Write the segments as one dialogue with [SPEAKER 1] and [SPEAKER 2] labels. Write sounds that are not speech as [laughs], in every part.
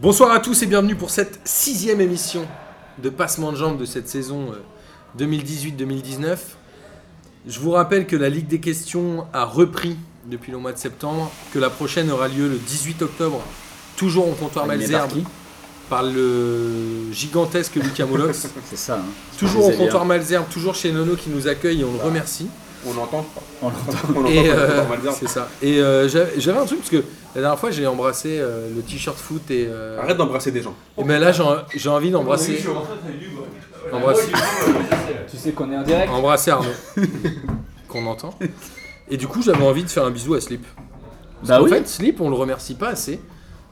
[SPEAKER 1] Bonsoir à tous et bienvenue pour cette sixième émission de Passement de Jambes de cette saison euh, 2018-2019. Je vous rappelle que la Ligue des questions a repris depuis le mois de septembre, que la prochaine aura lieu le 18 octobre, toujours au comptoir
[SPEAKER 2] Animé par
[SPEAKER 1] Malzerbe,
[SPEAKER 2] qui
[SPEAKER 1] par le gigantesque Lucas Molox.
[SPEAKER 2] C'est ça. hein.
[SPEAKER 1] toujours
[SPEAKER 2] Je
[SPEAKER 1] au
[SPEAKER 2] disais
[SPEAKER 1] comptoir Malzerbe, toujours chez Nono qui nous accueille et on le remercie.
[SPEAKER 3] On entend, je crois.
[SPEAKER 2] On l'entend.
[SPEAKER 3] On entend
[SPEAKER 1] Et
[SPEAKER 3] pas,
[SPEAKER 1] euh,
[SPEAKER 3] on va le dire.
[SPEAKER 1] c'est ça. Et euh, j'avais j'avais un truc parce que la dernière fois j'ai embrassé euh, le t-shirt foot et, euh,
[SPEAKER 3] Arrête d'embrasser des gens.
[SPEAKER 1] et ben là j'ai en- j'ai envie d'embrasser embrasser,
[SPEAKER 4] Tu sais qu'on est en direct
[SPEAKER 1] embrasser Arnaud [laughs] qu'on entend. Et du coup j'avais envie de faire un bisou à Slip. Parce
[SPEAKER 2] Bah
[SPEAKER 1] qu'en
[SPEAKER 2] oui.
[SPEAKER 1] fait Slip on le remercie pas assez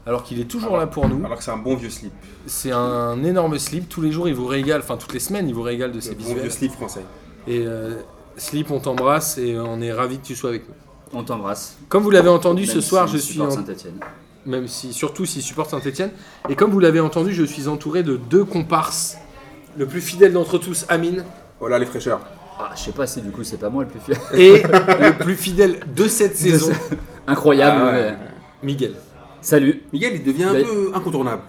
[SPEAKER 1] alors qu'il est toujours là pour nous.
[SPEAKER 3] Alors que c'est un bon vieux slip.
[SPEAKER 1] C'est un énorme Slip. Tous les jours il vous régale, enfin toutes les semaines il vous régale de
[SPEAKER 3] Le
[SPEAKER 1] ses
[SPEAKER 3] bon vieux
[SPEAKER 1] visuels.
[SPEAKER 3] slip français.
[SPEAKER 1] Et euh, Slip on t'embrasse et on est ravi que tu sois avec nous.
[SPEAKER 2] On t'embrasse.
[SPEAKER 1] Comme vous l'avez entendu ce
[SPEAKER 2] Même
[SPEAKER 1] soir
[SPEAKER 2] si
[SPEAKER 1] je
[SPEAKER 2] on
[SPEAKER 1] suis
[SPEAKER 2] supporte
[SPEAKER 1] en
[SPEAKER 2] Saint-Étienne.
[SPEAKER 1] même si surtout s'il supporte Saint-Etienne. Et comme vous l'avez entendu, je suis entouré de deux comparses. Le plus fidèle d'entre tous, Amine,
[SPEAKER 3] Voilà les fraîcheurs.
[SPEAKER 2] Ah, je sais pas si du coup c'est pas moi le plus fier. [laughs]
[SPEAKER 1] et le plus fidèle de cette saison,
[SPEAKER 2] Incroyable.
[SPEAKER 3] Ah ouais.
[SPEAKER 2] mais-
[SPEAKER 1] Miguel.
[SPEAKER 2] Salut.
[SPEAKER 3] Miguel, il devient un
[SPEAKER 2] D'ailleurs-
[SPEAKER 3] peu incontournable.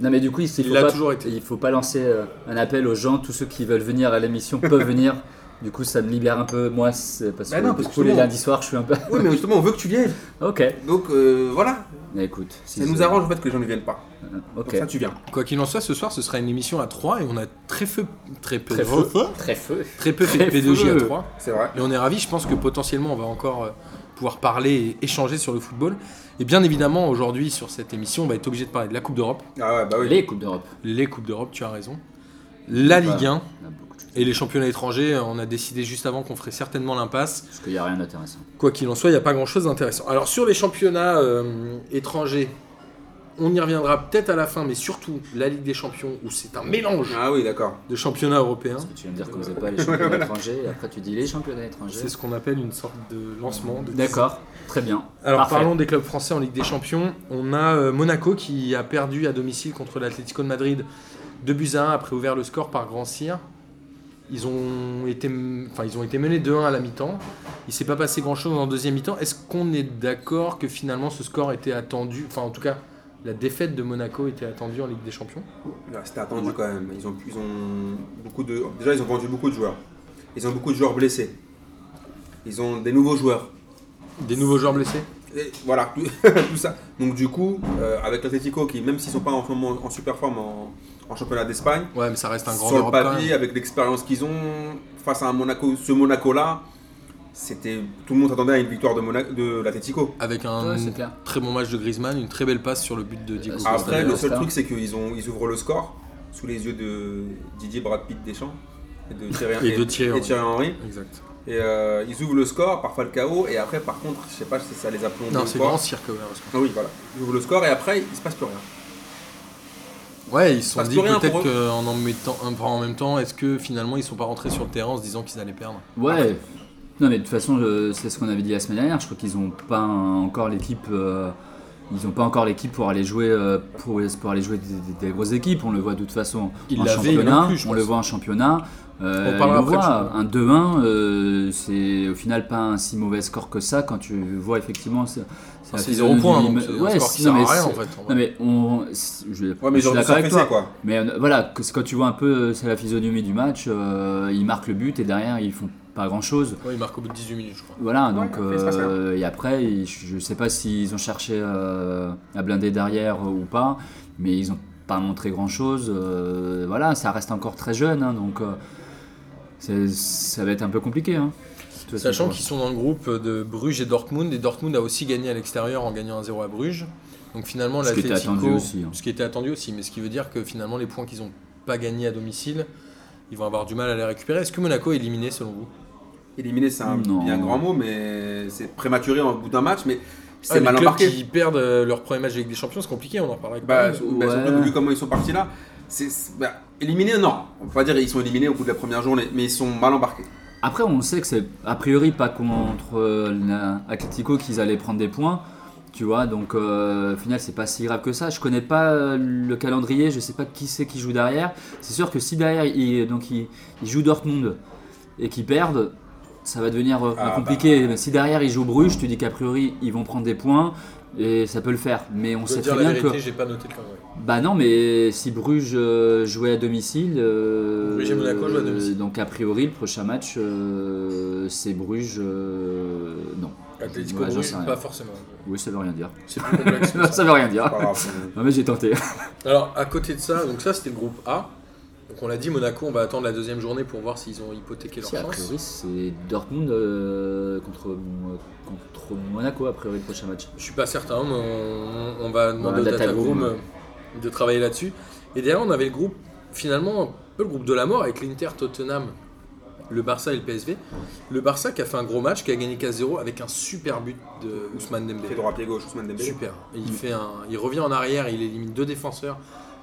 [SPEAKER 2] Non mais du coup, il, faut
[SPEAKER 1] Il l'a
[SPEAKER 2] pas-
[SPEAKER 1] toujours été.
[SPEAKER 2] Il faut pas lancer euh, un appel aux gens. Tous ceux qui veulent venir à l'émission [laughs] peuvent venir. Du coup, ça me libère un peu moi c'est parce
[SPEAKER 3] Bah
[SPEAKER 2] que
[SPEAKER 3] non,
[SPEAKER 2] du
[SPEAKER 3] parce que
[SPEAKER 2] coup, les
[SPEAKER 3] tout le monde-
[SPEAKER 2] lundis soirs, je suis un peu. [laughs]
[SPEAKER 3] Oui, mais justement, on veut que tu viennes.
[SPEAKER 2] ok.
[SPEAKER 3] Donc euh, voilà,
[SPEAKER 2] Mais écoute, si
[SPEAKER 3] ça nous
[SPEAKER 2] c'est-
[SPEAKER 3] arrange en fait que les gens ne viennent pas. Comme
[SPEAKER 2] Ok.
[SPEAKER 3] ça, tu viens.
[SPEAKER 1] Quoi qu'il en soit, ce soir, ce sera une émission à 3 et on a très peu, très peu,
[SPEAKER 2] Très feu. Très feu.
[SPEAKER 1] très peu fait de
[SPEAKER 2] Très
[SPEAKER 1] pédagogie à
[SPEAKER 2] feu.
[SPEAKER 1] 3.
[SPEAKER 3] C'est vrai.
[SPEAKER 1] Et on est ravi. Je pense que potentiellement, on va encore euh, pouvoir parler et échanger sur le football. Et bien évidemment, aujourd'hui, sur cette émission, on va être obligé de parler de la Coupe d'Europe,
[SPEAKER 3] Ah ouais, bah oui.
[SPEAKER 2] Les coupes d'Europe.
[SPEAKER 1] les Coupes d'Europe, tu as raison, la Ligue 1
[SPEAKER 2] On a beaucoup de choses.
[SPEAKER 1] et les championnats étrangers. euh, On a décidé juste avant qu'on ferait certainement l'impasse.
[SPEAKER 2] Parce qu'il y a rien d'intéressant.
[SPEAKER 1] Quoi qu'il en soit, il n'y a pas grand chose d'intéressant. Alors, sur les championnats euh, étrangers, on y reviendra peut-être à la fin, mais surtout la Ligue des Champions, où c'est un mélange
[SPEAKER 3] Ah oui, d'accord.
[SPEAKER 1] de championnats européens.
[SPEAKER 2] Parce que tu viens de dire qu'on faisait pas les championnats étrangers. Et après, tu dis les championnats étrangers.
[SPEAKER 1] C'est ce qu'on appelle une sorte de lancement. de-
[SPEAKER 2] D'accord, très bien.
[SPEAKER 1] Alors,
[SPEAKER 2] Parfait.
[SPEAKER 1] parlons des clubs français en Ligue des Champions. On a euh, Monaco qui a perdu à domicile contre l'Atlético de Madrid 2 buts à 1 après ouvert le score par Grand Cyr. Ils ont été, enfin, ils ont été menés 2-1 à la mi-temps. Il s'est pas passé grand-chose en deuxième mi-temps. Est-ce qu'on est d'accord que finalement ce score était attendu Enfin, en tout cas, la défaite de Monaco était attendue en Ligue des Champions.
[SPEAKER 3] Ouais, Ah, C'était attendu quand même. Ils ont, ils ont beaucoup de. Déjà, ils ont vendu beaucoup de joueurs. Ils ont beaucoup de joueurs blessés. Ils ont des nouveaux joueurs.
[SPEAKER 1] Des nouveaux joueurs blessés
[SPEAKER 3] Et voilà, tout, [laughs] tout ça. Donc du coup, euh, avec l'Atletico, qui même s'ils sont pas en, ce moment en super forme en- en championnat d'Espagne,
[SPEAKER 1] Ouais, mais ça reste un grand
[SPEAKER 3] sur le
[SPEAKER 1] Europe quand
[SPEAKER 3] papier,
[SPEAKER 1] même.
[SPEAKER 3] avec l'expérience qu'ils ont, face à un Monaco, ce Monaco-là, c'était tout le monde s'attendait à une victoire de, Monaco, de l'Atletico.
[SPEAKER 1] Avec un
[SPEAKER 2] Ouais, c'est clair.
[SPEAKER 1] très bon match de Griezmann, une très belle passe sur le but de Diego.
[SPEAKER 2] Ah,
[SPEAKER 1] Costa.
[SPEAKER 3] Après, le seul
[SPEAKER 2] ça.
[SPEAKER 3] truc, c'est qu'ils ont- ils ouvrent le score sous les yeux de Didier Brad Pitt Deschamps et de Thierry,
[SPEAKER 1] [laughs] Et de Thierry Henry.
[SPEAKER 3] et Henry.
[SPEAKER 1] Exact.
[SPEAKER 3] Et euh, ils ouvrent le score, parfois le chaos, et après, par contre, je sais pas si ça les a plombés
[SPEAKER 1] Non,
[SPEAKER 3] ou
[SPEAKER 1] c'est
[SPEAKER 3] quoi.
[SPEAKER 1] grand cirque. ouais, parce que-
[SPEAKER 3] Ah oui, voilà. Ils ouvrent le score et après, il se passe plus rien.
[SPEAKER 1] Ouais, ils se sont
[SPEAKER 3] Parce
[SPEAKER 1] dit
[SPEAKER 3] que rien
[SPEAKER 1] peut-être
[SPEAKER 3] pour eux.
[SPEAKER 1] qu'en en, mettant- enfin, en même temps, est-ce que finalement ils sont pas rentrés sur le terrain en se disant qu'ils allaient perdre
[SPEAKER 2] Ouais. Non mais de toute façon, euh, c'est ce qu'on avait dit la semaine dernière. Je crois qu'ils ont pas un- encore l'équipe. euh, ils ont pas encore l'équipe pour aller jouer euh, pour, pour aller jouer des, des- des grosses équipes. On le voit de toute façon
[SPEAKER 1] Ils
[SPEAKER 2] en
[SPEAKER 1] l'avaient, ils l'ont
[SPEAKER 2] championnat.
[SPEAKER 1] plus, je
[SPEAKER 2] on le
[SPEAKER 1] pense.
[SPEAKER 2] voit en championnat. Euh,
[SPEAKER 1] On parlera
[SPEAKER 2] et on
[SPEAKER 1] après du
[SPEAKER 2] voit,
[SPEAKER 1] championnat.
[SPEAKER 2] un 2-1, euh, c'est au final pas un si mauvais score que ça quand tu vois effectivement. C'est
[SPEAKER 1] Enfin, Ah, C'est zéro point, donc c'est un
[SPEAKER 2] Ouais,
[SPEAKER 1] score qui
[SPEAKER 2] c'est-
[SPEAKER 1] sert
[SPEAKER 2] non, mais
[SPEAKER 1] à rien
[SPEAKER 2] c'est-
[SPEAKER 1] en fait. en
[SPEAKER 2] Non
[SPEAKER 1] vrai.
[SPEAKER 2] mais on, c'est- je,
[SPEAKER 3] Ouais,
[SPEAKER 2] je
[SPEAKER 3] mais ils
[SPEAKER 2] suis
[SPEAKER 3] auraient dû
[SPEAKER 2] d'accord avec
[SPEAKER 3] s'affaisser,
[SPEAKER 2] toi.
[SPEAKER 3] quoi.
[SPEAKER 2] Mais euh, voilà, que- c'est quand tu vois un peu euh, c'est la physionomie du match, euh, ils marquent le but et derrière ils font pas grand chose.
[SPEAKER 1] Ouais, il marque au bout de 18 minutes, je crois.
[SPEAKER 2] Voilà,
[SPEAKER 3] Ouais,
[SPEAKER 2] donc
[SPEAKER 3] après, il se passe
[SPEAKER 2] euh, et après ils- je je sais pas s'ils ont cherché euh, à blinder derrière euh, ou pas, mais ils ont pas montré grand chose. voilà, ça reste encore très jeune, hein, donc euh, c'est- ça va être un peu compliqué. hein. De toute façon,
[SPEAKER 1] Sachant
[SPEAKER 2] quoi.
[SPEAKER 1] qu'ils sont dans le groupe de Bruges et Dortmund, et Dortmund a aussi gagné à l'extérieur en gagnant 1-0 à Bruges. Donc finalement,
[SPEAKER 2] Ce qui était
[SPEAKER 1] l'Atlético-
[SPEAKER 2] attendu aussi, hein.
[SPEAKER 1] Ce qui était attendu aussi, mais ce qui veut dire que finalement, les points qu'ils ont pas gagnés à domicile, ils vont avoir du mal à les récupérer. Est-ce que Monaco est éliminé selon vous
[SPEAKER 3] Éliminer, c'est un
[SPEAKER 2] Non.
[SPEAKER 3] bien grand mot, mais c'est prématuré au bout d'un match, mais c'est
[SPEAKER 1] Ah,
[SPEAKER 3] mal
[SPEAKER 1] Les clubs
[SPEAKER 3] embarqué.
[SPEAKER 1] qui perdent euh, leur premier match de Ligue des Champions, c'est compliqué, on en parlera
[SPEAKER 3] Bah,
[SPEAKER 1] pas.
[SPEAKER 3] sur- bah, surtout
[SPEAKER 2] Ouais.
[SPEAKER 3] vu comment ils sont partis là, c'est c'est- bah, éliminés non, on peut pas dire ils sont éliminés au bout de la première journée, mais ils sont mal embarqués.
[SPEAKER 2] Après, on sait que c'est a priori pas contre l'Atletico qu'ils allaient prendre des points. Tu vois, donc euh, au final, c'est pas si grave que ça. Je connais pas euh, le calendrier, je sais pas qui c'est qui joue derrière. C'est sûr que si derrière, ils, donc, ils, ils jouent Dortmund et qu'ils perdent, ça va devenir euh,
[SPEAKER 1] bah.
[SPEAKER 3] Ah,
[SPEAKER 2] compliqué. Si derrière ils jouent Bruges, tu dis qu'a priori ils vont prendre des points et ça peut le faire. Mais on
[SPEAKER 1] Je
[SPEAKER 2] sait
[SPEAKER 1] dois dire
[SPEAKER 2] très
[SPEAKER 1] la
[SPEAKER 2] bien
[SPEAKER 1] vérité,
[SPEAKER 2] que.
[SPEAKER 1] j'ai pas noté le favori.
[SPEAKER 2] Bah non, mais si Bruges euh, jouait à domicile. euh,
[SPEAKER 1] Bruges et Monaco jouent à domicile.
[SPEAKER 2] Donc a priori le prochain match euh, c'est Bruges. euh, non.
[SPEAKER 1] Atlético
[SPEAKER 2] Ouais, j'en
[SPEAKER 1] Bruges,
[SPEAKER 2] sais rien.
[SPEAKER 1] pas forcément.
[SPEAKER 2] Oui, ça veut rien dire. [laughs]
[SPEAKER 1] C'est plus complexe que
[SPEAKER 2] ça
[SPEAKER 1] ça.
[SPEAKER 2] veut rien dire.
[SPEAKER 3] Pas grave. [laughs]
[SPEAKER 2] Non mais j'ai tenté.
[SPEAKER 1] Alors, à côté de ça, donc ça c'était le groupe A. Donc on l'a dit, Monaco, on va attendre la deuxième journée pour voir s'ils ont hypothéqué leur
[SPEAKER 2] Si, a
[SPEAKER 1] chance.
[SPEAKER 2] priori c'est Dortmund euh, contre, Mo- contre Monaco a priori le prochain match.
[SPEAKER 1] Je suis pas certain, mais on, on va demander
[SPEAKER 2] Ouais,
[SPEAKER 1] au
[SPEAKER 2] Data
[SPEAKER 1] Datagroom
[SPEAKER 2] Groom.
[SPEAKER 1] euh, de travailler là-dessus. Et derrière, on avait le groupe, finalement, un peu le groupe de la mort avec l'Inter, Tottenham, le Barça et le PSV. Le Barça qui a fait un gros match, qui a gagné 4-0 avec un super but de Ousmane
[SPEAKER 3] Pied
[SPEAKER 1] Dembélé.
[SPEAKER 3] droit, pied gauche, Ousmane Dembélé.
[SPEAKER 1] Super. Et Il, fait un, il revient en arrière, il élimine deux défenseurs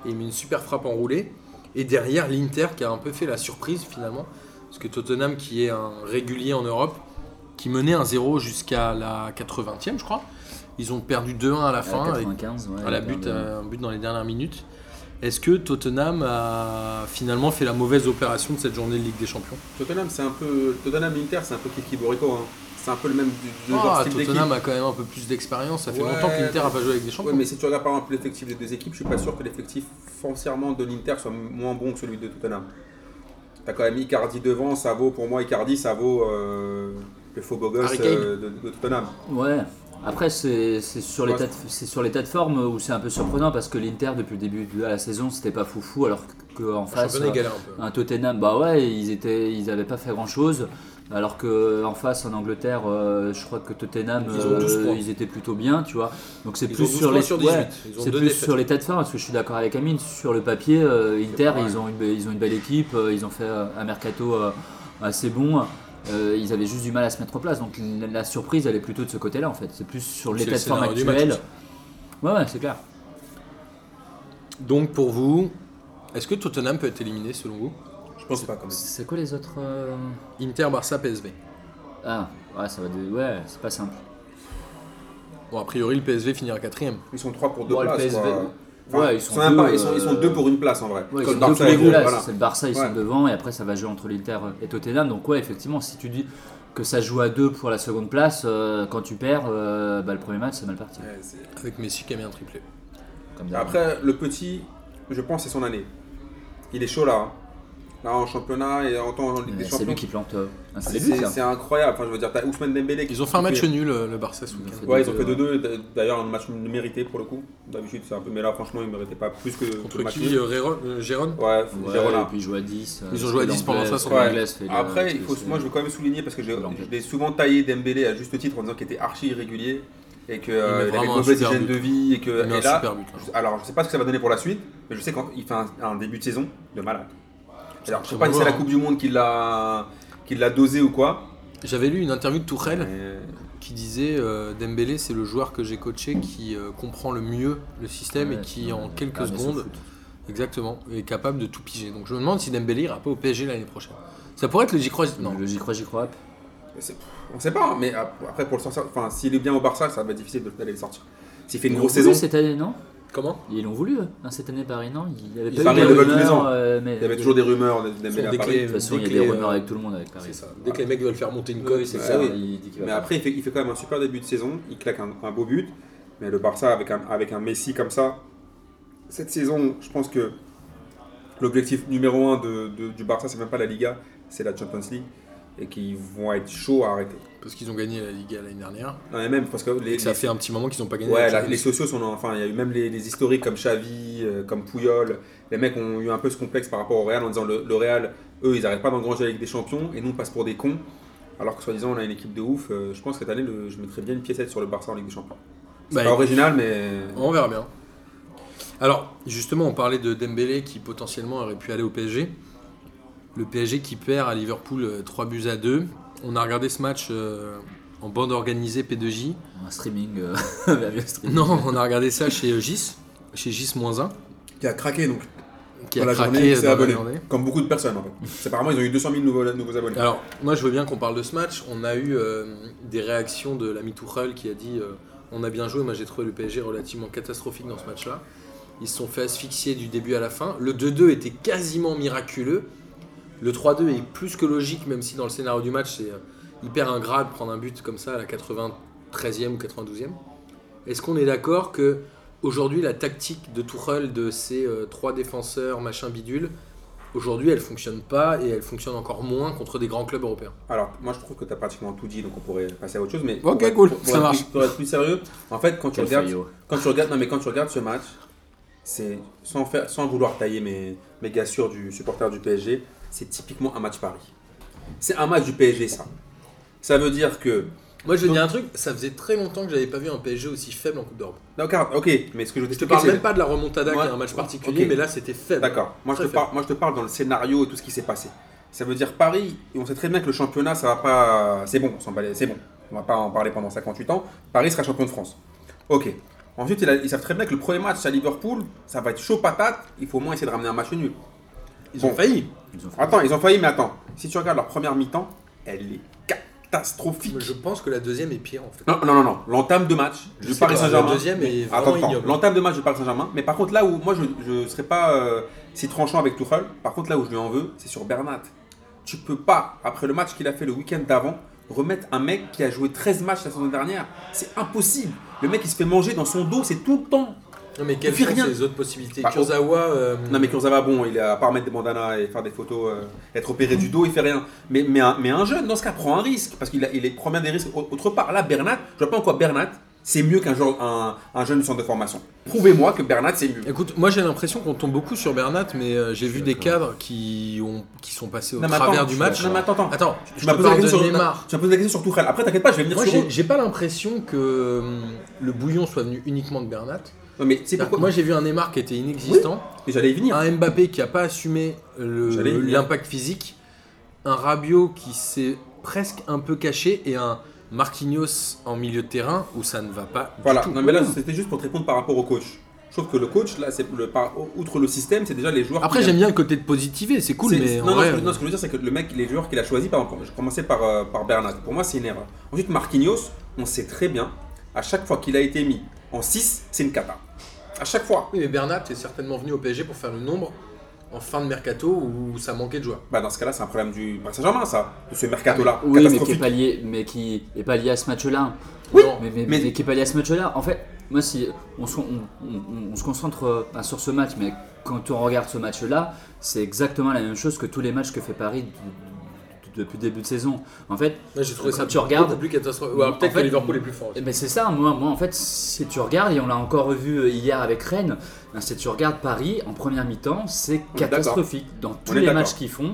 [SPEAKER 1] et il met une super frappe enroulée. Et derrière, l'Inter qui a un peu fait la surprise finalement. Parce que Tottenham, qui est un régulier en Europe, qui menait un 0 jusqu'à la 80e, je crois. Ils ont perdu 2-1 à la fin,
[SPEAKER 2] à
[SPEAKER 1] avec
[SPEAKER 2] 95, Euh, ouais,
[SPEAKER 1] à la
[SPEAKER 2] dans
[SPEAKER 1] but,
[SPEAKER 2] le-
[SPEAKER 1] euh, un but dans les dernières minutes. Est-ce que Tottenham a finalement fait la mauvaise opération de cette journée de Ligue des Champions
[SPEAKER 3] Tottenham, c'est un peu. Tottenham Inter, c'est un peu Kiki Borico. Hein. C'est un peu le même du, du genre
[SPEAKER 1] Ah,
[SPEAKER 3] style d'équipe.
[SPEAKER 1] Tottenham a quand même un peu plus d'expérience. Ça fait
[SPEAKER 3] Ouais.
[SPEAKER 1] longtemps que l'Inter n'a pas joué avec des champions.
[SPEAKER 3] Ouais, mais si tu regardes par exemple l'effectif des deux équipes, je suis pas sûr que l'effectif foncièrement de l'Inter soit moins bon que celui de Tottenham. T'as quand même Icardi devant, ça vaut pour moi Icardi, ça vaut euh, le faux beau gosse
[SPEAKER 1] Harry Kane.
[SPEAKER 3] euh, de, de Tottenham.
[SPEAKER 2] Ouais. Après, c'est c'est sur
[SPEAKER 3] Ouais.
[SPEAKER 2] l'état de- c'est sur l'état de forme où c'est un peu surprenant parce que l'Inter, depuis le début de la saison, c'était pas foufou alors qu'en
[SPEAKER 1] Le
[SPEAKER 2] face,
[SPEAKER 1] championnat est galère un peu.
[SPEAKER 2] un Tottenham, bah ouais, ils étaient, ils avaient pas fait grand chose. Alors que en face, en Angleterre, euh, je crois que Tottenham, euh,
[SPEAKER 1] Ils ont 12 points.
[SPEAKER 2] ils étaient plutôt bien, tu vois. Donc c'est
[SPEAKER 1] Ils
[SPEAKER 2] plus
[SPEAKER 1] ont 12
[SPEAKER 2] sur
[SPEAKER 1] points
[SPEAKER 2] les
[SPEAKER 1] sur 18.
[SPEAKER 2] ouais,
[SPEAKER 1] Ils ont
[SPEAKER 2] c'est
[SPEAKER 1] deux
[SPEAKER 2] plus
[SPEAKER 1] défaites.
[SPEAKER 2] sur l'état de forme parce que je suis d'accord avec Amine. Sur le papier, euh, Inter,
[SPEAKER 3] pas mal.
[SPEAKER 2] ils ont une, ils ont une belle équipe, euh, ils ont fait euh, un mercato euh, assez bon. Euh, ils avaient juste du mal à se mettre en place. Donc la, la surprise, elle est plutôt de ce côté-là en fait. C'est plus sur
[SPEAKER 1] C'est le
[SPEAKER 2] l'état de forme
[SPEAKER 1] scénario du match
[SPEAKER 2] actuel. Ouais, ouais, c'est clair.
[SPEAKER 1] Donc pour vous, est-ce que Tottenham peut être éliminé selon vous
[SPEAKER 3] Je pense pas quand même.
[SPEAKER 2] C'est quoi les autres euh,
[SPEAKER 1] Inter, Barça, PSV.
[SPEAKER 2] Ah, ouais, ça va. de- Ouais, c'est pas simple.
[SPEAKER 1] Bon, a priori, le PSV finira quatrième.
[SPEAKER 3] Ils sont trois pour deux
[SPEAKER 2] Ouais, le
[SPEAKER 3] places.
[SPEAKER 2] PSV.
[SPEAKER 3] quoi.
[SPEAKER 2] Ouais, ils sont
[SPEAKER 3] même
[SPEAKER 2] deux,
[SPEAKER 3] pas- ils, sont, ils sont
[SPEAKER 2] euh,
[SPEAKER 3] deux pour une place en vrai.
[SPEAKER 2] Ouais, ils
[SPEAKER 3] Comme
[SPEAKER 2] sont deux
[SPEAKER 3] Barça
[SPEAKER 2] pour les
[SPEAKER 3] et-
[SPEAKER 2] deux, là,
[SPEAKER 3] voilà.
[SPEAKER 2] c'est le Barça, ils
[SPEAKER 3] Ouais.
[SPEAKER 2] sont devant, et après ça va jouer entre l'Inter et Tottenham. Donc ouais, effectivement, si tu dis que ça joue à deux pour la seconde place, euh, quand tu perds, euh, bah, le premier match, c'est mal parti.
[SPEAKER 3] Ouais, c'est-
[SPEAKER 1] Avec Messi qui a mis un triplé.
[SPEAKER 2] Comme d'hab.
[SPEAKER 3] Après, le petit, je pense, c'est son année. Il est chaud là. hein. Là en championnat et en temps en Ligue
[SPEAKER 2] Euh,
[SPEAKER 3] des
[SPEAKER 2] c'est
[SPEAKER 3] Champions.
[SPEAKER 2] lui qui plante euh, un
[SPEAKER 3] C'est-
[SPEAKER 2] seul but,
[SPEAKER 3] C'est
[SPEAKER 2] là.
[SPEAKER 3] c'est incroyable. Enfin, je veux dire, t'as Ousmane Dembélé. qui-
[SPEAKER 1] Ils ont fait un
[SPEAKER 3] qui
[SPEAKER 1] match nul, euh, le Barça, ce week-end.
[SPEAKER 2] fait
[SPEAKER 3] Ouais, ils ont fait 2-2.
[SPEAKER 2] 2-2,
[SPEAKER 3] D'ailleurs, un match mérité pour le coup. D'habitude, c'est un peu. Mais là, franchement, ils méritaient pas plus que que
[SPEAKER 1] Contre
[SPEAKER 3] le match
[SPEAKER 1] qui
[SPEAKER 3] nul.
[SPEAKER 1] euh, Réron- euh, Gérone
[SPEAKER 3] Ouais,
[SPEAKER 2] Ouais,
[SPEAKER 3] Gérona.
[SPEAKER 2] et puis ils jouent à 10. euh,
[SPEAKER 1] Ils ont joué à 10 pendant
[SPEAKER 2] l'anglaise-
[SPEAKER 1] 60.
[SPEAKER 3] Ouais.
[SPEAKER 2] l'anglaise fait le-
[SPEAKER 3] Après, il
[SPEAKER 2] parce
[SPEAKER 3] faut,
[SPEAKER 2] que
[SPEAKER 3] moi je veux quand même souligner parce que j'ai-
[SPEAKER 2] Blanc.
[SPEAKER 3] je l'ai souvent taillé Dembélé à juste titre en disant qu'il était archi irrégulier et qu'il
[SPEAKER 1] met
[SPEAKER 3] avait
[SPEAKER 1] vraiment
[SPEAKER 3] une
[SPEAKER 1] un
[SPEAKER 3] mauvaise
[SPEAKER 1] super
[SPEAKER 3] hygiène
[SPEAKER 1] but.
[SPEAKER 3] de vie et que
[SPEAKER 1] Il met
[SPEAKER 3] et
[SPEAKER 1] un
[SPEAKER 3] là,
[SPEAKER 1] super but. Euh, hein. là.
[SPEAKER 3] alors, je sais pas ce que ça va donner pour la suite, mais je sais qu'il fait un, un début de saison de malade. Alors, je
[SPEAKER 1] très
[SPEAKER 3] sais pas
[SPEAKER 1] bon
[SPEAKER 3] si c'est la
[SPEAKER 1] joueur,
[SPEAKER 3] Coupe du Monde qui l'a qui l'a dosé ou quoi.
[SPEAKER 1] J'avais lu une interview de Tourelle
[SPEAKER 3] mais-
[SPEAKER 1] qui disait euh, Dembélé, c'est le joueur que j'ai coaché qui euh, comprend le mieux le système et
[SPEAKER 2] Ouais,
[SPEAKER 1] qui,
[SPEAKER 2] euh,
[SPEAKER 1] en quelques
[SPEAKER 2] permet son
[SPEAKER 1] secondes,
[SPEAKER 2] foot.
[SPEAKER 1] exactement, est capable de tout piger. Donc je me demande si Dembélé ira pas au PSG l'année prochaine. Ça pourrait être le J-Croix. Non,
[SPEAKER 2] Le J'y crois, j'y crois.
[SPEAKER 3] c'est- On sait pas, hein, mais ap- après pour le sortir, enfin s'il est bien au Barça, ça va être difficile de- d'aller le sortir. S'il fait une
[SPEAKER 2] Ils
[SPEAKER 3] grosse
[SPEAKER 2] l'ont voulu
[SPEAKER 3] saison,
[SPEAKER 2] cette année, non
[SPEAKER 1] comment
[SPEAKER 2] Ils l'ont voulu eux, hein, cette année Paris, non Il y avait
[SPEAKER 3] Ils-
[SPEAKER 2] pas eu
[SPEAKER 3] Paris,
[SPEAKER 2] de
[SPEAKER 3] ils le veulent tous les
[SPEAKER 2] rumeurs,
[SPEAKER 3] ans.
[SPEAKER 2] euh, mais-
[SPEAKER 3] il y avait toujours des rumeurs de- de Dembélé à
[SPEAKER 1] Dès que
[SPEAKER 3] Paris.
[SPEAKER 1] les-
[SPEAKER 2] De toute façon,
[SPEAKER 1] dès
[SPEAKER 2] il y a
[SPEAKER 1] que
[SPEAKER 2] des
[SPEAKER 1] les-
[SPEAKER 3] euh,
[SPEAKER 2] rumeurs avec tout le monde avec Paris.
[SPEAKER 1] C'est ça. Dès que les mecs veulent faire monter une cote,
[SPEAKER 3] c'est
[SPEAKER 1] c'est
[SPEAKER 3] ça.
[SPEAKER 1] ça.
[SPEAKER 3] oui.
[SPEAKER 2] bah, il dit qu'il va
[SPEAKER 3] Mais
[SPEAKER 2] pas.
[SPEAKER 3] après, il fait, il fait quand même un super début de saison. Il claque un, un beau but. Mais le Barça, avec un, avec un Messi comme ça, cette saison, je pense que l'objectif numéro un de- de- du Barça, c'est même pas la Liga, c'est la Champions League. Et qu'ils vont être chauds à arrêter.
[SPEAKER 1] Parce qu'ils ont gagné la Liga l'année dernière.
[SPEAKER 3] Non, mais même parce que les,
[SPEAKER 1] Et ça
[SPEAKER 3] les-
[SPEAKER 1] fait un petit moment qu'ils n'ont pas gagné.
[SPEAKER 3] ouais,
[SPEAKER 1] la
[SPEAKER 3] la-
[SPEAKER 1] Champions
[SPEAKER 3] les sociaux sont. Enfin, il y a eu même les, les historiques comme Xavi, euh, comme Puyol. Les mecs ont eu un peu ce complexe par rapport au Real en disant le, le Real, eux, ils n'arrêtent pas d'engranger la Ligue des Champions et nous, on passe pour des cons. Alors que soi-disant, on a une équipe de ouf. Euh, je pense que cette année, le- je mettrais bien une piécette sur le Barça en Ligue des Champions. C'est
[SPEAKER 1] Bah,
[SPEAKER 3] pas
[SPEAKER 1] écoute,
[SPEAKER 3] original, mais.
[SPEAKER 1] On verra bien. Alors, justement, on parlait de Dembélé qui potentiellement aurait pu aller au PSG. Le PSG qui perd à Liverpool 3 buts à 2. On a regardé ce match euh, en bande organisée P2J.
[SPEAKER 2] Un streaming, euh, [laughs] un vieux streaming.
[SPEAKER 1] Non, on a regardé ça chez euh, Gis, chez Gis-1,
[SPEAKER 3] Qui a craqué, donc.
[SPEAKER 1] qui
[SPEAKER 3] Dans
[SPEAKER 1] a
[SPEAKER 3] la journée,
[SPEAKER 1] craqué
[SPEAKER 3] il s'est
[SPEAKER 1] dans la
[SPEAKER 3] abonné.
[SPEAKER 1] journée. Ah.
[SPEAKER 3] Comme beaucoup de personnes, en fait.
[SPEAKER 1] [laughs]
[SPEAKER 3] C'est apparemment, ils ont eu 200 000 nouveaux, nouveaux abonnés.
[SPEAKER 1] Alors, moi, je veux bien qu'on parle de ce match. On a eu euh, des réactions de l'ami Tuchel qui a dit euh, On a bien joué, moi j'ai trouvé le PSG relativement catastrophique dans ce match-là. Ils se sont fait asphyxier du début à la fin. Le 2-2 était quasiment miraculeux. Le 3-2 est plus que logique, même si dans le scénario du match, c'est euh, hyper ingrat de prendre un but comme ça à la 93e ou 92e. Est-ce qu'on est d'accord que aujourd'hui la tactique de Tuchel de ces euh, trois défenseurs machin bidule, aujourd'hui elle fonctionne pas et elle fonctionne encore moins contre des grands clubs européens
[SPEAKER 3] Alors, moi je trouve que tu as pratiquement tout dit, donc on pourrait passer à autre chose. Mais
[SPEAKER 1] Ok,
[SPEAKER 3] pour être-
[SPEAKER 1] cool,
[SPEAKER 3] pour
[SPEAKER 1] ça
[SPEAKER 3] être plus-
[SPEAKER 1] marche.
[SPEAKER 3] Pour être plus sérieux, en fait, quand tu,
[SPEAKER 2] Quel
[SPEAKER 3] regardes,
[SPEAKER 2] faillot.
[SPEAKER 3] quand tu regardes, non, mais quand tu regardes ce match, c'est sans, faire, sans vouloir tailler mes, mes gars sûrs du supporter du PSG, c'est typiquement un match Paris. C'est un match du PSG, ça. Ça veut dire que.
[SPEAKER 1] Moi je vais te dire un truc, ça faisait très longtemps que j'avais pas vu un PSG aussi faible en Coupe d'Europe.
[SPEAKER 3] Non, car- ok, mais ce que je veux
[SPEAKER 1] Je te
[SPEAKER 3] t'expliquer,
[SPEAKER 1] parle
[SPEAKER 3] c'est-
[SPEAKER 1] même pas de la remontada
[SPEAKER 3] Ouais,
[SPEAKER 1] qui est un match
[SPEAKER 3] ok.
[SPEAKER 1] particulier, mais là c'était faible.
[SPEAKER 3] D'accord. Moi, je
[SPEAKER 1] Très
[SPEAKER 3] te parle- moi, je te parle dans le scénario et tout ce qui s'est passé. Ça veut dire Paris, et on sait très bien que le championnat, ça va pas. C'est bon, on s'en bat les- c'est bon. On va pas en parler pendant 58 ans. Paris sera champion de France. Ok. Ensuite, ils a- ils savent très bien que le premier match à Liverpool, ça va être chaud patate. Il faut au moins essayer de ramener un match nul.
[SPEAKER 1] Ils
[SPEAKER 3] Bon.
[SPEAKER 1] ont failli.
[SPEAKER 2] Ils ont fait-
[SPEAKER 3] Attends, ils ont failli, mais attends. Si tu regardes leur première mi-temps, elle est catastrophique.
[SPEAKER 1] Mais Je pense que la deuxième est pire en fait.
[SPEAKER 3] Non, non, non, non. L'entame de match
[SPEAKER 1] Je
[SPEAKER 3] du
[SPEAKER 1] sais
[SPEAKER 3] Paris
[SPEAKER 1] pas,
[SPEAKER 3] Saint-Germain.
[SPEAKER 1] le deuxième est
[SPEAKER 3] Mais-
[SPEAKER 1] vraiment
[SPEAKER 3] attends, attends.
[SPEAKER 1] ignoble.
[SPEAKER 3] L'entame de match du Paris Saint-Germain. Mais par contre, là où moi je ne serais pas euh, si tranchant avec Tuchel, par contre, là où je lui en veux, c'est sur Bernat. Tu peux pas, après le match qu'il a fait le week-end d'avant, remettre un mec qui a joué 13 matchs la saison dernière. C'est impossible. Le mec, il se fait manger dans son dos, c'est tout le temps.
[SPEAKER 1] Non mais quelles
[SPEAKER 3] Il fait
[SPEAKER 1] sont
[SPEAKER 3] rien.
[SPEAKER 1] les autres possibilités
[SPEAKER 3] Bah,
[SPEAKER 1] Kurzawa. euh,
[SPEAKER 3] Non, mais Kurzawa, bon, il a, à part mettre des bandanas et faire des photos, euh, être opéré du dos, il fait rien. Mais, mais, un, mais un jeune, dans ce cas, prend un risque, parce qu'il a- il est- prend bien des risques au- autre part. Là, Bernat, je vois pas en quoi Bernat, c'est mieux qu'un joueur- un, un jeune du centre de formation. Prouvez-moi que Bernat, c'est mieux.
[SPEAKER 1] Écoute, moi j'ai l'impression qu'on tombe beaucoup sur Bernat, mais euh, j'ai vu des
[SPEAKER 2] d'accord.
[SPEAKER 1] cadres qui, ont, qui sont passés au
[SPEAKER 3] Non, mais
[SPEAKER 1] travers
[SPEAKER 3] attends,
[SPEAKER 1] du
[SPEAKER 3] je-
[SPEAKER 1] match.
[SPEAKER 3] non, mais attends, attends.
[SPEAKER 1] Attends,
[SPEAKER 3] Tu
[SPEAKER 1] je
[SPEAKER 3] m'as
[SPEAKER 1] te
[SPEAKER 3] posé la
[SPEAKER 1] parle de
[SPEAKER 3] question sur
[SPEAKER 1] Neymar.
[SPEAKER 3] Tu m'as posé la question sur Tourelle. Après, t'inquiète pas, je vais venir
[SPEAKER 1] Moi
[SPEAKER 3] sur eux.
[SPEAKER 1] j'ai- j'ai pas l'impression que euh, le bouillon soit venu uniquement de Bernat.
[SPEAKER 3] Non, mais c'est pourquoi.
[SPEAKER 1] Moi j'ai vu un Neymar qui était inexistant,
[SPEAKER 3] Mais j'allais y venir.
[SPEAKER 1] un Mbappé qui a pas assumé le-
[SPEAKER 3] J'allais y venir.
[SPEAKER 1] l'impact physique, un Rabiot qui s'est presque un peu caché et un Marquinhos en milieu de terrain où ça ne va pas du
[SPEAKER 3] Voilà,
[SPEAKER 1] tout.
[SPEAKER 3] non, mais là, c'était juste pour te répondre par rapport au coach. Je trouve que le coach, là, c'est le, par- outre le système, c'est déjà les joueurs.
[SPEAKER 1] Après
[SPEAKER 3] qui-
[SPEAKER 1] j'aime bien le côté de positiver, c'est cool,
[SPEAKER 3] C'est-
[SPEAKER 1] mais
[SPEAKER 3] non,
[SPEAKER 1] en
[SPEAKER 3] non,
[SPEAKER 1] vrai, euh,
[SPEAKER 3] ce que, non, ce que je veux dire, c'est que le mec, les joueurs qu'il a choisi, par exemple, je commençais par, euh, par Bernat. Pour moi, c'est une erreur. Ensuite, Marquinhos, on sait très bien, à chaque fois qu'il a été mis en 6, c'est une cata. À chaque fois.
[SPEAKER 1] Oui, mais Bernat est certainement venu au PSG pour faire le nombre en fin de mercato où ça manquait de joueurs.
[SPEAKER 3] Bah, dans ce cas-là, c'est un problème du Paris Saint-Germain, ça, de ce mercato-là.
[SPEAKER 2] Ah Oui, mais qui est
[SPEAKER 3] catastrophique.
[SPEAKER 2] pas lié, mais qui est pas lié à ce match-là.
[SPEAKER 1] Oui.
[SPEAKER 2] mais, mais-
[SPEAKER 3] Mais-
[SPEAKER 2] mais qui est pas lié à ce match-là. En fait, moi, si on se, on- on- on se concentre euh, pas sur ce match, mais quand on regarde ce match-là, c'est exactement la même chose que tous les matchs que fait Paris du- du- depuis le début de saison. En fait,
[SPEAKER 1] J'ai trouvé
[SPEAKER 2] Quand
[SPEAKER 1] ça
[SPEAKER 2] tu regardes-
[SPEAKER 1] beaucoup plus catastrophique. Ouais, alors
[SPEAKER 2] En
[SPEAKER 1] Peut-être que
[SPEAKER 2] fait,
[SPEAKER 1] Liverpool est plus fort. aussi.
[SPEAKER 2] eh ben, c'est ça, moi, moi en fait, si tu regardes, et on l'a encore revu euh, hier avec Rennes, hein, si tu regardes Paris en première mi-temps, c'est
[SPEAKER 3] On est
[SPEAKER 2] catastrophique dans tous
[SPEAKER 3] est
[SPEAKER 2] les
[SPEAKER 3] d'accord.
[SPEAKER 2] matchs qu'ils font.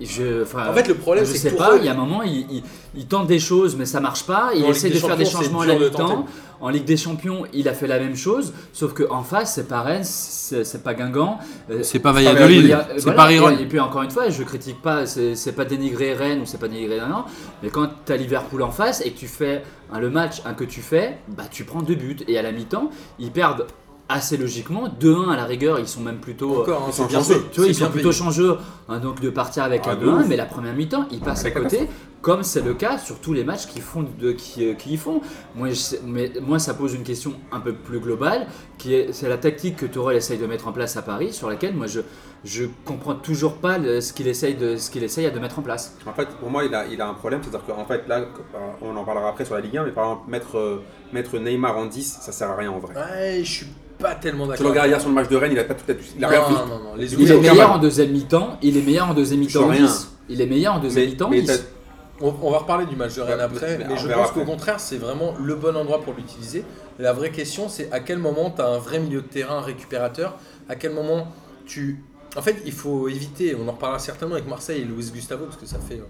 [SPEAKER 2] Et Je, enfin,
[SPEAKER 1] En fait, le problème,
[SPEAKER 2] bah, je
[SPEAKER 1] c'est
[SPEAKER 2] sais
[SPEAKER 1] que
[SPEAKER 2] pas,
[SPEAKER 1] Tourelle-
[SPEAKER 2] il y a un moment, il, il- il tente des choses, mais ça marche pas. Il
[SPEAKER 1] Dans la
[SPEAKER 2] essaie
[SPEAKER 1] Ligue
[SPEAKER 2] de
[SPEAKER 1] des
[SPEAKER 2] faire des
[SPEAKER 1] Champions, c'est
[SPEAKER 2] changements à
[SPEAKER 1] dur
[SPEAKER 2] la
[SPEAKER 1] de
[SPEAKER 2] mi-temps.
[SPEAKER 1] tenter.
[SPEAKER 2] En Ligue des Champions, il a fait la même chose, sauf qu'en face, c'est pas Rennes, c'est c'est pas Guingamp. euh,
[SPEAKER 1] C'est pas
[SPEAKER 3] Valladolid,
[SPEAKER 2] il y
[SPEAKER 1] Valladolid,
[SPEAKER 2] a-
[SPEAKER 1] c'est
[SPEAKER 2] voilà,
[SPEAKER 1] pas
[SPEAKER 2] et-
[SPEAKER 1] Riron.
[SPEAKER 2] Et puis encore une fois, je critique pas, c'est c'est pas dénigrer Rennes ou c'est pas dénigrer non, non, mais quand tu as Liverpool en face et que tu fais hein, le match hein, que tu fais, bah tu prends deux buts et à la mi-temps, ils perdent assez logiquement 2-1 à la rigueur, ils sont même plutôt euh,
[SPEAKER 1] Encore, hein,
[SPEAKER 3] Ils
[SPEAKER 1] c'est
[SPEAKER 3] sont
[SPEAKER 1] bien
[SPEAKER 3] chanceux.
[SPEAKER 1] fait.
[SPEAKER 2] tu vois,
[SPEAKER 1] C'est
[SPEAKER 2] ils sont
[SPEAKER 1] bien
[SPEAKER 2] plutôt
[SPEAKER 1] payé.
[SPEAKER 2] changeux hein, donc de partir avec
[SPEAKER 3] Ah,
[SPEAKER 2] un
[SPEAKER 3] de
[SPEAKER 2] 2-1,
[SPEAKER 3] ouf.
[SPEAKER 2] mais la première mi-temps, ils passent à
[SPEAKER 3] C'est
[SPEAKER 2] côté, comme c'est le cas sur tous les matchs qu'ils font. De, qui, euh, qui y font. Moi, je sais- mais, moi, ça pose une question un peu plus globale, qui est c'est la tactique que Tourelle essaye de mettre en place à Paris, sur laquelle moi je je comprends toujours pas le- ce qu'il essaye de ce qu'il essaye de mettre en place.
[SPEAKER 3] En fait, pour moi, il a, il a un problème. C'est-à-dire qu'en fait, là, euh, on en parlera après sur la Ligue 1, mais par exemple, mettre, euh, mettre Neymar en 10, ça sert à rien en vrai.
[SPEAKER 1] Ouais, je suis pas tellement
[SPEAKER 3] Tu le
[SPEAKER 1] Ah, d'accord.
[SPEAKER 3] regardes hier sur le match de Rennes, il a pas tout à Il a rien
[SPEAKER 1] Non,
[SPEAKER 3] pris.
[SPEAKER 1] non, non, non, les
[SPEAKER 3] Il
[SPEAKER 2] Il
[SPEAKER 1] oubliés,
[SPEAKER 2] est
[SPEAKER 3] aucun
[SPEAKER 2] meilleur
[SPEAKER 3] mal.
[SPEAKER 2] en deuxième mi-temps, il est meilleur en deuxième mi-temps
[SPEAKER 3] sens
[SPEAKER 2] en
[SPEAKER 3] rien.
[SPEAKER 2] 10. Il est meilleur en deuxième mi-temps en
[SPEAKER 3] mais
[SPEAKER 2] 10.
[SPEAKER 1] On, on va reparler du match de Rennes
[SPEAKER 3] Ouais,
[SPEAKER 1] après,
[SPEAKER 3] mais
[SPEAKER 1] mais,
[SPEAKER 3] on
[SPEAKER 1] je
[SPEAKER 3] verra
[SPEAKER 1] pense
[SPEAKER 3] après.
[SPEAKER 1] qu'au contraire, c'est vraiment le bon endroit pour l'utiliser. La vraie question, c'est à quel moment tu as un vrai milieu de terrain récupérateur À quel moment tu. En fait, il faut éviter, on en reparlera certainement avec Marseille et Luis Gustavo, parce que ça fait, euh,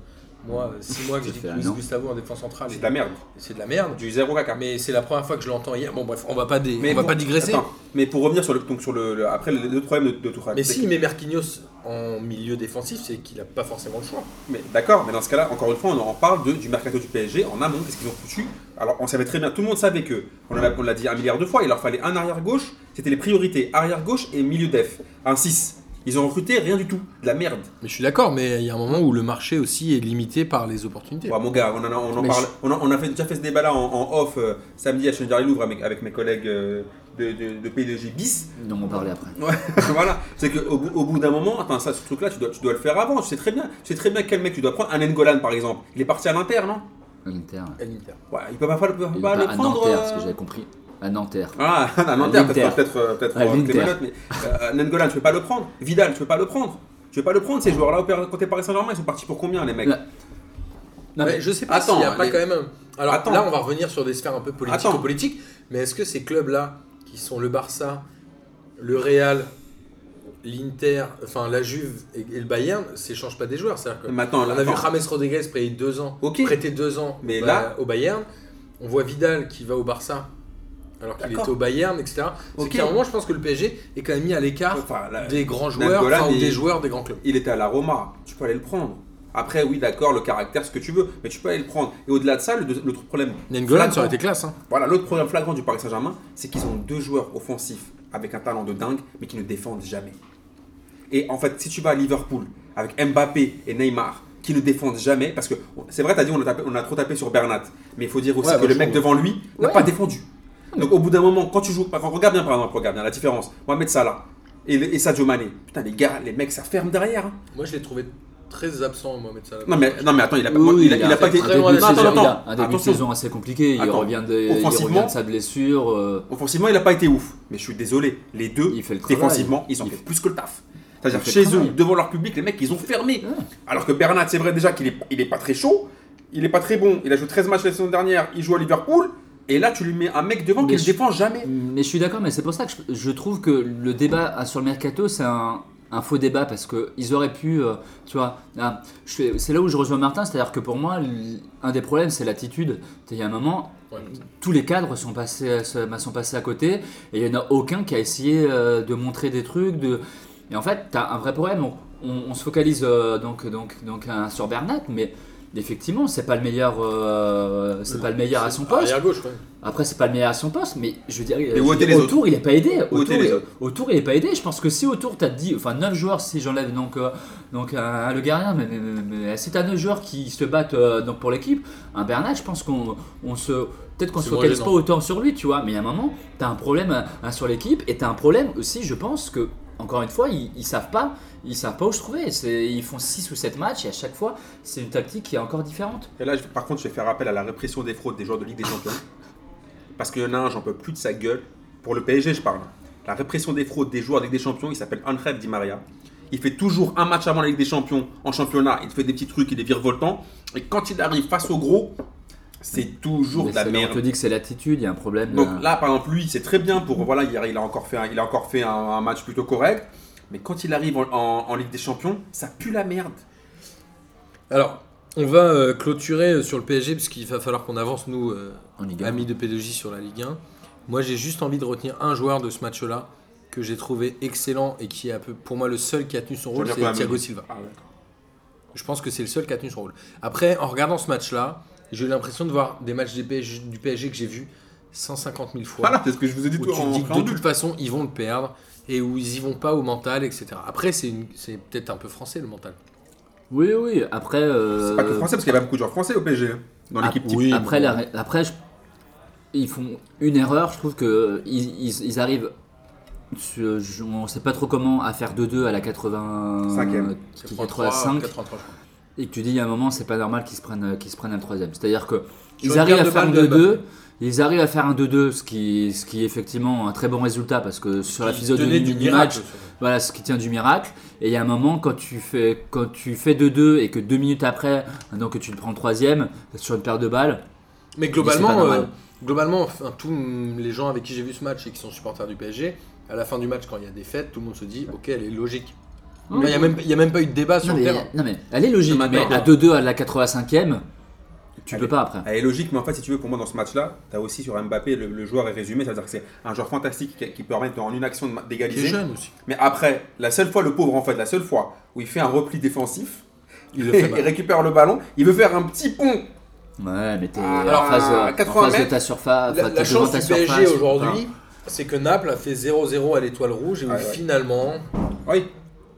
[SPEAKER 1] moi, 6 mois que je
[SPEAKER 2] Ça
[SPEAKER 1] dis que
[SPEAKER 2] fait un
[SPEAKER 1] Luis
[SPEAKER 2] an.
[SPEAKER 1] Gustavo en défense centrale,
[SPEAKER 3] C'est de la merde.
[SPEAKER 1] c'est de la merde.
[SPEAKER 3] Du 0 caca.
[SPEAKER 1] Mais c'est la première fois que je l'entends hier. Bon, bref, on va pas, dé-
[SPEAKER 3] Mais
[SPEAKER 1] on va
[SPEAKER 3] bon,
[SPEAKER 1] pas digresser.
[SPEAKER 3] attends, mais pour revenir sur le, donc sur le, le- après le, le problème de, de Tourelle.
[SPEAKER 1] Mais
[SPEAKER 3] c'est
[SPEAKER 1] s'il
[SPEAKER 3] que-
[SPEAKER 1] met Marquinhos en milieu défensif, c'est qu'il a pas forcément le choix.
[SPEAKER 3] mais d'accord, mais dans ce cas-là, encore une fois, on en parle de- du mercato du PSG en amont, qu'est-ce qu'ils ont foutu Alors on savait très bien, tout le monde savait que, on l'a on l'a dit un milliard de fois, il leur fallait un arrière gauche, c'était les priorités arrière gauche et milieu def, un 6. Ils ont recruté rien du tout, de la merde.
[SPEAKER 1] Mais je suis d'accord, mais il y a un moment où le marché aussi est limité par les opportunités.
[SPEAKER 3] Bon, mon gars, on en a, on en
[SPEAKER 1] Mais
[SPEAKER 3] parle,
[SPEAKER 1] je-
[SPEAKER 3] on a, on a fait, déjà fait ce débat-là en, en off euh, samedi à Chenjar les Louvres avec, avec mes collègues euh, de, de, de P2G bis.
[SPEAKER 2] dont on parlait après.
[SPEAKER 3] Ouais, voilà, c'est qu'au bout, au bout d'un moment, attends, ça, ce truc-là, tu dois, tu dois le faire avant. Tu sais très bien, tu sais très bien quel mec tu dois prendre. Un Ngolan, par exemple, il est parti à l'Inter, non
[SPEAKER 2] L'Inter.
[SPEAKER 3] Ouais, il peut pas, pas, le- peut
[SPEAKER 2] Et
[SPEAKER 3] pas
[SPEAKER 2] pas
[SPEAKER 3] le
[SPEAKER 2] à
[SPEAKER 3] prendre.
[SPEAKER 2] Nanterre,
[SPEAKER 3] euh,
[SPEAKER 2] parce que j'avais compris. À Nanterre.
[SPEAKER 3] Ah, [laughs] à Nanterre,
[SPEAKER 2] l'Inter.
[SPEAKER 3] peut-être, peut-être, peut-être,
[SPEAKER 2] À
[SPEAKER 3] euh,
[SPEAKER 2] l'Inter.
[SPEAKER 3] Clémenotte, mais euh, Nengolan, tu peux pas le prendre. Vidal, tu peux pas le prendre. Tu peux pas le prendre. Ces joueurs-là, au Paris- quand t'es Paris Saint-Germain, ils sont partis pour combien, les mecs
[SPEAKER 2] Là.
[SPEAKER 1] Non, mais je sais pas s'il n'y a
[SPEAKER 3] attends,
[SPEAKER 1] pas
[SPEAKER 3] les-
[SPEAKER 1] quand même. Alors
[SPEAKER 3] Attends.
[SPEAKER 1] là, on va revenir sur des sphères un peu politico
[SPEAKER 3] Attends.
[SPEAKER 1] politiques. Mais est-ce que ces clubs-là, qui sont le Barça, le Real, l'Inter, enfin la Juve et, et le Bayern, s'échangent pas des joueurs C'est-à-dire que
[SPEAKER 3] Mais attends,
[SPEAKER 1] on a
[SPEAKER 3] attends.
[SPEAKER 1] vu James Rodriguez payer deux ans,
[SPEAKER 3] Ok.
[SPEAKER 1] prêter deux ans
[SPEAKER 3] Mais
[SPEAKER 1] au,
[SPEAKER 3] là-
[SPEAKER 1] au Bayern. On voit Vidal qui va au Barça alors qu'il
[SPEAKER 3] D'accord.
[SPEAKER 1] était au Bayern, etc.
[SPEAKER 3] Ok.
[SPEAKER 1] C'est qu'à un moment, je pense que le PSG est quand même mis à l'écart
[SPEAKER 3] Enfin, là,
[SPEAKER 1] des grands joueurs,
[SPEAKER 3] Nangolan,
[SPEAKER 1] enfin, ou
[SPEAKER 3] il-
[SPEAKER 1] des joueurs des grands clubs.
[SPEAKER 3] il était à la Roma, tu peux aller le prendre. Après, oui, d'accord, le caractère, ce que tu veux, mais tu peux aller le prendre. Et au-delà de ça, le deux- l'autre problème.
[SPEAKER 1] Nengolan, ça
[SPEAKER 3] flagrant-
[SPEAKER 1] aurait été classe. hein.
[SPEAKER 3] Voilà, l'autre problème flagrant du Paris Saint-Germain, c'est qu'ils ont deux joueurs offensifs avec un talent de dingue, mais qui ne défendent jamais. Et en fait, si tu vas à Liverpool avec Mbappé et Neymar, qui ne défendent jamais, parce que c'est vrai, t'as dit on a, tapé- on a trop tapé sur Bernat, mais il faut dire aussi
[SPEAKER 1] Ouais,
[SPEAKER 3] que
[SPEAKER 1] bah,
[SPEAKER 3] le
[SPEAKER 1] je
[SPEAKER 3] mec
[SPEAKER 1] trouve.
[SPEAKER 3] devant lui n'a
[SPEAKER 2] Ouais.
[SPEAKER 3] pas défendu. Donc au bout d'un moment, quand tu joues, quand- regarde bien par exemple, regarde bien la différence. Mohamed Salah et, et Sadio Mané, putain les gars, les mecs ça ferme derrière. hein.
[SPEAKER 1] Moi, je l'ai trouvé très absent, Mohamed Salah.
[SPEAKER 3] Non mais, non mais attends, il a pas,
[SPEAKER 2] Oui,
[SPEAKER 3] il a- il a pas été
[SPEAKER 2] un début
[SPEAKER 1] loin
[SPEAKER 2] de
[SPEAKER 1] de- Attends,
[SPEAKER 2] saison-
[SPEAKER 1] attends,
[SPEAKER 2] il a un début de
[SPEAKER 3] attention.
[SPEAKER 2] saison assez compliqué. Il
[SPEAKER 3] Attends.
[SPEAKER 2] revient de, il
[SPEAKER 3] Offensivement-
[SPEAKER 2] revient de sa blessure. euh,
[SPEAKER 3] Offensivement, il n'a pas été ouf. Mais je suis désolé, les deux,
[SPEAKER 2] Il fait le travail.
[SPEAKER 3] défensivement, ils ont
[SPEAKER 2] Il
[SPEAKER 3] fait
[SPEAKER 2] fait-
[SPEAKER 3] plus que le taf. C'est-à-dire
[SPEAKER 2] Il fait
[SPEAKER 3] chez
[SPEAKER 2] le travail.
[SPEAKER 3] eux, devant leur public, les mecs, ils ont fermé.
[SPEAKER 2] Ouais.
[SPEAKER 3] Alors que Bernat, c'est vrai déjà qu'il est, il est pas très chaud, il est pas très bon. Il a joué 13 matchs la saison dernière, il joue à Liverpool. Et là, tu lui mets un mec devant
[SPEAKER 2] Mais
[SPEAKER 3] qui ne
[SPEAKER 2] je-
[SPEAKER 3] défend jamais.
[SPEAKER 2] Mais je suis d'accord, mais c'est pour ça que je, je trouve que le débat sur le mercato, c'est un, un faux débat parce que ils auraient pu, euh, tu vois, ah, je fais- c'est là où je rejoins Martin, c'est-à-dire que pour moi, l- un des problèmes, c'est l'attitude. Il y a un moment,
[SPEAKER 1] Ouais.
[SPEAKER 2] tous les cadres sont passés, à- sont passés à côté et il n'y en a aucun qui a essayé euh, de montrer des trucs. De... Et en fait, tu as un vrai problème. On, on- on se focalise euh, donc, donc, donc euh, sur Bernat, mais effectivement, c'est pas le meilleur, euh, c'est pas le meilleur à son poste.
[SPEAKER 1] Arrière gauche, ouais.
[SPEAKER 2] Après, c'est pas le meilleur à son poste, mais je veux dire, je
[SPEAKER 3] où
[SPEAKER 2] veux
[SPEAKER 3] étaient
[SPEAKER 2] dire,
[SPEAKER 3] les
[SPEAKER 2] autour, il n'est pas aidé.
[SPEAKER 3] Où
[SPEAKER 2] Autour,
[SPEAKER 3] étaient les
[SPEAKER 2] il-
[SPEAKER 3] autres
[SPEAKER 2] autour, il n'est pas aidé. Je pense que si autour, tu as 10, enfin 9 joueurs, si j'enlève donc, euh, donc euh, le gardien, mais, mais, mais- mais si tu as 9 joueurs qui se battent euh, donc, pour l'équipe, un Bernat, je pense qu'on on se. Peut-être qu'on
[SPEAKER 1] C'est
[SPEAKER 2] se focalise
[SPEAKER 1] moins
[SPEAKER 2] pas
[SPEAKER 1] gênant.
[SPEAKER 2] autant sur lui, tu vois, mais à un moment, tu as un problème euh, sur l'équipe et tu as un problème aussi, je pense, que, encore une fois, ils, ils savent pas. Ils savent pas où se trouver. C'est- Ils font 6 ou 7 matchs et à chaque fois, c'est une tactique qui est encore différente.
[SPEAKER 3] Et là, je- par contre, je vais faire appel à la répression des fraudes des joueurs de Ligue des Champions. Parce qu'il y en a un, j'en peux plus de sa gueule. Pour le PSG, je parle. La répression des fraudes des joueurs de Ligue des Champions, il s'appelle André Di Maria. Il fait toujours un match avant la Ligue des Champions en championnat. Il fait des petits trucs, il est virevoltant. Et quand il arrive face au gros, c'est toujours
[SPEAKER 2] Mais
[SPEAKER 3] de la
[SPEAKER 2] c'est-
[SPEAKER 3] merde.
[SPEAKER 2] on te dit que c'est l'attitude, il y a un problème.
[SPEAKER 3] Donc
[SPEAKER 2] euh,
[SPEAKER 3] là, par exemple, lui, c'est très bien pour. Voilà, hier, il a encore fait un, il a encore fait un, un match plutôt correct. Mais quand il arrive en, en- en Ligue des Champions, ça pue la merde.
[SPEAKER 1] Alors, on va euh, clôturer euh, sur le PSG parce qu'il va falloir qu'on avance, nous, euh,
[SPEAKER 2] en Ligue 1.
[SPEAKER 1] amis de PDJ, sur la Ligue 1. Moi, j'ai juste envie de retenir un joueur de ce match-là que j'ai trouvé excellent et qui est un peu, pour moi le seul qui a tenu son rôle,
[SPEAKER 3] Jean-Pierre
[SPEAKER 1] c'est
[SPEAKER 3] Cohen.
[SPEAKER 1] Thiago Silva.
[SPEAKER 3] Ah ouais.
[SPEAKER 1] Je pense que c'est le seul qui a tenu son rôle. Après, en regardant ce match-là, j'ai eu l'impression de voir des matchs des PSG du PSG que j'ai vus 150 000 fois.
[SPEAKER 3] Voilà, c'est ce que je vous ai dit
[SPEAKER 1] où
[SPEAKER 3] tout
[SPEAKER 1] tu te
[SPEAKER 3] en
[SPEAKER 1] dis que de
[SPEAKER 3] préambule.
[SPEAKER 1] toute façon, ils vont le perdre et où ils y vont pas au mental, etc. Après, c'est une- c'est peut-être un peu français le mental.
[SPEAKER 2] Oui, oui, après. euh,
[SPEAKER 3] C'est pas que français, parce qu'il y avait beaucoup de joueurs français au PSG. hein, Dans
[SPEAKER 2] ap-
[SPEAKER 3] l'équipe type.
[SPEAKER 1] Ah, oui.
[SPEAKER 2] après, la ré- après je- ils font une erreur, je trouve que ils, ils- ils arrivent. sur- je- on sait pas trop comment à faire 2-2 à la 80
[SPEAKER 3] Cinquième.
[SPEAKER 1] 83,
[SPEAKER 2] 85
[SPEAKER 1] je crois.
[SPEAKER 2] et que tu dis il y a un moment c'est pas normal qu'ils se prennent euh, qu'ils se prennent un troisième c'est à dire que
[SPEAKER 1] Sur
[SPEAKER 2] ils
[SPEAKER 1] une
[SPEAKER 2] arrivent à
[SPEAKER 1] paire de
[SPEAKER 2] faire un
[SPEAKER 1] balles de
[SPEAKER 2] 2-2 ils arrivent à faire un 2-2 ce qui ce qui est effectivement un très bon résultat parce que sur la
[SPEAKER 1] Qui
[SPEAKER 2] physionomie
[SPEAKER 1] donnait
[SPEAKER 2] du,
[SPEAKER 1] du
[SPEAKER 2] du
[SPEAKER 1] miracle,
[SPEAKER 2] match
[SPEAKER 1] surtout.
[SPEAKER 2] voilà ce qui tient du miracle et il y a un moment quand tu fais quand tu fais 2-2 et que deux minutes après donc que tu le prends le troisième sur une paire de balles
[SPEAKER 1] Mais
[SPEAKER 2] Mais
[SPEAKER 1] globalement,
[SPEAKER 2] c'est pas
[SPEAKER 1] euh,
[SPEAKER 2] normal.
[SPEAKER 1] globalement, enfin, tous mm, les gens avec qui j'ai vu ce match et qui sont supporters du PSG, à la fin du match, quand il y a des fêtes, tout le monde se dit, ok, elle est logique.
[SPEAKER 2] Mmh.
[SPEAKER 1] Il n'y a, même- il y a même pas eu de débat sur
[SPEAKER 2] non
[SPEAKER 1] le
[SPEAKER 2] mais,
[SPEAKER 1] terrain.
[SPEAKER 2] non, mais elle est logique
[SPEAKER 3] Non, mais
[SPEAKER 2] mais
[SPEAKER 3] attends.
[SPEAKER 2] à 2-2 à la 85e tu
[SPEAKER 3] Elle
[SPEAKER 2] peux
[SPEAKER 3] est-
[SPEAKER 2] pas après
[SPEAKER 3] Elle est Ah, logique, mais en fait, si tu veux, pour moi, dans ce match-là, t'as aussi sur Mbappé, le, le joueur est résumé, c'est-à-dire que c'est un joueur fantastique qui, qui peut permettre en une action de ma-
[SPEAKER 1] Il est
[SPEAKER 3] d'égaliser.
[SPEAKER 1] jeune aussi.
[SPEAKER 3] Mais après, la seule fois, le pauvre, en fait, la seule fois où il fait un repli défensif,
[SPEAKER 1] Il le [laughs]
[SPEAKER 3] et,
[SPEAKER 1] fait mal.
[SPEAKER 3] récupère le ballon, il veut faire un petit pont.
[SPEAKER 2] ouais mais t'es
[SPEAKER 3] Ah,
[SPEAKER 2] en face, euh, en
[SPEAKER 3] 80
[SPEAKER 2] face de
[SPEAKER 3] mètres.
[SPEAKER 2] ta surface
[SPEAKER 1] La,
[SPEAKER 2] enfin,
[SPEAKER 1] la
[SPEAKER 2] t'es devant
[SPEAKER 1] chance
[SPEAKER 2] ta
[SPEAKER 1] du
[SPEAKER 2] surface,
[SPEAKER 1] PSG
[SPEAKER 2] tu peux pas.
[SPEAKER 1] aujourd'hui, c'est que Naples a fait 0-0 à l'étoile rouge et où
[SPEAKER 3] Ah ouais.
[SPEAKER 1] finalement,
[SPEAKER 3] Oui,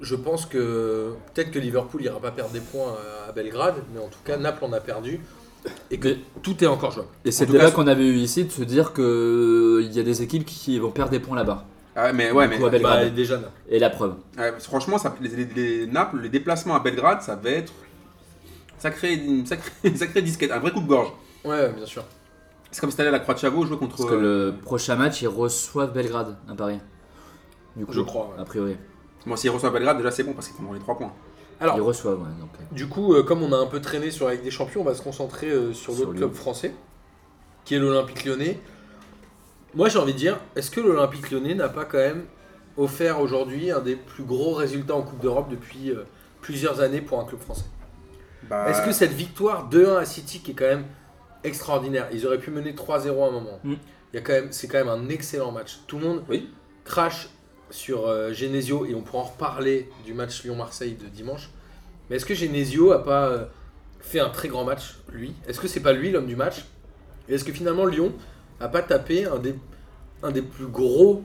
[SPEAKER 1] je pense que peut-être que Liverpool ira pas perdre des points à- à Belgrade, mais en tout cas Naples en a perdu et que
[SPEAKER 2] Mais-
[SPEAKER 1] tout est encore jouable.
[SPEAKER 2] Et c'est
[SPEAKER 3] tout
[SPEAKER 2] le débat
[SPEAKER 3] cas,
[SPEAKER 2] qu'on avait eu ici de se dire qu'il y a des équipes qui vont perdre des points là-bas.
[SPEAKER 3] Ah, mais ouais, mais
[SPEAKER 2] Ou à
[SPEAKER 1] Bah,
[SPEAKER 2] Belgrade.
[SPEAKER 1] déjà Naples.
[SPEAKER 2] Et la preuve.
[SPEAKER 3] Ouais, parce que franchement, ça, les, les- les Naples, les déplacements à Belgrade, ça va être sacré, [laughs] une sacrée, une sacrée disquette, un vrai coupe-gorge.
[SPEAKER 1] Ouais, ouais, bien sûr.
[SPEAKER 3] C'est comme si t'allais à la Croix de Chavo jouer contre. euh,
[SPEAKER 2] Parce que le prochain match, ils reçoivent Belgrade à Paris. Du coup,
[SPEAKER 1] Je crois, ouais.
[SPEAKER 2] A priori.
[SPEAKER 3] Bon, s'ils reçoivent Belgrade, déjà c'est bon parce qu'ils prendront les 3 points.
[SPEAKER 1] Alors-
[SPEAKER 2] Ils reçoivent, ouais. Donc,
[SPEAKER 1] Du coup, euh, comme on a un peu traîné sur avec des champions, on va se concentrer euh, sur
[SPEAKER 2] Sur
[SPEAKER 1] l'autre
[SPEAKER 2] Lyon.
[SPEAKER 1] club français, qui est l'Olympique lyonnais. Moi, j'ai envie de dire, est-ce que l'Olympique lyonnais n'a pas quand même offert aujourd'hui un des plus gros résultats en Coupe d'Europe depuis euh, plusieurs années pour un club français
[SPEAKER 3] Bah,
[SPEAKER 1] Est-ce que cette victoire 2-1 à City, qui est quand même extraordinaire, ils auraient pu mener 3-0 à un moment.
[SPEAKER 2] Mm.
[SPEAKER 1] Il y a quand même, c'est quand même un excellent match. Tout le monde
[SPEAKER 3] Oui.
[SPEAKER 1] crache sur euh, Genesio et on pourra en reparler du match Lyon-Marseille de dimanche. Mais est-ce que Genesio a pas euh, fait un très grand match lui Est-ce que c'est pas lui l'homme du match Et est-ce que finalement Lyon a pas tapé un des un des plus gros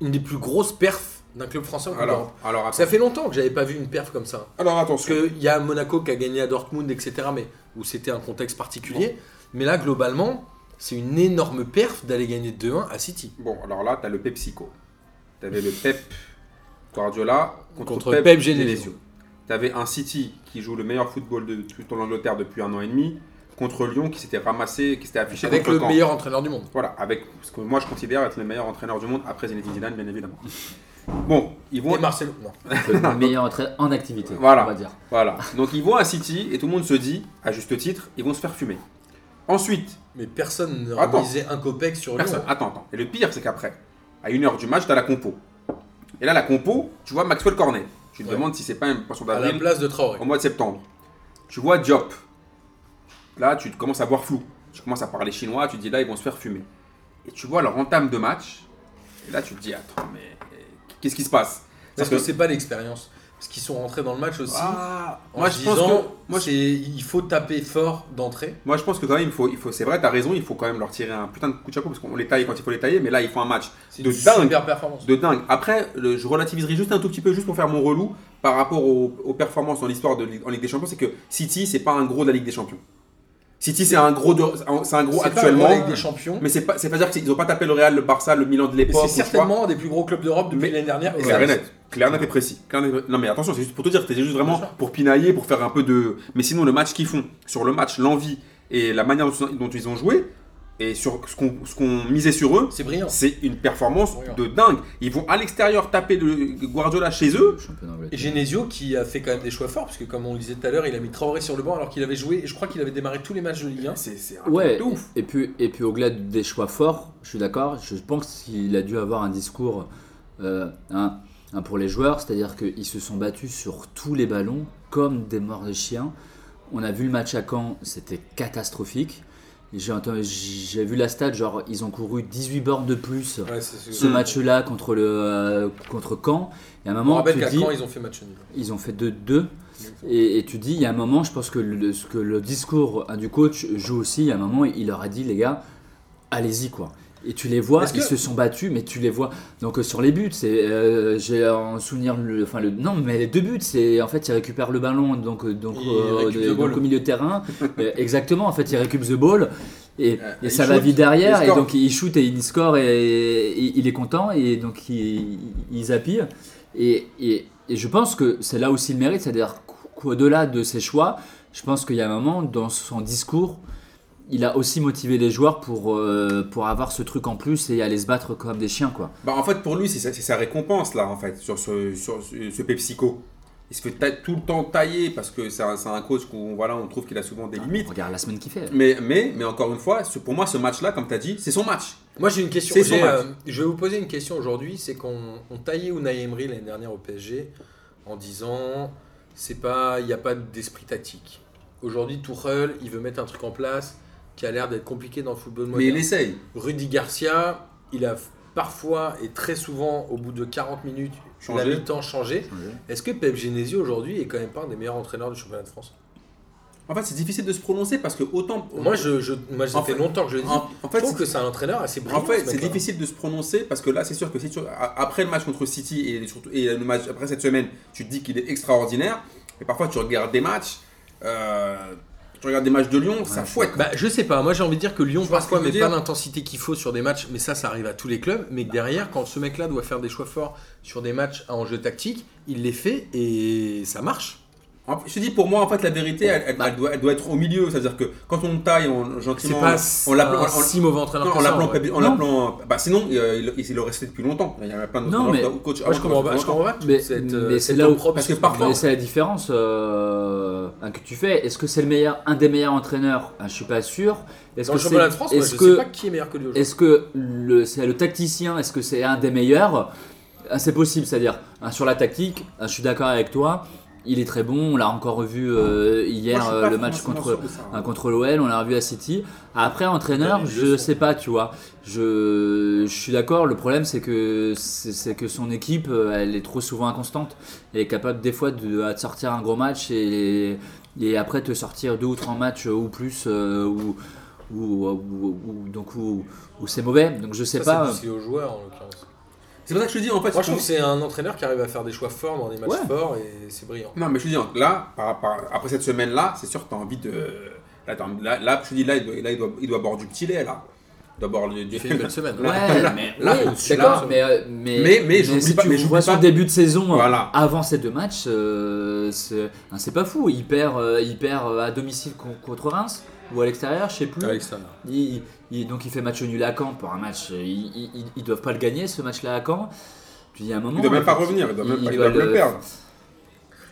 [SPEAKER 1] une des plus grosses perfs d'un club français en Coupe d'Europe
[SPEAKER 3] Alors, alors,
[SPEAKER 1] Ça
[SPEAKER 3] attention.
[SPEAKER 1] fait longtemps que j'avais pas vu une perf comme ça.
[SPEAKER 3] Alors,
[SPEAKER 1] Parce
[SPEAKER 3] attention.
[SPEAKER 1] qu'il y a Monaco qui a gagné à Dortmund, etc., mais où c'était un contexte particulier. Mais là, globalement, c'est une énorme perf d'aller gagner 2-1 à City.
[SPEAKER 3] Bon, alors là, t'as le PepsiCo. T'avais le Pep Guardiola contre,
[SPEAKER 1] Contre Pep Genesio.
[SPEAKER 3] T'avais un City qui joue le meilleur football de toute l'Angleterre depuis un an et demi contre Lyon qui s'était ramassé, qui s'était affiché
[SPEAKER 1] Avec
[SPEAKER 3] contre
[SPEAKER 1] le
[SPEAKER 3] Caen.
[SPEAKER 1] meilleur entraîneur du monde.
[SPEAKER 3] Voilà, avec ce que moi je considère être le meilleur entraîneur du monde après Zinedine Zidane, bien évidemment. Bon, ils vont
[SPEAKER 1] Et Marcelo. Non.
[SPEAKER 2] le meilleur entraîneur en activité,
[SPEAKER 3] Voilà.
[SPEAKER 2] on va dire.
[SPEAKER 3] voilà. Donc ils vont à City et tout le monde se dit, à juste titre, ils vont se faire fumer. Ensuite,
[SPEAKER 1] Mais personne ne
[SPEAKER 3] Attends.
[SPEAKER 1] remisait un copec sur lui.
[SPEAKER 3] personne. Attends, attends. Et le pire, c'est qu'après, à une heure du match, t'as la compo. Et là, la compo, tu vois Maxwell Cornet. Tu te
[SPEAKER 1] Ouais.
[SPEAKER 3] demandes si c'est pas une poisson
[SPEAKER 1] À la
[SPEAKER 3] d'avril.
[SPEAKER 1] place de Traoré.
[SPEAKER 3] au mois de septembre. Tu vois Diop. Là, tu commences à voir flou. Tu commences à parler chinois, tu te dis là, ils vont se faire fumer. Et tu vois leur entame de match. Et là, tu te dis, attends, mais euh, qu'est-ce qui se passe
[SPEAKER 1] Parce que c'est pas l'expérience. Parce qu'ils sont rentrés dans le match aussi.
[SPEAKER 3] Ah,
[SPEAKER 1] en
[SPEAKER 3] moi,
[SPEAKER 1] se
[SPEAKER 3] je pense
[SPEAKER 1] disant,
[SPEAKER 3] que, moi, je,
[SPEAKER 1] c'est- il faut taper fort d'entrée.
[SPEAKER 3] moi, je pense que quand même, il faut, il faut c'est vrai, t'as raison, il faut quand même leur tirer un putain de coup de chapeau parce qu'on les taille quand il faut les tailler, mais là, ils font un match
[SPEAKER 1] C'est
[SPEAKER 3] de
[SPEAKER 1] une
[SPEAKER 3] dingue.
[SPEAKER 1] super performance.
[SPEAKER 3] De dingue. Après, le- je relativiserai juste un tout petit peu, juste pour faire mon relou, par rapport aux, aux performances dans l'histoire de Ligue- en Ligue des Champions, c'est que City, c'est pas un gros de la Ligue des Champions. City, c'est un gros, de- c'est un gros
[SPEAKER 1] C'est pas
[SPEAKER 3] actuellement.
[SPEAKER 1] la Ligue des champions.
[SPEAKER 3] mais c'est pas, c'est pas dire qu'ils ont pas tapé le Real, le Barça, le Milan de
[SPEAKER 1] Et
[SPEAKER 3] l'époque.
[SPEAKER 1] C'est
[SPEAKER 3] ou je sais pas.
[SPEAKER 1] certainement un des plus gros clubs d'Europe depuis
[SPEAKER 3] Mais-
[SPEAKER 1] l'année dernière. et
[SPEAKER 3] Clair
[SPEAKER 1] ça
[SPEAKER 3] et
[SPEAKER 1] reste.
[SPEAKER 3] net. Clair, net et précis. Clair, net et précis. Non mais attention, c'est juste pour te dire, c'était juste vraiment
[SPEAKER 1] Bien sûr.
[SPEAKER 3] pour pinailler, pour faire un peu de. Mais sinon, le match qu'ils font, sur le match, l'envie et la manière dont, dont ils ont joué, et sur ce qu'on ce qu'on misait sur eux,
[SPEAKER 1] C'est brillant.
[SPEAKER 3] c'est une performance
[SPEAKER 1] Oui, hein.
[SPEAKER 3] de dingue. Ils vont à l'extérieur taper le Guardiola chez eux.
[SPEAKER 2] Le championnat
[SPEAKER 1] Et
[SPEAKER 2] d'Angleterre.
[SPEAKER 1] Genesio qui a fait quand même des choix forts, parce que comme on le disait tout à l'heure, il a mis Traoré sur le banc alors qu'il avait joué, et je crois qu'il avait démarré tous les matchs de Ligue 1.
[SPEAKER 3] C'est c'est un truc
[SPEAKER 2] Ouais,
[SPEAKER 3] de ouf.
[SPEAKER 2] et puis, et puis au-delà des choix forts, je suis d'accord, je pense qu'il a dû avoir un discours euh, un, un pour les joueurs, c'est-à-dire qu'ils se sont battus sur tous les ballons comme des morts de chiens. On a vu le match à Caen, c'était catastrophique. J'ai entendu- j'ai vu la stade, genre ils ont couru 18 bornes de plus ce match-là contre, le, euh, contre Caen. Et à un
[SPEAKER 1] On
[SPEAKER 2] moment,
[SPEAKER 1] rappelle
[SPEAKER 2] tu
[SPEAKER 1] qu'à
[SPEAKER 2] dis,
[SPEAKER 1] Caen, ils ont fait match nul.
[SPEAKER 2] ils ont fait 2-2. Et, et tu dis, il y a un moment, je pense que le, ce que le discours hein, du coach joue aussi. Il y a un moment, il leur a dit, les gars, allez-y, quoi. Et tu les vois,
[SPEAKER 1] Est-ce
[SPEAKER 2] ils
[SPEAKER 1] que-
[SPEAKER 2] se sont battus, mais tu les vois. Donc euh, sur les buts, c'est, euh, j'ai en souvenir, le, enfin le, non, mais les deux buts, c'est en fait ils récupèrent le ballon, donc euh, donc,
[SPEAKER 1] Ils
[SPEAKER 2] euh,
[SPEAKER 1] récupèrent
[SPEAKER 2] de-
[SPEAKER 1] the ball.
[SPEAKER 2] donc, au milieu
[SPEAKER 1] [laughs]
[SPEAKER 2] de terrain, Euh, exactement. En fait, ils récupèrent the ball.
[SPEAKER 1] Euh,
[SPEAKER 2] Et, et
[SPEAKER 3] ils
[SPEAKER 2] ça va
[SPEAKER 3] shootent,
[SPEAKER 2] vite derrière,
[SPEAKER 3] ils
[SPEAKER 2] et
[SPEAKER 3] scorent.
[SPEAKER 2] donc il shoot et il score, et, et il est content, et donc il, il appille. Et, et- et je pense que c'est là aussi le mérite, c'est-à-dire qu'au-delà de ses choix, je pense qu'il y a un moment, dans son discours, il a aussi motivé les joueurs pour, euh, pour avoir ce truc en plus et aller se battre comme des chiens. quoi.
[SPEAKER 3] Bah, en fait, pour lui, c'est sa, c'est sa récompense, là, en fait, sur ce, sur ce, ce PepsiCo. Il se fait ta- tout le temps tailler parce que c'est un, c'est un coach qu'on voilà, on trouve qu'il a souvent
[SPEAKER 1] Ah,
[SPEAKER 3] des limites.
[SPEAKER 2] Regarde la semaine qu'il fait.
[SPEAKER 3] Mais, mais, mais encore une fois, ce- pour moi, ce match-là, comme tu as dit, c'est son match.
[SPEAKER 1] Moi, j'ai une question.
[SPEAKER 3] C'est son
[SPEAKER 1] J'ai,
[SPEAKER 3] match.
[SPEAKER 1] euh, je vais vous poser une question aujourd'hui c'est qu'on on taillait Unai Emery l'année dernière au PSG en disant c'est pas, il n'y a pas d'esprit tactique. Aujourd'hui, Tuchel, il veut mettre un truc en place qui a l'air d'être compliqué dans le football
[SPEAKER 3] Mais
[SPEAKER 1] moderne.
[SPEAKER 3] il essaye.
[SPEAKER 1] Rudy Garcia, il a parfois et très souvent, au bout de 40 minutes, la
[SPEAKER 3] Changé.
[SPEAKER 1] mi-temps changé. Est-ce que Pep Genesio aujourd'hui est quand même pas un des meilleurs entraîneurs du championnat de France
[SPEAKER 3] En fait, c'est difficile de se prononcer parce que autant.
[SPEAKER 1] Moi, je, je- moi, ça
[SPEAKER 3] En
[SPEAKER 1] fait
[SPEAKER 3] fait-
[SPEAKER 1] longtemps que je le dis.
[SPEAKER 3] en, en
[SPEAKER 1] je
[SPEAKER 3] fait,
[SPEAKER 1] trouve
[SPEAKER 3] c'est-
[SPEAKER 1] que c'est un entraîneur assez brillant.
[SPEAKER 3] en fait,
[SPEAKER 1] ce
[SPEAKER 3] c'est
[SPEAKER 1] mec-là.
[SPEAKER 3] difficile de se prononcer parce que là, c'est sûr que si tu, a- après le match contre City et, surtout, et le match après cette semaine, tu te dis qu'il est extraordinaire. Mais parfois, tu regardes des matchs, euh, tu regardes des matchs de Lyon, ça fouette.
[SPEAKER 1] Bah, je sais pas, moi j'ai envie de dire que Lyon
[SPEAKER 3] Je vois ce
[SPEAKER 1] parfois
[SPEAKER 3] que tu
[SPEAKER 1] met
[SPEAKER 3] veux
[SPEAKER 1] pas
[SPEAKER 3] dire.
[SPEAKER 1] l'intensité qu'il faut sur des matchs, mais ça, ça arrive à tous les clubs. Mais que derrière, quand ce mec-là doit faire des choix forts sur des matchs à enjeu tactique, il les fait et ça marche.
[SPEAKER 3] En- je te dis, pour moi, en fait, la vérité, elle, elle-
[SPEAKER 1] Bah.
[SPEAKER 3] elle doit, elle doit être au milieu. C'est-à-dire que quand on taille on,
[SPEAKER 1] C'est
[SPEAKER 3] gentiment,
[SPEAKER 1] pas
[SPEAKER 3] on l'appelant-
[SPEAKER 1] un
[SPEAKER 3] on- on-
[SPEAKER 1] si mauvais
[SPEAKER 3] non,
[SPEAKER 1] entraîneur
[SPEAKER 3] en
[SPEAKER 1] que ça, en
[SPEAKER 3] l'appelant
[SPEAKER 1] vrai.
[SPEAKER 3] Pepi- en
[SPEAKER 2] Non.
[SPEAKER 3] l'appelant- bah, sinon, euh, il, il, le restait depuis longtemps. Il y en a plein d'autres
[SPEAKER 2] Non, mais-
[SPEAKER 3] joueurs ou coachs
[SPEAKER 1] Moi,
[SPEAKER 3] avant
[SPEAKER 1] je
[SPEAKER 3] qui
[SPEAKER 1] comprends
[SPEAKER 3] le
[SPEAKER 1] pas, je
[SPEAKER 3] faisaient
[SPEAKER 1] comprends pas.
[SPEAKER 2] Mais-
[SPEAKER 1] cette,
[SPEAKER 2] mais
[SPEAKER 1] euh,
[SPEAKER 2] c'est
[SPEAKER 1] cette
[SPEAKER 2] là où-
[SPEAKER 1] opprobre
[SPEAKER 3] parce que
[SPEAKER 1] sur-
[SPEAKER 3] parfois-
[SPEAKER 2] Mais c'est la différence euh, hein, que tu fais. Est-ce que c'est le meilleur, un des meilleurs entraîneurs Ah, Je suis pas sûr. Est-ce
[SPEAKER 1] Dans le
[SPEAKER 2] c'est-
[SPEAKER 1] championnat de France, moi,
[SPEAKER 2] est-ce
[SPEAKER 1] je
[SPEAKER 2] que
[SPEAKER 1] sais pas qui est meilleur que lui aujourd'hui.
[SPEAKER 2] est-ce que le, c'est le tacticien Est-ce que c'est un des meilleurs Ah, C'est possible, c'est-à-dire hein, sur la tactique. ah, je suis d'accord avec toi. Il est très bon. On l'a encore revu euh, hier
[SPEAKER 3] Moi, je suis
[SPEAKER 2] euh,
[SPEAKER 3] pas
[SPEAKER 2] le match
[SPEAKER 3] forcément
[SPEAKER 2] contre
[SPEAKER 3] sûr de ça, hein.
[SPEAKER 2] hein, contre l'OL. On l'a revu à City. Après entraîneur,
[SPEAKER 1] Donnez-lui
[SPEAKER 2] je
[SPEAKER 1] le son.
[SPEAKER 2] sais pas, tu vois. Je, je suis d'accord. Le problème, c'est que c'est c'est que son équipe, euh, elle est trop souvent inconstante. Elle est capable des fois de, de sortir un gros match et, et après te sortir deux ou trois matchs euh, ou plus euh, où, où- où- où- donc où, où c'est mauvais. Donc je sais
[SPEAKER 1] Ça,
[SPEAKER 2] pas.
[SPEAKER 1] C'est plus lié aux joueurs en l'occurrence.
[SPEAKER 3] C'est pour ça que je te dis, en fait,
[SPEAKER 1] Moi, je
[SPEAKER 3] on-
[SPEAKER 1] trouve que c'est un entraîneur qui arrive à faire des choix forts dans des matchs
[SPEAKER 2] Ouais.
[SPEAKER 1] forts et c'est brillant.
[SPEAKER 3] Non, mais je te dis, là, par- par- après cette semaine-là, c'est sûr que tu as envie de. Là, t'as envie- là, là, je te dis, là, il doit, là, il doit, il doit boire du petit lait, là. Il doit boire du. du-
[SPEAKER 1] Il fait une belle semaine.
[SPEAKER 2] Ouais,
[SPEAKER 1] [laughs]
[SPEAKER 2] mais
[SPEAKER 3] là,
[SPEAKER 2] oui,
[SPEAKER 1] au-dessus,
[SPEAKER 2] d'accord,
[SPEAKER 1] là,
[SPEAKER 2] mais, euh, mais,
[SPEAKER 3] Mais- mais j'oublie
[SPEAKER 2] si
[SPEAKER 3] pas-
[SPEAKER 2] tu
[SPEAKER 3] mais
[SPEAKER 2] vois
[SPEAKER 3] j'oublie
[SPEAKER 2] son
[SPEAKER 3] pas-
[SPEAKER 2] début de saison,
[SPEAKER 3] [laughs]
[SPEAKER 2] euh,
[SPEAKER 3] Voilà.
[SPEAKER 2] avant ces deux matchs, euh, c'est hein, c'est pas fou. Il perd, euh, il perd euh, à domicile con- contre Reims ou à l'extérieur, je sais plus.
[SPEAKER 1] Avec ça.
[SPEAKER 2] Il- il- il- donc il fait match nul à Caen pour un match. euh, Ils, ils, ils doivent pas le gagner ce match-là à Caen. Puis il y a un moment.
[SPEAKER 3] Il doit même pas
[SPEAKER 2] euh,
[SPEAKER 3] revenir, il doit même
[SPEAKER 2] il
[SPEAKER 3] pas, il
[SPEAKER 2] doit
[SPEAKER 3] doit même
[SPEAKER 2] le-
[SPEAKER 3] le perdre.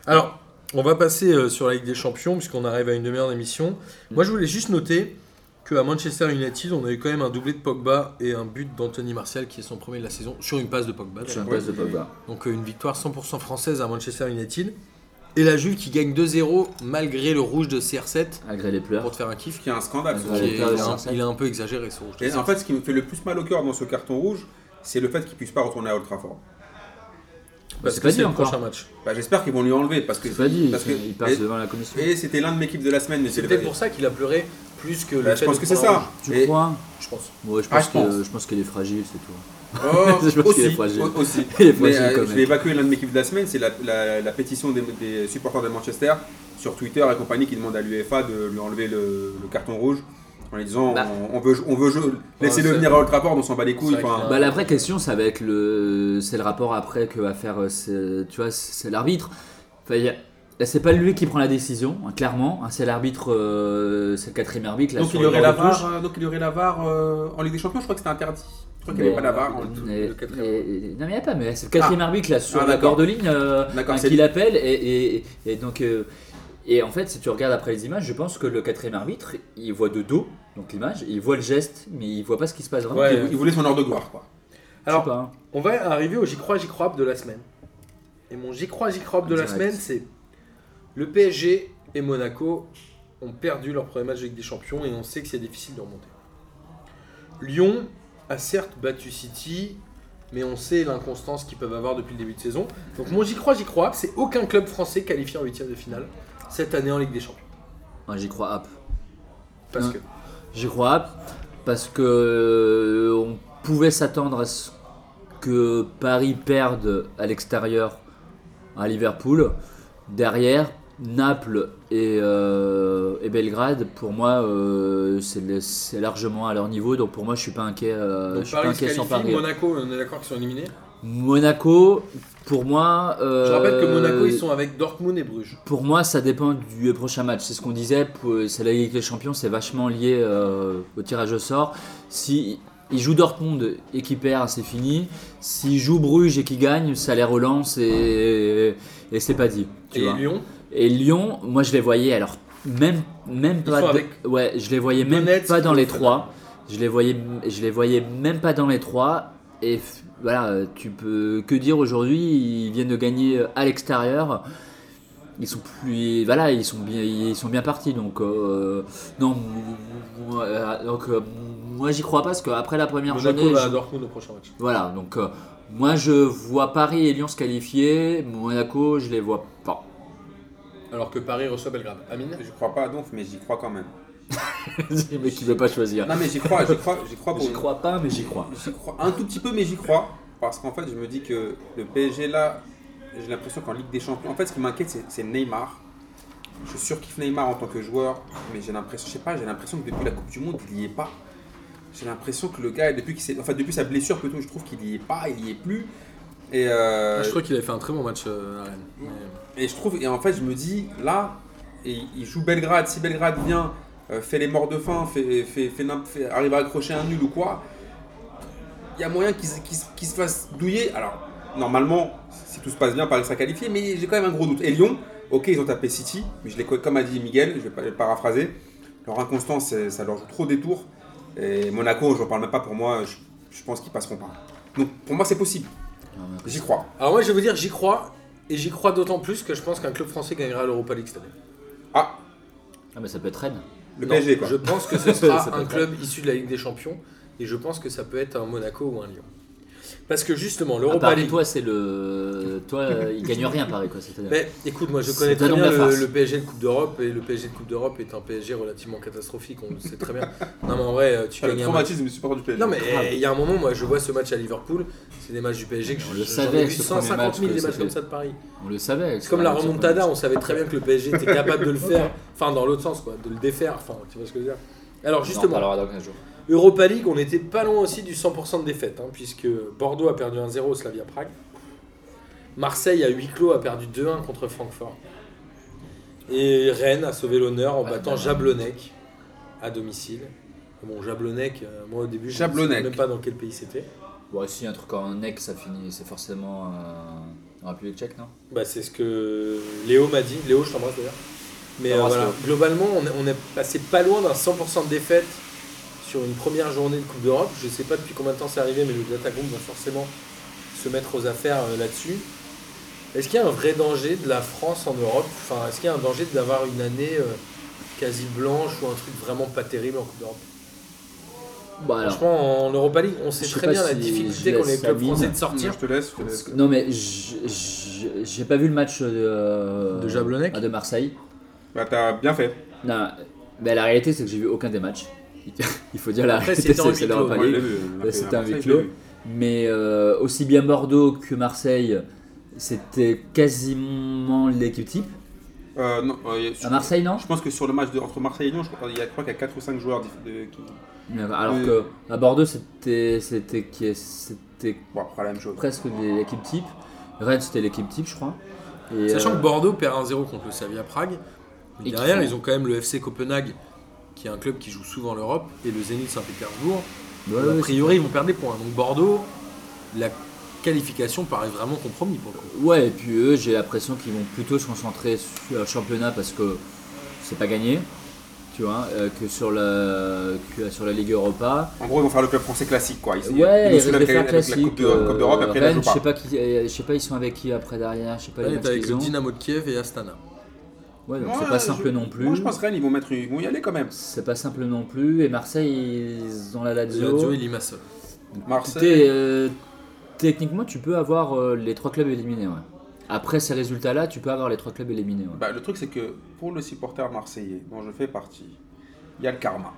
[SPEAKER 1] Alors, on va passer euh, sur la Ligue des Champions, puisqu'on arrive à une demi-heure d'émission. Moi, je voulais juste noter qu'à Manchester United, on a eu quand même un doublé de Pogba et un but d'Anthony Martial, qui est son premier de la saison, sur une passe de Pogba.
[SPEAKER 2] sur
[SPEAKER 1] d'ailleurs.
[SPEAKER 2] une passe de Pogba.
[SPEAKER 1] Donc, euh, une victoire 100% française à Manchester United. Et la Juve qui gagne 2-0 malgré le rouge de CR7
[SPEAKER 2] Malgré les
[SPEAKER 1] pour
[SPEAKER 2] pleurs.
[SPEAKER 1] te faire un kiff.
[SPEAKER 3] Qui est un scandale. ce
[SPEAKER 1] qui
[SPEAKER 2] Ouais,
[SPEAKER 3] truc.
[SPEAKER 1] est-
[SPEAKER 2] le cœur de
[SPEAKER 1] il, a un,
[SPEAKER 2] CR7.
[SPEAKER 1] il a un peu exagéré ce rouge. de
[SPEAKER 3] Et en
[SPEAKER 1] CR7.
[SPEAKER 3] fait, ce qui me fait le plus mal au cœur dans ce carton rouge, c'est le fait qu'il puisse pas retourner à Old Trafford.
[SPEAKER 1] Parce
[SPEAKER 2] c'est
[SPEAKER 1] que
[SPEAKER 2] pas
[SPEAKER 1] c'est
[SPEAKER 2] dit
[SPEAKER 1] le
[SPEAKER 2] encore.
[SPEAKER 1] prochain match.
[SPEAKER 3] Bah, J'espère qu'ils vont lui enlever parce que.
[SPEAKER 2] C'est pas dit.
[SPEAKER 3] parce que-
[SPEAKER 2] Il passe
[SPEAKER 3] et-
[SPEAKER 2] devant la commission.
[SPEAKER 3] Et c'était l'un de mes clips de la semaine, mais c'est
[SPEAKER 1] C'est
[SPEAKER 3] le
[SPEAKER 1] peut-être pour ça qu'il a pleuré plus que le
[SPEAKER 3] Bah, je
[SPEAKER 1] fait
[SPEAKER 3] pense
[SPEAKER 1] de
[SPEAKER 3] que c'est
[SPEAKER 1] prendre un
[SPEAKER 3] ça.
[SPEAKER 1] rouge,
[SPEAKER 2] Tu
[SPEAKER 3] Et-
[SPEAKER 2] crois
[SPEAKER 1] je pense.
[SPEAKER 2] Ouais, je
[SPEAKER 3] Ah,
[SPEAKER 2] pense
[SPEAKER 3] je
[SPEAKER 2] que-
[SPEAKER 3] pense.
[SPEAKER 2] je pense qu'il est fragile, c'est tout.
[SPEAKER 3] Oh,
[SPEAKER 2] [laughs] Je pense qu'il est
[SPEAKER 3] aussi,
[SPEAKER 2] fragile.
[SPEAKER 3] au- aussi.
[SPEAKER 2] Il est fragile
[SPEAKER 3] Mais, euh,
[SPEAKER 2] quand
[SPEAKER 3] je
[SPEAKER 2] même.
[SPEAKER 3] vais évacuer l'un de mes clips de la semaine, c'est la, la- la pétition des, des supporters de Manchester sur Twitter et compagnie qui demande à l'UEFA de lui enlever le, le carton rouge en lui disant
[SPEAKER 2] Bah.
[SPEAKER 3] on, on veut, on veut jouer- laissez-le
[SPEAKER 1] c'est-
[SPEAKER 3] venir à Old Trafford, on s'en bat les couilles.
[SPEAKER 1] vrai que
[SPEAKER 3] Enfin,
[SPEAKER 1] là-
[SPEAKER 2] Bah, la vraie question, ça va être le, c'est le rapport après que va faire, euh, c'est- tu vois, c'est l'arbitre. Enfin, il y a- là, c'est pas lui qui prend la décision, hein, clairement. hein, c'est l'arbitre, euh, c'est le quatrième arbitre. Là,
[SPEAKER 3] donc,
[SPEAKER 2] sur
[SPEAKER 3] il y
[SPEAKER 2] le
[SPEAKER 3] aurait
[SPEAKER 2] bord
[SPEAKER 3] la
[SPEAKER 2] de touche.
[SPEAKER 3] VAR, euh, donc il y aurait la VAR euh, en Ligue des Champions, je crois que c'était interdit. Je crois qu'il n'y
[SPEAKER 2] Mais-
[SPEAKER 3] avait pas la VAR en
[SPEAKER 2] mais-
[SPEAKER 3] le quatrième.
[SPEAKER 2] mais- non mais il y a pas, mais c'est le quatrième arbitre là sur
[SPEAKER 3] Ah,
[SPEAKER 2] la
[SPEAKER 3] d'accord.
[SPEAKER 2] corde ligne euh,
[SPEAKER 3] D'accord,
[SPEAKER 2] hein,
[SPEAKER 3] c'est
[SPEAKER 2] qui
[SPEAKER 3] lui.
[SPEAKER 2] l'appelle et, et- et donc euh, et en fait si tu regardes après les images, je pense que le quatrième arbitre il voit de dos donc l'image, il voit le geste mais il voit pas ce qui se passe vraiment.
[SPEAKER 1] Ouais.
[SPEAKER 2] Je sais
[SPEAKER 3] Il, il voulait son heure de gloire. Quoi.
[SPEAKER 1] Alors,
[SPEAKER 2] pas, hein.
[SPEAKER 1] On va arriver au j'y crois, j'y crois de la semaine. Et mon j'y crois, j'y crois de la
[SPEAKER 2] Direct.
[SPEAKER 1] semaine, c'est le PSG et Monaco ont perdu leur premier match de Ligue des Champions et on sait que c'est difficile de remonter. Lyon a certes battu City, mais on sait l'inconstance qu'ils peuvent avoir depuis le début de saison. Donc mon j'y crois, j'y crois, c'est aucun club français qualifié en huitième de finale cette année en Ligue des Champions.
[SPEAKER 2] Ouais, j'y crois hop.
[SPEAKER 1] Parce
[SPEAKER 2] Ouais. Euh,
[SPEAKER 1] que
[SPEAKER 2] J'y crois parce que euh, on pouvait s'attendre à ce que Paris perde à l'extérieur à Liverpool. Derrière, Naples et, euh, et Belgrade, pour moi, euh, c'est le- c'est largement à leur niveau. Donc pour moi, je suis pas inquiet. euh,
[SPEAKER 1] donc
[SPEAKER 2] je suis pas
[SPEAKER 1] Paris se
[SPEAKER 2] inquiet sans
[SPEAKER 1] qualifie,
[SPEAKER 2] Paris.
[SPEAKER 1] Monaco, on est d'accord qu'ils sont éliminés.
[SPEAKER 2] Monaco, pour moi.
[SPEAKER 1] Je rappelle que
[SPEAKER 2] euh,
[SPEAKER 1] Monaco, ils sont avec Dortmund et Bruges.
[SPEAKER 2] pour moi, ça dépend du prochain match. C'est ce qu'on disait. pour- C'est la Ligue des Champions, c'est vachement lié euh, au tirage au sort. Si il joue Dortmund et qu'il perd, c'est fini. S'il joue Bruges et qu'il gagne, ça les relance et, et c'est pas dit. tu
[SPEAKER 1] Et
[SPEAKER 2] vois.
[SPEAKER 1] Lyon,
[SPEAKER 2] Et Lyon, moi je les voyais alors même même
[SPEAKER 1] Ils
[SPEAKER 2] pas.
[SPEAKER 1] sont
[SPEAKER 2] de-
[SPEAKER 1] avec
[SPEAKER 2] ouais, je les voyais même
[SPEAKER 1] Donetsk,
[SPEAKER 2] pas dans les
[SPEAKER 1] Kosovo.
[SPEAKER 2] trois. Je les voyais, je les voyais même pas dans les trois. Et f- voilà, euh, tu peux que dire aujourd'hui, ils viennent de gagner euh, à l'extérieur. Ils sont plus, voilà, ils sont bien, ils sont bien partis. Donc euh, non, moi, euh, donc euh, moi j'y crois pas parce qu'après la première
[SPEAKER 1] Monaco
[SPEAKER 2] journée,
[SPEAKER 1] va à
[SPEAKER 2] je-
[SPEAKER 1] Dortmund au prochain match.
[SPEAKER 2] voilà, donc euh, moi je vois Paris et Lyon se qualifier, Monaco je les vois pas.
[SPEAKER 1] alors que Paris reçoit Belgrade. Amine
[SPEAKER 3] Je crois pas à Donf, mais j'y crois quand même.
[SPEAKER 2] [laughs] le mec qui veut pas choisir.
[SPEAKER 3] Non, mais j'y crois, j'y crois,
[SPEAKER 2] [laughs]
[SPEAKER 3] j'y crois pour
[SPEAKER 2] J'y crois pas, mais j'y crois.
[SPEAKER 3] J'y crois un tout petit peu, mais j'y crois. Parce qu'en fait, je me dis que le PSG, là, j'ai l'impression qu'en Ligue des Champions, en fait, ce qui m'inquiète, c'est- c'est Neymar. Je surkiffe Neymar en tant que joueur, mais j'ai l'impression, je sais pas, j'ai l'impression que depuis la Coupe du Monde, il n'y est pas. J'ai l'impression que le gars, depuis, qu'il s'est- enfin, depuis sa blessure, plutôt, je trouve qu'il n'y est pas, il n'y est plus. Et, euh,
[SPEAKER 1] Ah, Je trouve qu'il avait fait un très bon match euh, à Rennes. Mais-
[SPEAKER 3] et je trouve, et en fait, je me dis, là, et il joue Belgrade. Si Belgrade vient, euh, fait les morts de faim, fait, fait, fait n'im- fait- arrive à accrocher un nul ou quoi, il y a moyen qu'ils qu'ils- qu'ils se fassent douiller. Alors, normalement, si tout se passe bien, Paris sera qualifié, mais j'ai quand même un gros doute. Et Lyon, ok, ils ont tapé City, mais je les connais, comme a dit Miguel, je vais pas- paraphraser, leur inconstance, c'est- ça leur joue trop des tours. Et Monaco, j'en parle même pas pour moi, je, je pense qu'ils passeront pas. Donc, pour moi, c'est possible. J'y crois.
[SPEAKER 1] Alors moi je vais vous dire j'y crois et j'y crois d'autant plus que je pense qu'un club français gagnera l'Europa League cette année.
[SPEAKER 3] Ah,
[SPEAKER 2] Ah, mais ça peut être Rennes.
[SPEAKER 3] le
[SPEAKER 1] Non,
[SPEAKER 3] PSG, quoi.
[SPEAKER 1] Je pense que ce sera
[SPEAKER 2] Ça peut
[SPEAKER 1] un
[SPEAKER 2] être.
[SPEAKER 1] club issu de la Ligue des Champions et je pense que ça peut être un Monaco ou un Lyon. Parce que justement
[SPEAKER 2] À
[SPEAKER 1] l'Europa
[SPEAKER 2] Paris,
[SPEAKER 1] League.
[SPEAKER 2] toi, c'est le. Toi, euh, il gagne rien, Paris, quoi. c'est-à-dire.
[SPEAKER 1] Mais écoute, moi je
[SPEAKER 2] C'est
[SPEAKER 1] connais très
[SPEAKER 2] Dallon
[SPEAKER 1] bien
[SPEAKER 2] de la
[SPEAKER 1] le,
[SPEAKER 2] farce.
[SPEAKER 1] le PSG de Coupe d'Europe et le PSG de Coupe d'Europe est un PSG relativement catastrophique, on le sait très bien. Non mais en vrai, euh, tu
[SPEAKER 3] Ah, le
[SPEAKER 1] gagnes un match.
[SPEAKER 3] traumatisme du support du PSG.
[SPEAKER 1] Non mais eh, il y a un moment, moi je vois ce match à Liverpool, c'est des matchs du PSG que
[SPEAKER 2] On
[SPEAKER 1] je
[SPEAKER 2] le
[SPEAKER 1] j'en
[SPEAKER 2] savait,
[SPEAKER 1] ai vu
[SPEAKER 2] ce premier
[SPEAKER 1] 150 000
[SPEAKER 2] match,
[SPEAKER 1] des
[SPEAKER 2] que
[SPEAKER 1] matchs comme
[SPEAKER 2] c'était-
[SPEAKER 1] ça de Paris.
[SPEAKER 2] On le savait.
[SPEAKER 1] C'est comme la remontada, on savait très bien que le PSG était capable de le faire, enfin dans l'autre sens quoi, de le défaire, enfin tu vois ce que je veux dire. Alors justement,
[SPEAKER 4] On en parlera dans 15 jours.
[SPEAKER 1] Europa League, on n'était pas loin aussi du 100% de défaite, hein, puisque Bordeaux a perdu 1-0 au Slavia Prague. Marseille à huis clos a perdu 2-1 contre Francfort. Et Rennes a sauvé l'honneur en
[SPEAKER 2] Ah,
[SPEAKER 1] battant
[SPEAKER 2] ben,
[SPEAKER 1] Jablonec à domicile. Bon, Jablonec, euh, moi au début, je ne
[SPEAKER 3] Jablonec.
[SPEAKER 1] savais même pas dans quel pays c'était.
[SPEAKER 2] Bon, si un truc en neck, ça finit. C'est forcément euh, en République tchèque, non
[SPEAKER 1] Bah, c'est ce que Léo m'a dit. Léo, je t'embrasse d'ailleurs. Mais euh,
[SPEAKER 2] T'embrasse,
[SPEAKER 1] voilà,
[SPEAKER 2] Léo.
[SPEAKER 1] globalement, on est, on est passé pas loin d'un 100% de défaite sur une première journée de Coupe d'Europe. Je sais pas depuis combien de temps c'est arrivé, mais le Data Group va forcément se mettre aux affaires euh, là-dessus. Est-ce qu'il y a un vrai danger de la France en Europe Enfin, est-ce qu'il y a un danger d'avoir une année euh, quasi blanche ou un truc vraiment pas terrible en Coupe d'Europe
[SPEAKER 2] Bah, alors.
[SPEAKER 1] Franchement, en Europa League, on sait
[SPEAKER 2] Je sais
[SPEAKER 1] très
[SPEAKER 2] pas
[SPEAKER 1] bien la
[SPEAKER 2] si
[SPEAKER 1] difficulté
[SPEAKER 2] je
[SPEAKER 1] qu'ont les
[SPEAKER 2] laisse
[SPEAKER 1] clubs
[SPEAKER 2] Amine.
[SPEAKER 1] français de
[SPEAKER 3] Non,
[SPEAKER 1] sortir.
[SPEAKER 3] je te laisse. je te laisse.
[SPEAKER 2] Non, mais j- j- j'ai pas vu le match de.
[SPEAKER 1] De Jablonec
[SPEAKER 2] ah, De Marseille.
[SPEAKER 3] Bah, t'as bien fait.
[SPEAKER 2] Non, mais la réalité, c'est que j'ai vu aucun des matchs. [laughs] Il faut dire la
[SPEAKER 1] Après,
[SPEAKER 2] réalité,
[SPEAKER 1] c'était en
[SPEAKER 2] c'est que c'est
[SPEAKER 1] huis clos,
[SPEAKER 2] l'Europa
[SPEAKER 1] ouais.
[SPEAKER 2] League.
[SPEAKER 3] Ouais, je l'ai vu, on l'a fait
[SPEAKER 2] euh, c'était
[SPEAKER 3] à
[SPEAKER 2] un huis
[SPEAKER 3] Marseille,
[SPEAKER 2] clos.
[SPEAKER 3] je l'ai vu.
[SPEAKER 2] Mais euh, aussi bien Bordeaux que Marseille, c'était quasiment l'équipe type.
[SPEAKER 3] Euh, non, euh, sur-
[SPEAKER 2] À Marseille, non
[SPEAKER 3] Je pense que sur le match de- entre Marseille et Lyon, je crois, il y a, je crois qu'il y a 4 ou 5 joueurs. dif- de- qui...
[SPEAKER 2] bah, Alors
[SPEAKER 3] Oui.
[SPEAKER 2] que à Bordeaux, c'était c'était qui- c'était
[SPEAKER 3] Bon, après, la même chose.
[SPEAKER 2] presque des- l'équipe type. Rennes, c'était l'équipe type, je crois. Et,
[SPEAKER 1] Sachant
[SPEAKER 2] euh,
[SPEAKER 1] que Bordeaux perd 1-0 contre le Slavia Prague. Mais
[SPEAKER 2] Et
[SPEAKER 1] derrière,
[SPEAKER 2] qui
[SPEAKER 1] ils ont quand même le FC Copenhague, qui est un club qui joue souvent l'Europe, et le Zénith Saint-Pétersbourg.
[SPEAKER 2] ouais,
[SPEAKER 1] a
[SPEAKER 2] ouais,
[SPEAKER 1] priori, ils vont perdre des points. Donc Bordeaux, la qualification paraît vraiment compromis pour le coup.
[SPEAKER 2] Ouais, et puis eux, j'ai l'impression qu'ils vont plutôt se concentrer sur le championnat parce que c'est pas gagné, tu vois, euh, que sur la, que sur la Ligue Europa.
[SPEAKER 3] En gros, ils vont faire le club français classique. Quoi. Ils,
[SPEAKER 2] Ouais,
[SPEAKER 3] nous
[SPEAKER 2] ils risquent
[SPEAKER 3] soulèvent
[SPEAKER 2] de faire
[SPEAKER 3] avec la
[SPEAKER 2] classique.
[SPEAKER 3] Coupe d'Europe,
[SPEAKER 2] euh,
[SPEAKER 3] Coupe d'Europe, après, là, ils
[SPEAKER 2] Rennes,
[SPEAKER 3] jouent
[SPEAKER 2] je sais
[SPEAKER 3] pas.
[SPEAKER 2] pas qui, euh, je sais pas, ils sont avec qui après derrière, je sais pas
[SPEAKER 1] Là,
[SPEAKER 2] les
[SPEAKER 1] il est
[SPEAKER 2] matchs
[SPEAKER 1] avec
[SPEAKER 2] qu'ils
[SPEAKER 1] le
[SPEAKER 2] ont.
[SPEAKER 1] Dynamo de Kiev et Astana.
[SPEAKER 2] Ouais, donc
[SPEAKER 3] Ouais,
[SPEAKER 2] c'est pas
[SPEAKER 3] je-
[SPEAKER 2] simple non plus.
[SPEAKER 3] Moi, je pense que Rennes, ils vont, mettre, ils vont y aller quand même.
[SPEAKER 2] C'est pas simple non plus. Et Marseille, ils ont la Lazio.
[SPEAKER 1] Lazio et Limassol.
[SPEAKER 3] Marseille.
[SPEAKER 2] T'es, euh, techniquement, tu peux avoir euh, les trois clubs éliminés. ouais. Après ces résultats-là, tu peux avoir les trois clubs éliminés. ouais.
[SPEAKER 3] Bah, le truc, c'est que pour le supporter marseillais, dont je fais partie, il y a le karma.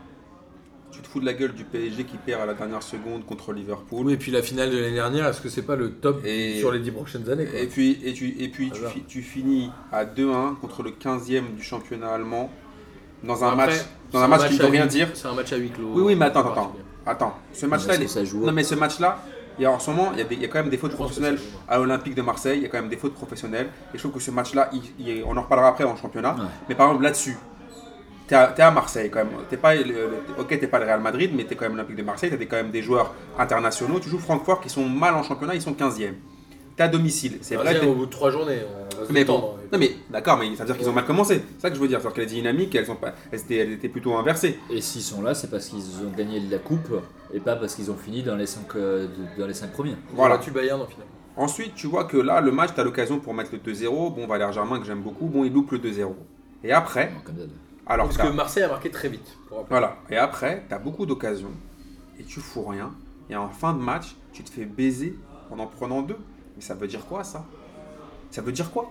[SPEAKER 3] Tu te fous de la gueule du PSG qui perd à la dernière seconde contre Liverpool.
[SPEAKER 1] Oui, et puis la finale de l'année dernière, est-ce que c'est pas le top
[SPEAKER 3] Et-
[SPEAKER 1] sur les 10 prochaines années quoi
[SPEAKER 3] Et puis, et tu, et puis tu,
[SPEAKER 1] Alors.
[SPEAKER 3] fi- tu finis à 2-1 contre le 15e du championnat allemand dans un
[SPEAKER 1] Après,
[SPEAKER 3] match, dans
[SPEAKER 1] c'est
[SPEAKER 3] un match, qui ne
[SPEAKER 1] à
[SPEAKER 3] veut rien
[SPEAKER 1] huis-
[SPEAKER 3] dire.
[SPEAKER 1] C'est un match à huis clos.
[SPEAKER 3] Oui, oui, mais attends,
[SPEAKER 1] en
[SPEAKER 3] attends, attends.
[SPEAKER 1] particulier.
[SPEAKER 3] Attends, ce
[SPEAKER 2] Parce
[SPEAKER 3] match-là, il
[SPEAKER 2] que
[SPEAKER 3] est-
[SPEAKER 2] ça joue.
[SPEAKER 3] non mais ce match-là, il y a en ce moment, il y, a des- il y a quand même des fautes
[SPEAKER 1] Je pense que
[SPEAKER 3] professionnelles
[SPEAKER 1] ça joue, ouais.
[SPEAKER 3] à l'Olympique de Marseille. Il y a quand même des fautes professionnelles. Et je trouve que ce match-là, il- il est- on en reparlera après en championnat.
[SPEAKER 2] Ouais.
[SPEAKER 3] Mais par exemple là-dessus, t'es à, t'es à Marseille quand même. T'es pas, le- le- ok, t'es pas le Real Madrid, mais t'es quand même l'Olympique de Marseille. T'as des- quand même des joueurs internationaux. Tu joues Francfort qui sont mal en championnat, ils sont 15e. T'es à domicile. C'est vrai.
[SPEAKER 1] Deuxième
[SPEAKER 3] t'es-
[SPEAKER 1] au bout de 3 journées, on va se
[SPEAKER 3] mais bon,
[SPEAKER 1] détendre.
[SPEAKER 3] non mais d'accord, mais ça veut dire qu'ils ont mal commencé. C'est ça que je veux dire, c'est-à-dire que les dynamiques, elles, sont pas, elles, étaient, elles étaient plutôt inversées.
[SPEAKER 2] Et s'ils sont là, c'est parce qu'ils ont gagné la coupe et pas parce qu'ils ont fini dans les 5 dans les cinq premiers.
[SPEAKER 1] Ils ont
[SPEAKER 3] Voilà.
[SPEAKER 1] battu Bayern en finale.
[SPEAKER 3] Ensuite, tu vois que là, le match, t'as l'occasion pour mettre le 2-0. Bon, Valère Germain, que j'aime beaucoup, bon, il loupe le 2-0. Et après,
[SPEAKER 2] Bon, comme d'hab.
[SPEAKER 3] alors
[SPEAKER 1] Parce
[SPEAKER 3] t'as-
[SPEAKER 1] que Marseille a marqué très vite. pour rappeler.
[SPEAKER 3] voilà, et après, t'as beaucoup d'occasions et tu fous rien. Et en fin de match, tu te fais baiser en en prenant deux. Mais ça veut dire quoi ça Ça veut dire quoi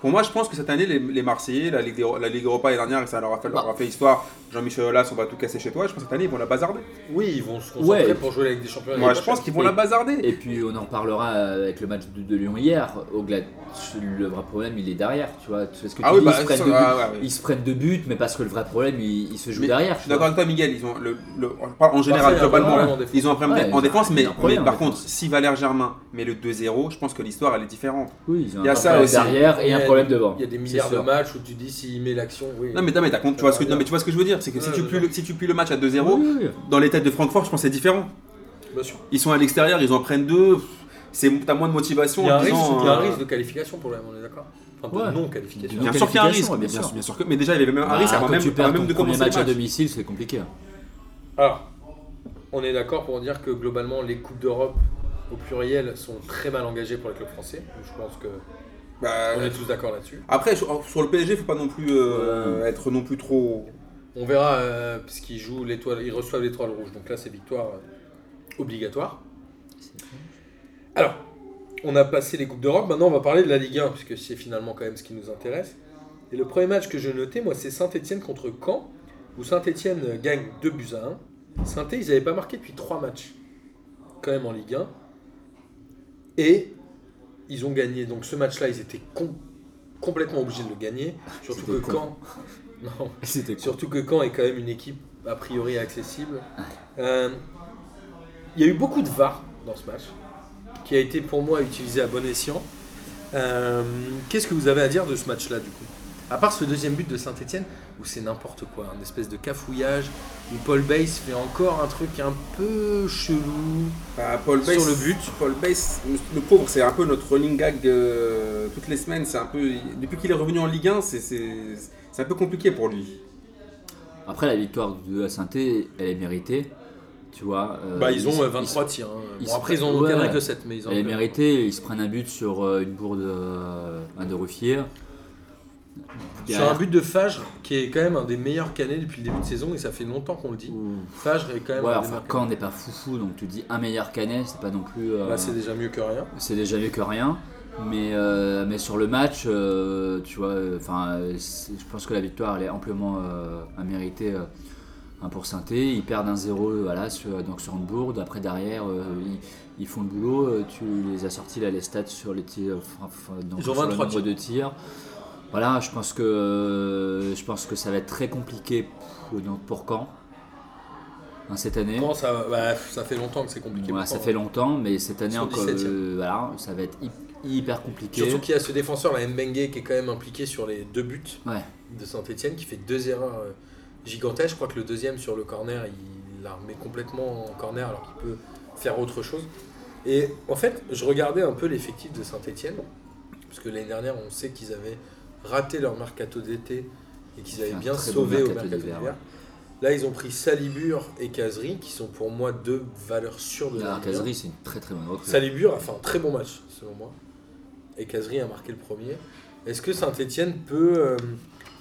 [SPEAKER 3] Pour moi, je pense que cette année, les, les Marseillais, la Ligue, des- la Ligue Europa l'année dernière, ça leur a fait, leur a fait histoire. Jean-Michel Aulas, on va tout casser chez toi. Je pense que cette année, ils vont la bazarder.
[SPEAKER 1] Oui, ils vont se
[SPEAKER 2] concentrer
[SPEAKER 1] concentrer
[SPEAKER 2] Ouais.
[SPEAKER 1] pour jouer avec des champions.
[SPEAKER 3] Moi, je pense qu'ils vont la bazarder.
[SPEAKER 2] Et puis on en reparlera euh, avec le match de, de Lyon hier. Au gla- le vrai problème, il est derrière. Tu vois, parce que tu
[SPEAKER 3] Ah oui,
[SPEAKER 2] dis,
[SPEAKER 3] bah,
[SPEAKER 2] ils, se prennent
[SPEAKER 3] ça-
[SPEAKER 2] de buts,
[SPEAKER 3] ah ouais, ouais.
[SPEAKER 2] ils se prennent de buts, mais parce que le vrai problème, il, il se joue
[SPEAKER 3] Mais
[SPEAKER 2] derrière.
[SPEAKER 3] Je
[SPEAKER 2] tu
[SPEAKER 3] suis d'accord
[SPEAKER 2] vois.
[SPEAKER 3] avec toi, Miguel. Ils ont le, le- on parle en général,
[SPEAKER 1] Marseille a
[SPEAKER 3] globalement,
[SPEAKER 1] vraiment en défense.
[SPEAKER 3] ils ont un problème
[SPEAKER 2] Ouais,
[SPEAKER 3] en défense.
[SPEAKER 2] ils ont
[SPEAKER 3] Mais,
[SPEAKER 2] un problème
[SPEAKER 3] mais
[SPEAKER 2] en
[SPEAKER 3] par
[SPEAKER 2] défense.
[SPEAKER 3] contre, si Valère Germain met le 2-0, je pense que l'histoire, elle est différente.
[SPEAKER 2] Oui, ils ont
[SPEAKER 3] Il y a
[SPEAKER 2] un
[SPEAKER 3] ça
[SPEAKER 2] problème
[SPEAKER 3] aussi.
[SPEAKER 2] derrière et un problème devant.
[SPEAKER 1] Il y a des
[SPEAKER 2] C'est
[SPEAKER 1] milliards de
[SPEAKER 2] sûr.
[SPEAKER 1] matchs où tu dis s'il met l'action, oui.
[SPEAKER 3] Non, mais, non, mais, t'as compris, tu vois ce que, non, mais tu vois ce que je veux dire. C'est que si,
[SPEAKER 1] Ouais,
[SPEAKER 3] tu
[SPEAKER 1] ouais,
[SPEAKER 3] plies le, si tu plies le match à 2-0,
[SPEAKER 2] Oui, oui, oui.
[SPEAKER 3] dans les têtes de Francfort, je pense que c'est différent.
[SPEAKER 1] Bien sûr.
[SPEAKER 3] Ils sont à l'extérieur, ils en prennent deux. C'est, t'as moins de motivation.
[SPEAKER 1] Il y a un
[SPEAKER 3] en
[SPEAKER 1] risque,
[SPEAKER 3] disant,
[SPEAKER 1] il y a un
[SPEAKER 3] euh,
[SPEAKER 1] risque de qualification pour l'OM, on est d'accord Enfin, de
[SPEAKER 2] Ouais.
[SPEAKER 1] non-qualification.
[SPEAKER 3] Bien
[SPEAKER 2] Donc,
[SPEAKER 3] sûr qu'il y a un risque,
[SPEAKER 2] qualification, ouais,
[SPEAKER 3] bien
[SPEAKER 2] bien
[SPEAKER 3] sûr,
[SPEAKER 2] sûr.
[SPEAKER 3] bien sûr que- mais déjà il y avait même un
[SPEAKER 2] Bah,
[SPEAKER 3] risque
[SPEAKER 2] quand
[SPEAKER 3] avant même,
[SPEAKER 2] tu
[SPEAKER 3] avant
[SPEAKER 2] perds
[SPEAKER 3] même
[SPEAKER 2] ton
[SPEAKER 3] de
[SPEAKER 2] premier
[SPEAKER 3] commencer
[SPEAKER 2] match
[SPEAKER 3] le
[SPEAKER 2] à
[SPEAKER 3] match.
[SPEAKER 2] domicile, c'est compliqué. hein.
[SPEAKER 1] Alors, on est d'accord pour dire que globalement, les Coupes d'Europe au pluriel sont très mal engagées pour les clubs français. Je pense que
[SPEAKER 3] Bah,
[SPEAKER 1] on est tous d'accord là-dessus.
[SPEAKER 3] Après sur, sur le PSG, faut pas non plus euh, être non plus trop.
[SPEAKER 1] On verra euh, parce qu'ils jouent l'étoile, ils reçoivent l'étoile rouge. Donc là, c'est victoire euh, obligatoire. Alors, on a passé les coupes d'Europe. Maintenant, on va parler de la Ligue 1 puisque c'est finalement quand même ce qui nous intéresse. Et le premier match que je notais, moi, c'est Saint-Etienne contre Caen, où Saint-Etienne gagne 2 buts à 1. saint ils n'avaient pas marqué depuis 3 matchs, quand même en Ligue 1. Et ils ont gagné. Donc ce match-là, ils étaient com- complètement obligés de le gagner. Surtout que
[SPEAKER 2] C'était con.
[SPEAKER 1] Caen. [laughs] Non,
[SPEAKER 2] C'était cool.
[SPEAKER 1] Surtout que Caen est quand même une équipe a priori accessible. Euh, Il y a eu beaucoup de VAR dans ce match, qui a été pour moi utilisé à bon escient. Euh, Qu'est-ce que vous avez à dire de ce match-là du coup À part ce deuxième but de Saint-Etienne, où c'est n'importe quoi, un espèce de cafouillage, où Paul Bays fait encore un truc un peu chelou.
[SPEAKER 3] Bah, Paul Bass-
[SPEAKER 1] Sur le but.
[SPEAKER 3] Paul Bass, le- le pauvre, c'est un peu notre running gag euh, toutes les semaines. C'est un peu depuis qu'il est revenu en Ligue 1, c'est c'est c'est un peu compliqué pour lui.
[SPEAKER 2] Après, la victoire de la Sainté, elle est méritée. Tu vois, euh,
[SPEAKER 1] bah, ils ont euh, 23
[SPEAKER 2] ils-
[SPEAKER 1] tirs. hein.
[SPEAKER 2] ils
[SPEAKER 1] Bon,
[SPEAKER 2] se-
[SPEAKER 1] après, ils en ont
[SPEAKER 2] ouais,
[SPEAKER 1] cadré
[SPEAKER 2] ouais.
[SPEAKER 1] que 7, mais ils en ont
[SPEAKER 2] Elle est
[SPEAKER 1] cadré.
[SPEAKER 2] méritée. Ils se prennent un but sur euh, une bourde euh, un de Ruffier.
[SPEAKER 1] Sur un but de Fage, qui est quand même un des meilleurs canets depuis le début de saison, et ça fait longtemps qu'on le dit. Fage est quand même
[SPEAKER 2] Ouais,
[SPEAKER 1] un des
[SPEAKER 2] enfin,
[SPEAKER 1] meilleurs
[SPEAKER 2] quand on n'est pas foufou, donc tu dis un meilleur canet, c'est pas non plus. euh,
[SPEAKER 1] Là, c'est déjà mieux que rien.
[SPEAKER 2] c'est déjà mieux que rien. Mais, euh, mais sur le match, euh, tu vois, euh, 'fin, euh, c'est- je pense que la victoire, elle est amplement euh, à mériter euh, hein, pour saint Ils perdent un 0 voilà, sur, euh, donc sur une bourde. Après, derrière, euh, ils, ils font le boulot. Euh, tu les as sortis là, les stats sur les tirs, euh, enfin, enfin, donc,
[SPEAKER 1] Ils ont
[SPEAKER 2] sur le
[SPEAKER 1] 23
[SPEAKER 2] nombre de tirs. Voilà, je pense que, euh, je pense que ça va être très compliqué pour, donc, pour Caen hein, cette année.
[SPEAKER 1] Bon, ça, bah, ça fait longtemps que c'est compliqué.
[SPEAKER 2] Voilà,
[SPEAKER 1] pour hein.
[SPEAKER 2] ça
[SPEAKER 1] Caen.
[SPEAKER 2] fait longtemps, mais cette année
[SPEAKER 1] Ils sont
[SPEAKER 2] encore,
[SPEAKER 1] 17e.
[SPEAKER 2] euh, voilà, ça va être hy- hyper compliqué.
[SPEAKER 1] Surtout qu'il y a ce défenseur, la Mbengue, qui est quand même impliqué sur les deux buts
[SPEAKER 2] Ouais.
[SPEAKER 1] de Saint-Etienne, qui fait deux erreurs euh, gigantesques. Je crois que le deuxième sur le corner, il la remet complètement en corner alors qu'il peut faire autre chose. Et en fait, je regardais un peu l'effectif de Saint-Etienne, parce que l'année dernière, on sait qu'ils avaient raté leur mercato d'été et qu'ils avaient
[SPEAKER 2] un
[SPEAKER 1] bien
[SPEAKER 2] très
[SPEAKER 1] sauvé
[SPEAKER 2] bon
[SPEAKER 1] au
[SPEAKER 2] mercato
[SPEAKER 1] mercato
[SPEAKER 2] d'hiver,
[SPEAKER 1] d'hiver. Là, ils ont pris Salibur et Kazri, qui sont pour moi deux valeurs sûres de la
[SPEAKER 2] Alors,
[SPEAKER 1] Ligue un.
[SPEAKER 2] Kazri, c'est une très très bonne recrue.
[SPEAKER 1] Salibur a fait un très bon match, selon moi. Et Kazri a marqué le premier. Est-ce que Saint-Etienne peut euh,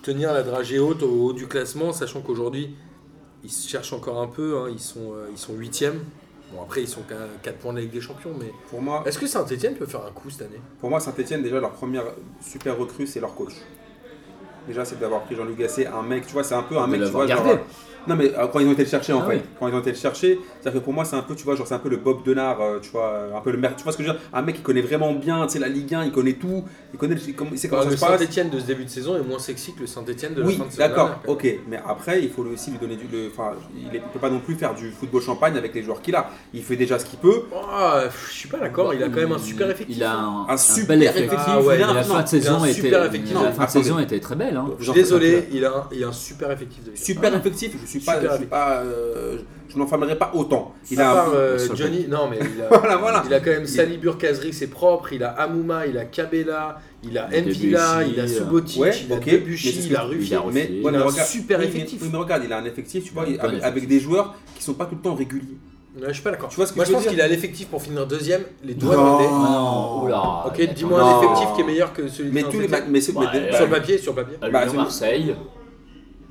[SPEAKER 1] tenir la dragée haute au haut du classement, sachant qu'aujourd'hui, ils se cherchent encore un peu, hein, ils sont euh, ils sont huitièmes. Bon, après, ils sont qu'à 4 points de la Ligue des Champions, mais
[SPEAKER 3] Pour moi,
[SPEAKER 1] est-ce que Saint-Etienne peut faire un coup cette année
[SPEAKER 3] pour moi, Saint-Etienne déjà leur première super recrue, c'est leur coach. Déjà, c'est d'avoir pris Jean-Luc Gasset, un mec, tu vois, c'est un peu un
[SPEAKER 2] De
[SPEAKER 3] mec, tu
[SPEAKER 2] l'avoir
[SPEAKER 3] vois, genre-
[SPEAKER 2] gardé.
[SPEAKER 3] Non mais euh, quand ils ont été le chercher en
[SPEAKER 2] Ah
[SPEAKER 3] fait,
[SPEAKER 2] oui.
[SPEAKER 3] quand ils ont été le chercher, c'est-à-dire que pour moi c'est un peu, tu vois, genre c'est un peu le Bob Denard, euh, tu vois, euh, un peu le maire, tu vois ce que je veux dire Un mec qui connaît vraiment bien, tu sais, la Ligue 1, il connaît tout, il connaît, le- il com- il sait comment
[SPEAKER 1] Le
[SPEAKER 3] ça se passe.
[SPEAKER 1] Saint-Etienne de ce début de saison est moins sexy que le Saint-Etienne de la
[SPEAKER 3] Oui,
[SPEAKER 1] fin de saison.
[SPEAKER 3] d'accord,
[SPEAKER 1] dernière, quand même.
[SPEAKER 3] ok, mais après il faut lui aussi lui donner du, le- enfin, il ne peut pas non plus faire du football champagne avec les joueurs qu'il a. Il fait déjà ce qu'il peut.
[SPEAKER 1] Oh, pff, je suis pas d'accord, il a quand même un super effectif.
[SPEAKER 2] Il a un,
[SPEAKER 3] Un
[SPEAKER 2] un
[SPEAKER 3] super
[SPEAKER 2] bel effectif.
[SPEAKER 3] effectif.
[SPEAKER 1] Ah ouais,
[SPEAKER 3] il a un-
[SPEAKER 2] la fin
[SPEAKER 1] il
[SPEAKER 2] de
[SPEAKER 3] non,
[SPEAKER 1] a un
[SPEAKER 2] saison était,
[SPEAKER 1] super effectif.
[SPEAKER 2] la fin de
[SPEAKER 3] Attendez.
[SPEAKER 2] saison était très belle. hein.
[SPEAKER 1] Je suis désolé, il a, un, il a un super effectif de Ligue un.
[SPEAKER 3] Super effectif, je suis pas,
[SPEAKER 1] Super
[SPEAKER 3] je suis pas, euh, je m'enflammerai pas autant. Il
[SPEAKER 1] à
[SPEAKER 3] a,
[SPEAKER 1] part euh,
[SPEAKER 2] seul
[SPEAKER 1] Johnny, non
[SPEAKER 3] [laughs]
[SPEAKER 1] mais il a,
[SPEAKER 3] voilà, voilà.
[SPEAKER 1] il a quand même Salibur Kazri, c'est propre, il a Amouma, il a Kabela, il a
[SPEAKER 2] Debuchy,
[SPEAKER 1] Mpila, il a
[SPEAKER 2] euh,
[SPEAKER 1] Subotic,
[SPEAKER 3] ouais,
[SPEAKER 1] il a
[SPEAKER 3] ok, mais c'est
[SPEAKER 1] Debuchy,
[SPEAKER 3] ce
[SPEAKER 1] il a
[SPEAKER 3] que-
[SPEAKER 1] Ruffier.
[SPEAKER 2] il a-
[SPEAKER 3] Mais,
[SPEAKER 2] Il
[SPEAKER 3] ouais, mais
[SPEAKER 1] a un
[SPEAKER 3] regarde-
[SPEAKER 1] super
[SPEAKER 3] oui,
[SPEAKER 1] effectif.
[SPEAKER 3] Mais, oui, mais regarde, il a un effectif, tu vois,
[SPEAKER 2] Il a un bon
[SPEAKER 3] avec, avec
[SPEAKER 2] effectif.
[SPEAKER 3] des joueurs qui sont pas tout le temps réguliers.
[SPEAKER 1] Ouais, je suis pas d'accord.
[SPEAKER 3] Tu vois ce que
[SPEAKER 1] Moi
[SPEAKER 3] je
[SPEAKER 1] je
[SPEAKER 3] veux
[SPEAKER 1] pense
[SPEAKER 3] dire
[SPEAKER 1] qu'il a l'effectif pour finir deuxième, les doigts dans les-
[SPEAKER 2] Ah
[SPEAKER 3] Non.
[SPEAKER 2] non, oula.
[SPEAKER 1] Ok,
[SPEAKER 2] attends.
[SPEAKER 1] dis-moi
[SPEAKER 3] Non.
[SPEAKER 1] un effectif qui est meilleur que celui de
[SPEAKER 3] Mais tous les
[SPEAKER 1] Saint-Étienne.
[SPEAKER 3] ma- Euh, mais c'est- mais
[SPEAKER 2] Ouais,
[SPEAKER 3] de-
[SPEAKER 2] ouais.
[SPEAKER 1] sur
[SPEAKER 3] sur
[SPEAKER 1] le papier, sur le papier.
[SPEAKER 2] À
[SPEAKER 3] Bah,
[SPEAKER 2] Lyon,
[SPEAKER 3] c'est-
[SPEAKER 2] Marseille,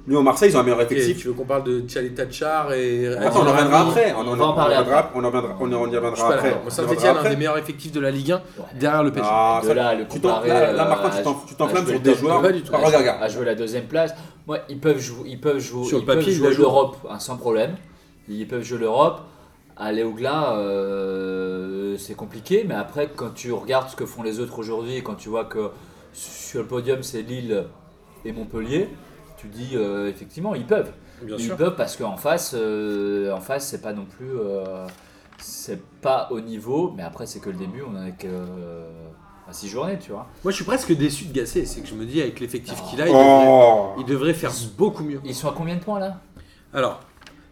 [SPEAKER 3] Lyon Marseille, ils ont un meilleur
[SPEAKER 1] Et
[SPEAKER 3] effectif.
[SPEAKER 1] tu veux qu'on parle de Tchalitachar et.
[SPEAKER 3] Attends, on en reviendra après. On, en-
[SPEAKER 2] va en parler
[SPEAKER 3] on reviendra-
[SPEAKER 2] après.
[SPEAKER 3] on en reviendra- on en- on y
[SPEAKER 1] Je suis
[SPEAKER 3] reviendra
[SPEAKER 1] pas
[SPEAKER 3] après.
[SPEAKER 1] d'accord. Moi,
[SPEAKER 3] On y
[SPEAKER 1] Saint-Etienne,
[SPEAKER 3] reviendra
[SPEAKER 1] un des
[SPEAKER 3] après.
[SPEAKER 1] meilleurs effectifs de la Ligue 1
[SPEAKER 2] Ouais.
[SPEAKER 1] derrière le PSG.
[SPEAKER 3] Ah,
[SPEAKER 2] de
[SPEAKER 3] ça-
[SPEAKER 2] là, à le
[SPEAKER 3] tu t'en-
[SPEAKER 2] comparer,
[SPEAKER 3] là, là,
[SPEAKER 2] euh,
[SPEAKER 3] par contre, tu
[SPEAKER 2] à-
[SPEAKER 3] t'en- tu
[SPEAKER 2] à
[SPEAKER 3] t'enflammes
[SPEAKER 2] jouer
[SPEAKER 3] sur
[SPEAKER 2] le
[SPEAKER 3] des
[SPEAKER 2] top
[SPEAKER 3] joueurs.
[SPEAKER 1] Pas du tout.
[SPEAKER 3] Ah, regarde, regarde.
[SPEAKER 2] à jouer la deuxième place. Ouais, ils peuvent jouer, ils peuvent jouer,
[SPEAKER 1] Sur le
[SPEAKER 2] ils
[SPEAKER 1] papier,
[SPEAKER 2] peuvent
[SPEAKER 1] ils
[SPEAKER 2] jouer
[SPEAKER 1] la jouent.
[SPEAKER 2] l'Europe hein, sans problème. Ils peuvent jouer l'Europe. Aller au glas, euh, c'est compliqué, mais après, quand tu regardes ce que font les autres aujourd'hui, et quand tu vois que sur le podium c'est Lille et Montpellier, tu dis euh, effectivement ils peuvent.
[SPEAKER 1] Bien
[SPEAKER 2] ils
[SPEAKER 1] sûr.
[SPEAKER 2] peuvent parce qu'en face, euh, en face c'est pas non plus, euh, c'est pas au niveau, mais après c'est que le début, on en est que euh, à six journées, tu vois.
[SPEAKER 1] Moi, je suis presque déçu de Gasset. C'est que je me dis, avec l'effectif qu'il a, Ah, il devrait,
[SPEAKER 3] Oh
[SPEAKER 1] il devrait faire beaucoup mieux.
[SPEAKER 2] Ils sont à combien de points là
[SPEAKER 1] Alors,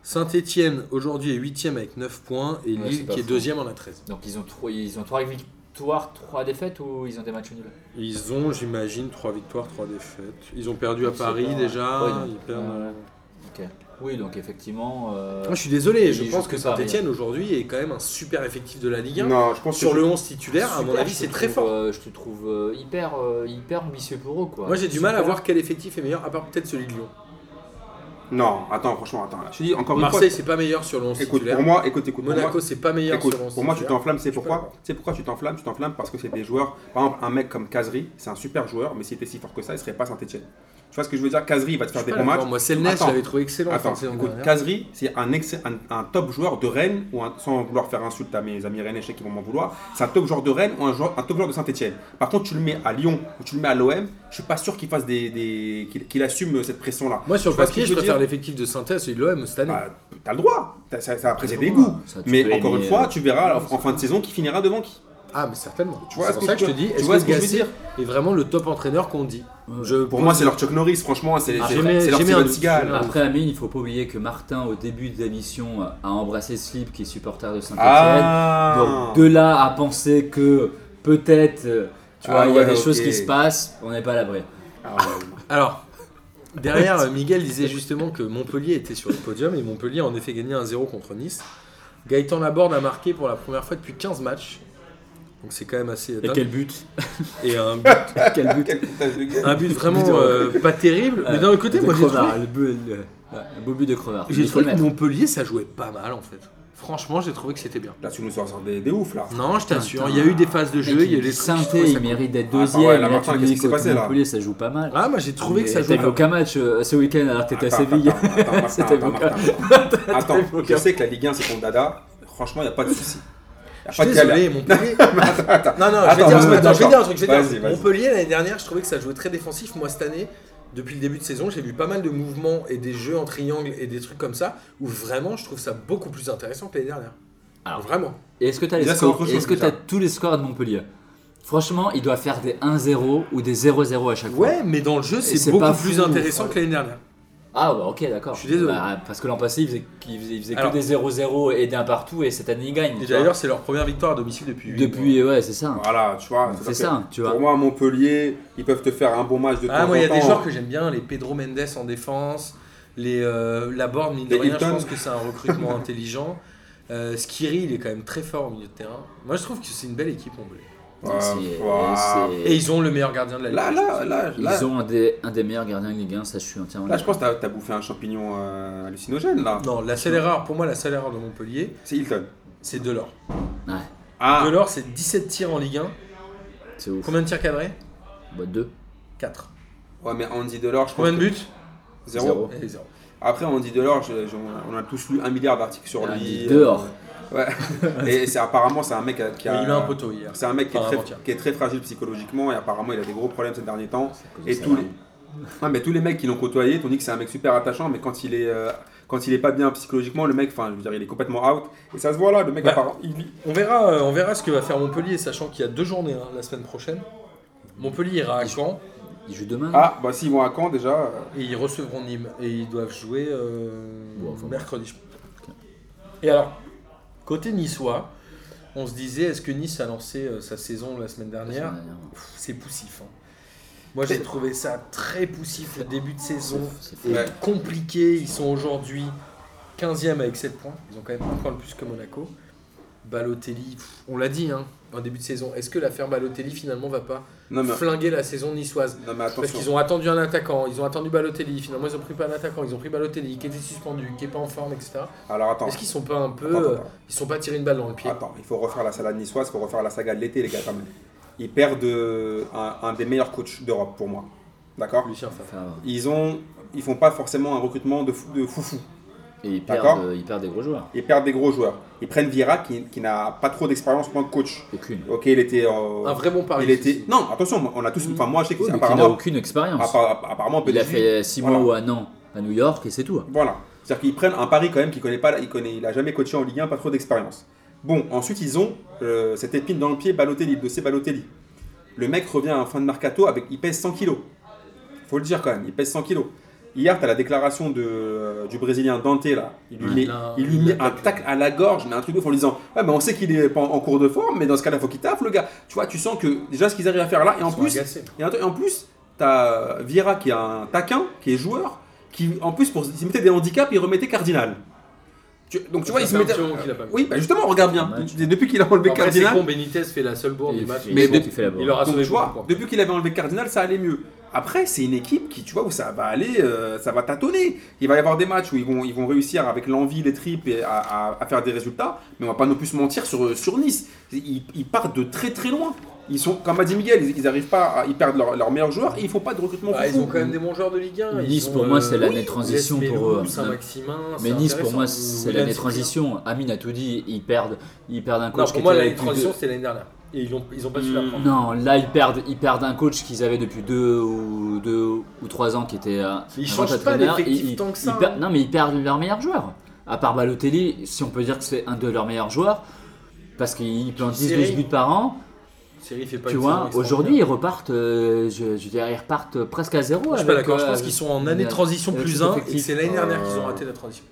[SPEAKER 1] Saint-Etienne, aujourd'hui, est 8 avec 9 points. Et
[SPEAKER 2] Ouais, c'est
[SPEAKER 1] Lille,
[SPEAKER 2] pas
[SPEAKER 1] qui est
[SPEAKER 2] fou.
[SPEAKER 1] deuxième, en a 13.
[SPEAKER 2] Donc ils ont trois, ils ont trois victoires, trois défaites ou ils ont des matchs nuls
[SPEAKER 1] Ils ont, j'imagine, 3 victoires, 3 défaites. Ils ont perdu à
[SPEAKER 2] Je sais
[SPEAKER 1] Paris
[SPEAKER 2] pas, ouais.
[SPEAKER 1] déjà.
[SPEAKER 2] Ouais, ils ont-
[SPEAKER 1] ils perdent,
[SPEAKER 2] ouais,
[SPEAKER 1] euh,
[SPEAKER 2] Ok. Oui, donc effectivement. euh,
[SPEAKER 1] Moi, Ah, je suis désolé.
[SPEAKER 2] Ils
[SPEAKER 1] Je
[SPEAKER 2] jouent
[SPEAKER 1] pense que
[SPEAKER 2] que Paris.
[SPEAKER 1] Saint-Etienne, aujourd'hui, est quand même un super effectif de la Ligue 1.
[SPEAKER 3] Non, je pense
[SPEAKER 1] Sur
[SPEAKER 3] que
[SPEAKER 1] le 11 titulaire, à mon
[SPEAKER 2] super,
[SPEAKER 1] avis,
[SPEAKER 2] je
[SPEAKER 1] c'est
[SPEAKER 2] te
[SPEAKER 1] très
[SPEAKER 2] trouve,
[SPEAKER 1] fort.
[SPEAKER 2] euh, je te trouve euh, hyper, euh, hyper ambitieux pour eux, quoi.
[SPEAKER 1] Moi, j'ai du mal à
[SPEAKER 2] Super.
[SPEAKER 1] voir quel effectif est meilleur, à part peut-être celui de Lyon.
[SPEAKER 3] Non, attends, franchement, attends. Je te dis encore une fois.
[SPEAKER 1] Marseille, c'est pas meilleur sur le 11
[SPEAKER 3] Écoute,
[SPEAKER 1] titulaire.
[SPEAKER 3] pour moi, écoute, écoute, pour moi,
[SPEAKER 1] Monaco, c'est pas meilleur
[SPEAKER 3] Écoute,
[SPEAKER 1] sur le 11
[SPEAKER 3] pour moi, tu
[SPEAKER 1] titulaire.
[SPEAKER 3] t'enflammes, c'est
[SPEAKER 1] Je peux
[SPEAKER 3] pourquoi
[SPEAKER 1] l'avoir.
[SPEAKER 3] C'est pourquoi tu t'enflammes Tu t'enflammes parce que c'est des joueurs. Par exemple, un mec comme Kazri, c'est un super joueur, mais s'il était si fort que ça, il serait pas Saint-Etienne. Tu vois ce que je veux dire Kazri va te
[SPEAKER 1] Je
[SPEAKER 3] faire
[SPEAKER 1] suis
[SPEAKER 3] des
[SPEAKER 1] pas
[SPEAKER 3] bons
[SPEAKER 1] d'accord.
[SPEAKER 3] matchs.
[SPEAKER 1] Moi, Selnes, je
[SPEAKER 3] Attends.
[SPEAKER 1] l'avais trouvé excellent. en fin
[SPEAKER 3] Attends,
[SPEAKER 1] de saison
[SPEAKER 3] écoute,
[SPEAKER 1] dernière.
[SPEAKER 3] Kazri, c'est un, ex- un, un top joueur de Rennes, ou un- sans vouloir faire insulte à mes amis rennais, je sais qu'ils vont m'en vouloir, c'est un top joueur de Rennes ou un, joueur- un top joueur de Saint-Etienne. Par contre, tu le mets à Lyon ou tu le mets à l'OM, je suis pas sûr qu'il fasse des, des- qu'il, qu'il assume cette pression-là.
[SPEAKER 1] Moi, sur
[SPEAKER 3] Tu
[SPEAKER 1] le
[SPEAKER 3] vois ce que
[SPEAKER 1] papier,
[SPEAKER 3] je
[SPEAKER 1] je
[SPEAKER 3] veux
[SPEAKER 1] préfère
[SPEAKER 3] dire
[SPEAKER 1] l'effectif de Saint-Etienne, celui de l'OM cette année.
[SPEAKER 3] Bah, t'as le droit, T'as- ça, ça, après c'est des
[SPEAKER 2] le droit.
[SPEAKER 3] goûts.
[SPEAKER 2] Ça, tu
[SPEAKER 3] Mais
[SPEAKER 2] peux
[SPEAKER 3] encore
[SPEAKER 2] aimer,
[SPEAKER 3] une fois,
[SPEAKER 2] euh,
[SPEAKER 3] tu verras en fin de saison qui finira devant qui.
[SPEAKER 1] Ah, mais certainement.
[SPEAKER 3] Tu vois
[SPEAKER 1] C'est
[SPEAKER 3] ce
[SPEAKER 1] pour
[SPEAKER 3] que
[SPEAKER 1] ça
[SPEAKER 3] je
[SPEAKER 1] que je te
[SPEAKER 3] veux-
[SPEAKER 1] dis,
[SPEAKER 3] tu
[SPEAKER 1] est-ce
[SPEAKER 3] vois
[SPEAKER 1] que,
[SPEAKER 3] ce que je veux
[SPEAKER 1] Gasset
[SPEAKER 3] dire Euh,
[SPEAKER 1] est vraiment le top entraîneur qu'on dit Je-
[SPEAKER 3] Pour moi, c'est leur Chuck Norris, franchement. C'est
[SPEAKER 1] Ah,
[SPEAKER 3] c'est-
[SPEAKER 1] j'ai mis-
[SPEAKER 3] c'est leur
[SPEAKER 1] j'ai mis
[SPEAKER 3] Steven
[SPEAKER 1] un- j'ai mis
[SPEAKER 3] Seagal.
[SPEAKER 1] un-
[SPEAKER 2] Après, Amine, il faut pas oublier que Martin, au début de l'émission, a embrassé Slip, qui est supporter de Saint-Etienne.
[SPEAKER 3] Ah
[SPEAKER 2] Donc de là à penser que peut-être, euh, tu vois,
[SPEAKER 3] Ah
[SPEAKER 2] il y a
[SPEAKER 3] ouais,
[SPEAKER 2] des
[SPEAKER 3] ok.
[SPEAKER 2] choses qui se passent, on n'est pas à l'abri.
[SPEAKER 3] Ah ouais.
[SPEAKER 1] Alors, derrière, euh, Miguel disait justement que Montpellier était sur le podium et Montpellier a en effet gagné 1-0 contre Nice. Gaëtan Laborde a marqué pour la première fois depuis 15 matchs. Donc c'est quand même assez euh, dingue.
[SPEAKER 2] but
[SPEAKER 1] Et [laughs] un,
[SPEAKER 2] Quel but
[SPEAKER 3] Quel foutage de gueule.
[SPEAKER 1] un
[SPEAKER 2] [laughs]
[SPEAKER 1] but vraiment euh, pas terrible. Mais
[SPEAKER 2] Euh,
[SPEAKER 1] d'un autre côté,
[SPEAKER 2] de
[SPEAKER 1] moi j'ai trouvé,
[SPEAKER 2] crevard, le but- le- ouais, un beau but de crevard.
[SPEAKER 1] j'ai
[SPEAKER 2] Il faut
[SPEAKER 1] trouvé
[SPEAKER 2] le
[SPEAKER 1] que
[SPEAKER 2] mettre.
[SPEAKER 1] Montpellier ça jouait pas mal en fait. Franchement, j'ai trouvé que c'était bien.
[SPEAKER 3] Là, tu nous sors des, des ouf, là.
[SPEAKER 1] Non, je t'assure, il y a eu des phases de jeu,
[SPEAKER 2] Mec,
[SPEAKER 1] il y a eu
[SPEAKER 2] dit
[SPEAKER 1] des trucs, je
[SPEAKER 2] Sainté,
[SPEAKER 1] trouvais ça
[SPEAKER 2] il
[SPEAKER 1] cool.
[SPEAKER 2] mérite d'être
[SPEAKER 3] Ah,
[SPEAKER 2] deuxième.
[SPEAKER 3] ouais,
[SPEAKER 2] et
[SPEAKER 3] là,
[SPEAKER 2] là,
[SPEAKER 3] Martin,
[SPEAKER 2] tu
[SPEAKER 3] qu'est-ce
[SPEAKER 2] dis
[SPEAKER 3] qui s'est
[SPEAKER 2] contre
[SPEAKER 3] passé, là
[SPEAKER 2] Montpellier, ça joue pas mal.
[SPEAKER 1] Ah, moi j'ai trouvé que ça
[SPEAKER 2] Mais
[SPEAKER 1] jouait
[SPEAKER 2] T'as
[SPEAKER 1] pas mal.
[SPEAKER 2] vu aucun match euh, ce week-end alors que t'étais à
[SPEAKER 3] Attends,
[SPEAKER 2] Séville.
[SPEAKER 3] attends,
[SPEAKER 1] [laughs]
[SPEAKER 3] attends, Martin,
[SPEAKER 2] C'était
[SPEAKER 3] attends,
[SPEAKER 2] vocal.
[SPEAKER 3] Martin, attends. Attends, je
[SPEAKER 2] vocal.
[SPEAKER 3] sais que la Ligue 1, c'est ton dada. Franchement, il n'y a pas de souci. Y a
[SPEAKER 1] Je
[SPEAKER 3] pas
[SPEAKER 1] suis
[SPEAKER 3] de
[SPEAKER 1] désolé, [laughs] Montpellier. Non, non,
[SPEAKER 3] Attends,
[SPEAKER 1] je vais dire,
[SPEAKER 3] vas-y,
[SPEAKER 1] attends, je vais
[SPEAKER 3] d'accord.
[SPEAKER 1] dire un truc. je vais dire un
[SPEAKER 3] Vas-y,
[SPEAKER 1] truc.
[SPEAKER 3] vas-y.
[SPEAKER 1] Montpellier, l'année dernière, je trouvais que ça jouait très défensif. Moi, cette année, depuis le début de saison, j'ai vu pas mal de mouvements et des jeux en triangle et des trucs comme ça où vraiment, je trouve ça beaucoup plus intéressant que l'année dernière.
[SPEAKER 2] Alors.
[SPEAKER 1] vraiment.
[SPEAKER 2] Et Est-ce que t'as les
[SPEAKER 3] Là, c'est
[SPEAKER 2] scores
[SPEAKER 3] autre chose,
[SPEAKER 2] Est-ce que
[SPEAKER 3] déjà.
[SPEAKER 2] t'as tous les scores de Montpellier Franchement, il doit faire des 1-0 ou des 0-0 à chaque fois.
[SPEAKER 1] Ouais, mais dans le jeu, c'est
[SPEAKER 2] c'est
[SPEAKER 1] beaucoup
[SPEAKER 2] pas
[SPEAKER 1] plus
[SPEAKER 2] fou,
[SPEAKER 1] intéressant
[SPEAKER 2] ouais.
[SPEAKER 1] que l'année dernière.
[SPEAKER 2] Ah ouais, ok, d'accord.
[SPEAKER 1] Je suis désolé.
[SPEAKER 2] Bah, parce que l'an passé, il faisait, il faisait, il faisait
[SPEAKER 1] Alors.
[SPEAKER 2] que des 0-0 et d'un partout, et cette année, il gagne.
[SPEAKER 1] Et
[SPEAKER 2] tu vois.
[SPEAKER 1] d'ailleurs, c'est leur première victoire à domicile depuis. huit mois.
[SPEAKER 2] depuis, ouais, c'est ça.
[SPEAKER 3] Voilà, tu vois.
[SPEAKER 2] C'est ça, tu vois.
[SPEAKER 3] Pour moi, Montpellier, ils peuvent te faire un bon match de
[SPEAKER 1] Ah,
[SPEAKER 3] temps
[SPEAKER 1] moi,
[SPEAKER 3] en
[SPEAKER 1] il y a des
[SPEAKER 3] temps.
[SPEAKER 1] joueurs que j'aime bien, les Pedro Mendes en défense, les euh, Laborde, mine de
[SPEAKER 3] Les
[SPEAKER 1] rien, je
[SPEAKER 3] Hilton.
[SPEAKER 1] pense que c'est un
[SPEAKER 3] [laughs]
[SPEAKER 1] recrutement intelligent. Euh, Skiri, il est quand même très fort au milieu de terrain. Moi, je trouve que c'est une belle équipe, Montpellier.
[SPEAKER 3] Ouais,
[SPEAKER 2] C'est-
[SPEAKER 3] ouais.
[SPEAKER 1] Et
[SPEAKER 2] c'est-
[SPEAKER 1] ils ont le meilleur gardien de la Ligue.
[SPEAKER 3] Là, là, là, là.
[SPEAKER 2] Ils ont un des, un des meilleurs gardiens de Ligue 1, ça je suis entièrement
[SPEAKER 3] Là, je pense que t'as- t'as bouffé un champignon euh, hallucinogène, là.
[SPEAKER 1] Non, la seule erreur, pour moi, la seule erreur de Montpellier,
[SPEAKER 3] C'est Hilton.
[SPEAKER 1] c'est Delors.
[SPEAKER 2] Ouais,
[SPEAKER 3] Ah,
[SPEAKER 1] Delors, c'est 17 tirs en Ligue 1.
[SPEAKER 2] c'est ouf.
[SPEAKER 1] Combien de tirs cadrés
[SPEAKER 2] Bah, deux.
[SPEAKER 1] 4.
[SPEAKER 3] ouais, mais Andy Delors, je pense.
[SPEAKER 1] Combien de
[SPEAKER 3] que-
[SPEAKER 1] buts
[SPEAKER 3] Zéro.
[SPEAKER 2] Zéro.
[SPEAKER 1] Et zéro.
[SPEAKER 3] Après, Andy Delors, je- je- on a tous lu un milliard d'articles sur
[SPEAKER 2] Ah,
[SPEAKER 3] lui.
[SPEAKER 2] dit dehors.
[SPEAKER 3] Ouais. Et c'est apparemment c'est un mec qui
[SPEAKER 1] Mais
[SPEAKER 3] a.
[SPEAKER 1] il met un poteau hier.
[SPEAKER 3] C'est un mec qui est,
[SPEAKER 1] Enfin,
[SPEAKER 3] très,
[SPEAKER 1] avant-hier.
[SPEAKER 3] qui est très fragile psychologiquement et apparemment il a des gros problèmes ces derniers temps. Et
[SPEAKER 2] ça
[SPEAKER 3] tous
[SPEAKER 2] va.
[SPEAKER 3] les, Ouais, mais tous les mecs qui l'ont côtoyé, t'ont dit que c'est un mec super attachant, mais quand il est euh, quand il est pas bien psychologiquement, le mec, enfin, je veux dire, il est complètement out. Et ça se voit là, le mec
[SPEAKER 1] Bah.
[SPEAKER 3] apparemment, il-
[SPEAKER 1] On verra, euh, on verra ce que va faire Montpellier, sachant qu'il y a deux journées hein, la semaine prochaine. Montpellier ira à Caen
[SPEAKER 2] Il joue demain hein.
[SPEAKER 3] Ah, bah s'ils vont à Caen déjà. euh,
[SPEAKER 1] et ils recevront Nîmes. Et ils doivent jouer euh,
[SPEAKER 2] Bon, enfin,
[SPEAKER 1] mercredi, je pense. Et alors, côté niçois, on se disait, est-ce que Nice a lancé euh, sa saison la semaine
[SPEAKER 2] non
[SPEAKER 1] dernière Pff, C'est poussif. hein. Moi, j'ai trouvé ça très poussif le début de saison.
[SPEAKER 2] C'est fou.
[SPEAKER 1] Et
[SPEAKER 3] Ouais.
[SPEAKER 1] compliqué. Ils sont aujourd'hui 15e avec 7 points. Ils ont quand même un point de plus que Monaco. Balotelli, pff, on l'a dit hein, en début de saison. Est-ce que l'affaire Balotelli finalement va pas
[SPEAKER 3] Non, mais,
[SPEAKER 1] flinguer la saison niçoise
[SPEAKER 3] non, mais
[SPEAKER 1] Parce
[SPEAKER 3] attention.
[SPEAKER 1] qu'ils ont attendu un attaquant, ils ont attendu Balotelli, finalement ils ont pris pas un attaquant, ils ont pris Balotelli qui était suspendu, qui est pas en forme, etc.
[SPEAKER 3] Alors attends.
[SPEAKER 1] Est-ce qu'ils sont pas un peu.
[SPEAKER 3] Attends,
[SPEAKER 1] euh,
[SPEAKER 3] attends,
[SPEAKER 1] Ils sont pas tirés une balle dans le pied
[SPEAKER 3] attends, il faut refaire la salade niçoise, il faut refaire la saga de l'été, les gars, quand même. Ils perdent euh, un, un des meilleurs coachs d'Europe pour moi. D'accord
[SPEAKER 1] Lucien Favre.
[SPEAKER 2] Favre.
[SPEAKER 3] Ils ont, ils font pas forcément un recrutement de, fou- de foufou.
[SPEAKER 2] Et ils
[SPEAKER 3] D'accord.
[SPEAKER 2] perdent, euh, ils perdent des gros joueurs.
[SPEAKER 3] Ils perdent des gros joueurs. Ils prennent Vieira qui, qui n'a pas trop d'expérience en tant que coach.
[SPEAKER 2] Aucune.
[SPEAKER 3] Ok, il était. euh,
[SPEAKER 1] Un vrai bon pari.
[SPEAKER 3] il était.
[SPEAKER 1] ceci.
[SPEAKER 3] Non, attention, on a tous. Enfin, moi, je sais que
[SPEAKER 2] Oui,
[SPEAKER 3] c'est
[SPEAKER 2] donc il n'a
[SPEAKER 3] apparemment.
[SPEAKER 2] aucune expérience.
[SPEAKER 3] appara- Apparemment,
[SPEAKER 2] Il a
[SPEAKER 3] PSG,
[SPEAKER 2] fait 6
[SPEAKER 3] Voilà.
[SPEAKER 2] mois ou un an à New York et c'est tout. hein.
[SPEAKER 3] Voilà. C'est-à-dire qu'ils prennent un pari quand même qu'il connaît pas, il connaît, il a jamais coaché en Ligue 1, pas trop d'expérience. Bon, ensuite ils ont euh, cette épine dans le pied, Balotelli, le dossier Balotelli. Le mec revient en fin de mercato avec, il pèse 100 kilos. Faut le dire quand même, il pèse 100 kilos. Hier, t'as la déclaration de, euh, du Brésilien Dante là. Il lui
[SPEAKER 1] Ouais.
[SPEAKER 3] met,
[SPEAKER 1] Là,
[SPEAKER 3] il lui
[SPEAKER 1] il
[SPEAKER 3] met
[SPEAKER 1] l'attaque,
[SPEAKER 3] un tacle à la gorge, mais un truc de fou en lui disant, ouais, mais on sait qu'il est pas en, en cours de forme, mais dans ce cas-là, faut qu'il tape le gars. Tu vois, tu sens que déjà ce qu'ils arrivent à faire là, et en
[SPEAKER 1] Ils sont
[SPEAKER 3] plus,
[SPEAKER 1] agacés.
[SPEAKER 3] et un truc- en plus, t'as euh, Vieira qui est un taquin, qui est joueur, qui en plus, pour s'il mettait des handicaps, il remettait Cardinal. Tu- donc tu
[SPEAKER 1] Ça
[SPEAKER 3] vois, il
[SPEAKER 1] fait
[SPEAKER 3] se
[SPEAKER 1] un
[SPEAKER 3] mettait.
[SPEAKER 1] petit moment qu'il a pas mis.
[SPEAKER 3] Oui, bah justement, regarde bien.
[SPEAKER 2] Dommage.
[SPEAKER 3] Tu- Depuis qu'il a enlevé
[SPEAKER 1] Après, c'est
[SPEAKER 3] Cardinal,
[SPEAKER 1] con, Benitez fait la seule bourde du
[SPEAKER 2] Il-
[SPEAKER 1] match.
[SPEAKER 2] il-
[SPEAKER 3] mais
[SPEAKER 2] il-
[SPEAKER 3] depuis-
[SPEAKER 2] il fait la bourde.
[SPEAKER 1] Il leur a
[SPEAKER 3] donc,
[SPEAKER 1] sauvé
[SPEAKER 3] tu vois,
[SPEAKER 1] beaucoup de points.
[SPEAKER 3] depuis qu'il avait enlevé Cardinal, ça allait mieux. Après, c'est une équipe qui, tu vois, où ça va aller, euh, ça va tâtonner. Il va y avoir des matchs où ils vont, ils vont réussir avec l'envie, les tripes et à, à- à faire des résultats, mais on va pas non plus se mentir sur, euh, sur Nice. Ils, ils partent de très très loin. Ils sont, comme a dit Miguel, ils, ils arrivent pas, à, ils perdent leur- leurs meilleurs joueurs et ils font pas de recrutement.
[SPEAKER 1] Bah, ils
[SPEAKER 3] foufou.
[SPEAKER 1] ont quand même des bons joueurs de Ligue 1.
[SPEAKER 2] Nice, pour moi, c'est l'année de transition pour eux.
[SPEAKER 1] euh, Saint-Maximin, c'est
[SPEAKER 2] Mais Nice, pour moi,
[SPEAKER 1] intéressant.
[SPEAKER 2] c'est
[SPEAKER 1] Willian
[SPEAKER 2] l'année de
[SPEAKER 1] Cyprien.
[SPEAKER 2] transition. Amine a tout dit. Ils perdent, ils perdent un
[SPEAKER 1] Non,
[SPEAKER 2] coach qui
[SPEAKER 1] pour moi,
[SPEAKER 2] était là
[SPEAKER 1] l'année de
[SPEAKER 2] depuis
[SPEAKER 1] transition, c'était l'année dernière. Et ils ont, ils ont pas su la
[SPEAKER 3] Hmm.
[SPEAKER 1] prendre.
[SPEAKER 2] Non, là ils perdent, ils perdent un coach qu'ils avaient depuis deux ou deux ou trois ans qui était euh,
[SPEAKER 1] Ils
[SPEAKER 2] un
[SPEAKER 1] changent
[SPEAKER 2] grand
[SPEAKER 1] pas
[SPEAKER 2] entraîneur.
[SPEAKER 1] d'effectif
[SPEAKER 2] Ils- ils-
[SPEAKER 1] tant que ça,
[SPEAKER 2] ils per-
[SPEAKER 1] hein.
[SPEAKER 2] Non mais ils perdent leur meilleur joueur. À part Balotelli, si on peut dire que c'est un de leurs meilleurs joueurs, parce qu'il plante
[SPEAKER 1] Série.
[SPEAKER 2] 10-12 buts par an,
[SPEAKER 1] Série fait pas
[SPEAKER 2] tu
[SPEAKER 1] une
[SPEAKER 2] vois,
[SPEAKER 1] saison
[SPEAKER 2] aujourd'hui ils repartent, euh, je, je veux dire, ils repartent presque à zéro.
[SPEAKER 1] Je suis
[SPEAKER 2] avec,
[SPEAKER 1] pas d'accord, je
[SPEAKER 2] euh,
[SPEAKER 1] pense qu'ils sont en année de
[SPEAKER 2] euh,
[SPEAKER 1] transition
[SPEAKER 2] avec
[SPEAKER 1] plus
[SPEAKER 2] cet
[SPEAKER 1] 1 et
[SPEAKER 2] effectif.
[SPEAKER 1] c'est l'année dernière qu'ils ont
[SPEAKER 3] Euh,
[SPEAKER 1] raté la transition.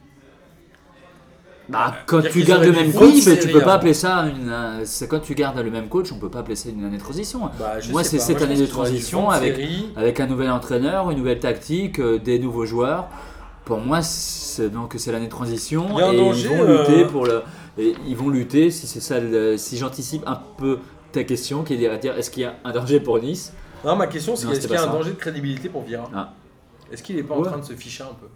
[SPEAKER 2] Bah, quand
[SPEAKER 1] Dire
[SPEAKER 2] tu
[SPEAKER 1] qu'ils
[SPEAKER 2] gardes le
[SPEAKER 1] auraient
[SPEAKER 2] même
[SPEAKER 1] dû
[SPEAKER 2] coach,
[SPEAKER 1] finir
[SPEAKER 2] tu
[SPEAKER 1] série
[SPEAKER 2] peux pas
[SPEAKER 1] avant.
[SPEAKER 2] appeler ça une. euh, C'est quand tu gardes le même coach, on peut pas appeler ça une année de transition. hein.
[SPEAKER 1] Bah, je
[SPEAKER 2] Moi,
[SPEAKER 1] sais
[SPEAKER 2] c'est
[SPEAKER 1] pas.
[SPEAKER 2] cette
[SPEAKER 1] je
[SPEAKER 2] année
[SPEAKER 1] pense
[SPEAKER 2] de
[SPEAKER 1] qu'ils auraient dû
[SPEAKER 2] transition
[SPEAKER 1] prendre
[SPEAKER 2] avec-
[SPEAKER 1] Série.
[SPEAKER 2] avec un nouvel entraîneur, une nouvelle tactique, euh, des nouveaux joueurs. Pour moi, c'est donc c'est l'année de transition
[SPEAKER 1] Il y a un
[SPEAKER 2] et
[SPEAKER 1] danger,
[SPEAKER 2] ils vont
[SPEAKER 1] euh,
[SPEAKER 2] lutter pour le. et ils vont lutter si c'est ça. le- si j'anticipe un peu ta question, qui est à dire est-ce qu'il y a un danger pour Nice
[SPEAKER 1] Non, ma question, c'est
[SPEAKER 2] Non,
[SPEAKER 1] est-ce
[SPEAKER 2] c'était
[SPEAKER 1] qu'il y a
[SPEAKER 2] pas
[SPEAKER 1] un
[SPEAKER 2] ça.
[SPEAKER 1] danger de crédibilité pour Vieira
[SPEAKER 2] Ah.
[SPEAKER 1] Est-ce qu'il est pas en
[SPEAKER 2] Ouais.
[SPEAKER 1] train de se ficher un peu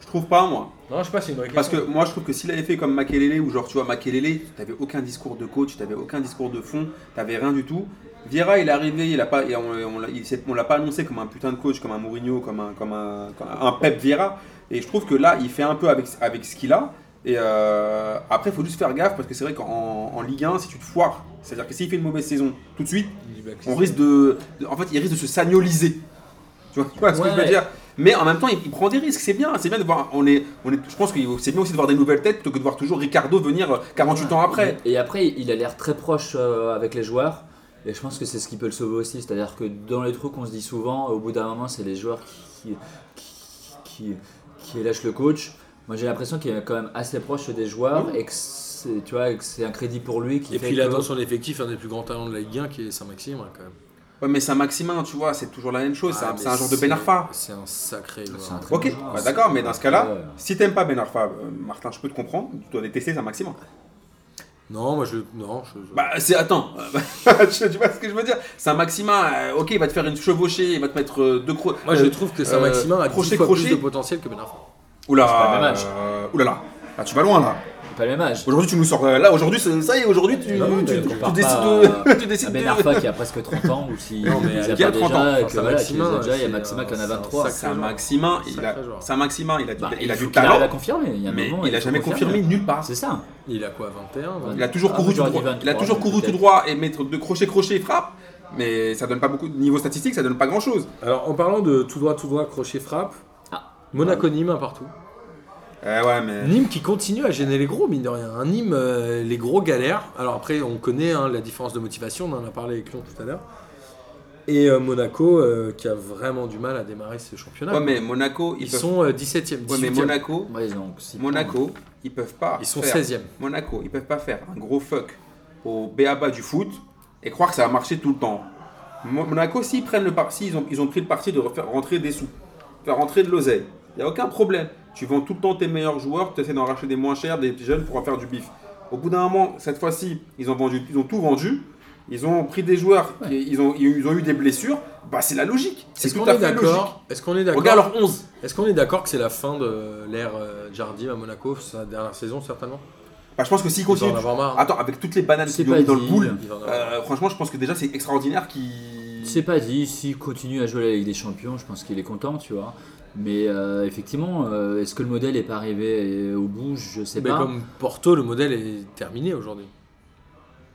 [SPEAKER 3] Je trouve pas, moi.
[SPEAKER 1] Non, je sais pas, c'est une vraie
[SPEAKER 3] Parce
[SPEAKER 1] question.
[SPEAKER 3] que moi, je trouve que s'il avait fait comme Makelele, ou genre, tu vois, Makelele, t'avais aucun discours de coach, t'avais aucun discours de fond, t'avais rien du tout. Vieira, il est arrivé, il a pas, il- on, on l'a- il s'est- on l'a pas annoncé comme un putain de coach, comme un Mourinho, comme un, comme un, comme un Pep Vieira. Et je trouve que là, il fait un peu avec, avec ce qu'il a. Et euh, après, il faut juste faire gaffe parce que c'est vrai qu'en en Ligue 1, si tu te foires, c'est-à-dire que s'il fait une mauvaise saison tout de suite,
[SPEAKER 1] Il dit, bah,
[SPEAKER 3] on risque de, de- En fait, il risque de se sagnoliser. Tu vois, tu vois ce que
[SPEAKER 2] Ouais.
[SPEAKER 3] je veux dire Mais en même temps, il, il prend des risques. C'est bien, c'est bien de voir. On est, on est, je pense que c'est bien aussi de voir des nouvelles têtes plutôt que de voir toujours Ricardo venir euh, 48 ans après.
[SPEAKER 2] Et après, il a l'air très proche euh, avec les joueurs. Et je pense que c'est ce qui peut le sauver aussi. C'est-à-dire que dans les trucs, on se dit souvent, au bout d'un moment, c'est les joueurs qui, qui, qui, qui lâchent le coach. Moi, j'ai l'impression qu'il est quand même assez proche des joueurs et que c'est, tu vois, et que c'est un crédit pour lui qui
[SPEAKER 1] Et
[SPEAKER 2] fait
[SPEAKER 1] puis il a
[SPEAKER 2] que-
[SPEAKER 1] dans son effectif un des plus grands talents de la Ligue 1 qui est Saint-Maxime hein, quand même.
[SPEAKER 3] Ouais, mais c'est un Maximin, tu vois, c'est toujours la même chose. c'est
[SPEAKER 1] Ah,
[SPEAKER 3] un-
[SPEAKER 1] mais
[SPEAKER 3] c'est un genre de Ben Arfa.
[SPEAKER 1] C'est un sacré.
[SPEAKER 2] C'est
[SPEAKER 1] joueur.
[SPEAKER 2] un très
[SPEAKER 3] Ok,
[SPEAKER 2] bon joueur.
[SPEAKER 3] bah d'accord, mais dans ce cas-là,
[SPEAKER 2] Ouais.
[SPEAKER 3] si t'aimes pas Ben Arfa, euh, Martin, je peux te comprendre, tu dois détester un Maximin.
[SPEAKER 1] Non, moi je. Non, je. je-
[SPEAKER 3] Bah, c'est. Attends, [laughs] euh, tu tu vois ce que je veux dire C'est un Maximin, euh, ok, il va te faire une chevauchée, il va te mettre euh, deux crocs.
[SPEAKER 1] moi je trouve que
[SPEAKER 2] euh,
[SPEAKER 1] Saint-Maximin a 10
[SPEAKER 3] crochet,
[SPEAKER 1] fois
[SPEAKER 3] crochet.
[SPEAKER 1] plus de potentiel que Ben Arfa.
[SPEAKER 3] Oula,
[SPEAKER 2] C'est pas le même âge.
[SPEAKER 3] euh, oulala, là, tu vas loin là.
[SPEAKER 2] C'est pas le même âge.
[SPEAKER 3] Aujourd'hui, tu nous sors. euh, Là, aujourd'hui, c'est- ça y est, aujourd'hui, tu,
[SPEAKER 2] Non, non,
[SPEAKER 3] tu-
[SPEAKER 2] mais
[SPEAKER 3] tu- tu
[SPEAKER 2] compare
[SPEAKER 3] décides
[SPEAKER 2] pas
[SPEAKER 3] de. [laughs] tu décides
[SPEAKER 2] À Ben [laughs]
[SPEAKER 3] de-
[SPEAKER 2] Arfa qui a presque 30 ans ou
[SPEAKER 3] [laughs]
[SPEAKER 2] si
[SPEAKER 1] Non, mais
[SPEAKER 2] il les a
[SPEAKER 3] il y a
[SPEAKER 2] pas
[SPEAKER 3] 30 ans.
[SPEAKER 2] déjà, et
[SPEAKER 1] Enfin,
[SPEAKER 2] que voilà, qu'il les a
[SPEAKER 1] Saint-Maximin,
[SPEAKER 2] déjà, il y a
[SPEAKER 1] c'est
[SPEAKER 2] Maxima qui en a
[SPEAKER 1] un-
[SPEAKER 2] 23.
[SPEAKER 1] c'est
[SPEAKER 3] C'est un Maximin, il a,
[SPEAKER 1] Sacré joueur.
[SPEAKER 3] c'est un Maximin, il a du,
[SPEAKER 2] Bah,
[SPEAKER 3] il a
[SPEAKER 2] faut
[SPEAKER 3] du
[SPEAKER 2] qu'il arrive à
[SPEAKER 3] talent,
[SPEAKER 2] confirmer. Il y a un
[SPEAKER 3] mais
[SPEAKER 2] moment,
[SPEAKER 3] il a
[SPEAKER 2] faut
[SPEAKER 3] jamais
[SPEAKER 2] confirmer.
[SPEAKER 3] confirmé nulle part.
[SPEAKER 2] C'est ça.
[SPEAKER 1] Il a quoi 21 20
[SPEAKER 3] Il a toujours
[SPEAKER 2] Ah,
[SPEAKER 3] couru tout
[SPEAKER 2] j'aurais dit
[SPEAKER 3] droit. Il a
[SPEAKER 2] 23,
[SPEAKER 3] toujours couru tout
[SPEAKER 2] peut-être.
[SPEAKER 3] droit et mettre de crochet, crochet, frappe. Mais ça donne pas beaucoup de niveau statistique, ça donne pas grand chose.
[SPEAKER 1] Alors en parlant de tout droit, tout droit, crochet, frappe.
[SPEAKER 2] Ah.
[SPEAKER 1] Monaco, Nîmes, un partout.
[SPEAKER 3] Eh ouais, mais.
[SPEAKER 1] Nîmes qui continue à gêner les gros, mine de rien. hein. Nîmes, euh, les gros galères. Alors après, on connaît hein, la différence de motivation, on en a parlé avec Lyon tout à l'heure. Et euh, Monaco euh, qui a vraiment du mal à démarrer ce championnat.
[SPEAKER 3] Ouais, mais Monaco, ils,
[SPEAKER 1] ils
[SPEAKER 3] peuvent-
[SPEAKER 1] sont euh, 17e, 18e.
[SPEAKER 3] Ouais, mais Monaco,
[SPEAKER 2] Ouais, ils ont six points.
[SPEAKER 3] Monaco, ils peuvent pas.
[SPEAKER 1] Ils sont
[SPEAKER 3] faire-
[SPEAKER 1] 16e.
[SPEAKER 3] Monaco, ils peuvent pas faire un gros fuck au BABA du foot et croire que ça va marcher tout le temps. Mo- Monaco, s'ils prennent le parti, ils ont, ils ont pris le parti de faire rentrer des sous, faire rentrer de l'oseille. Il n'y a aucun problème. Tu vends tout le temps tes meilleurs joueurs, tu essaies d'en racheter des moins chers, des petits jeunes pour en faire du bif. Au bout d'un moment, cette fois-ci, ils ont vendu, ils ont tout vendu. Ils ont pris des joueurs, qui- ils, ont, ils ont eu des blessures. Bah, c'est la logique. C'est
[SPEAKER 1] Est-ce
[SPEAKER 3] tout
[SPEAKER 1] qu'on
[SPEAKER 3] à
[SPEAKER 1] est
[SPEAKER 3] fait logique.
[SPEAKER 1] d'accord Est-ce qu'on est
[SPEAKER 3] Regarde
[SPEAKER 1] d'accord
[SPEAKER 3] leur 11.
[SPEAKER 1] Est-ce qu'on est d'accord que c'est la fin de l'ère euh, Jardim à Monaco, sa dernière saison certainement
[SPEAKER 3] Bah, je pense que s'ils
[SPEAKER 1] Ils
[SPEAKER 3] continuent.
[SPEAKER 1] en avoir marre.
[SPEAKER 3] Attends, avec toutes les bananes
[SPEAKER 2] C'est
[SPEAKER 3] qu'ils lui ont
[SPEAKER 2] pas
[SPEAKER 3] mis dans le
[SPEAKER 2] dit.
[SPEAKER 3] boule,
[SPEAKER 1] Ils en ont marre.
[SPEAKER 3] euh, franchement, je pense que déjà, c'est extraordinaire qu'ils.
[SPEAKER 2] C'est pas dit, s'il continue à jouer à la Ligue des Champions, je pense qu'il est content, tu vois. Mais euh, effectivement, euh, est-ce que le modèle est pas arrivé euh, au bout Je sais
[SPEAKER 1] Mais
[SPEAKER 2] pas.
[SPEAKER 1] comme Porto, le modèle est terminé aujourd'hui.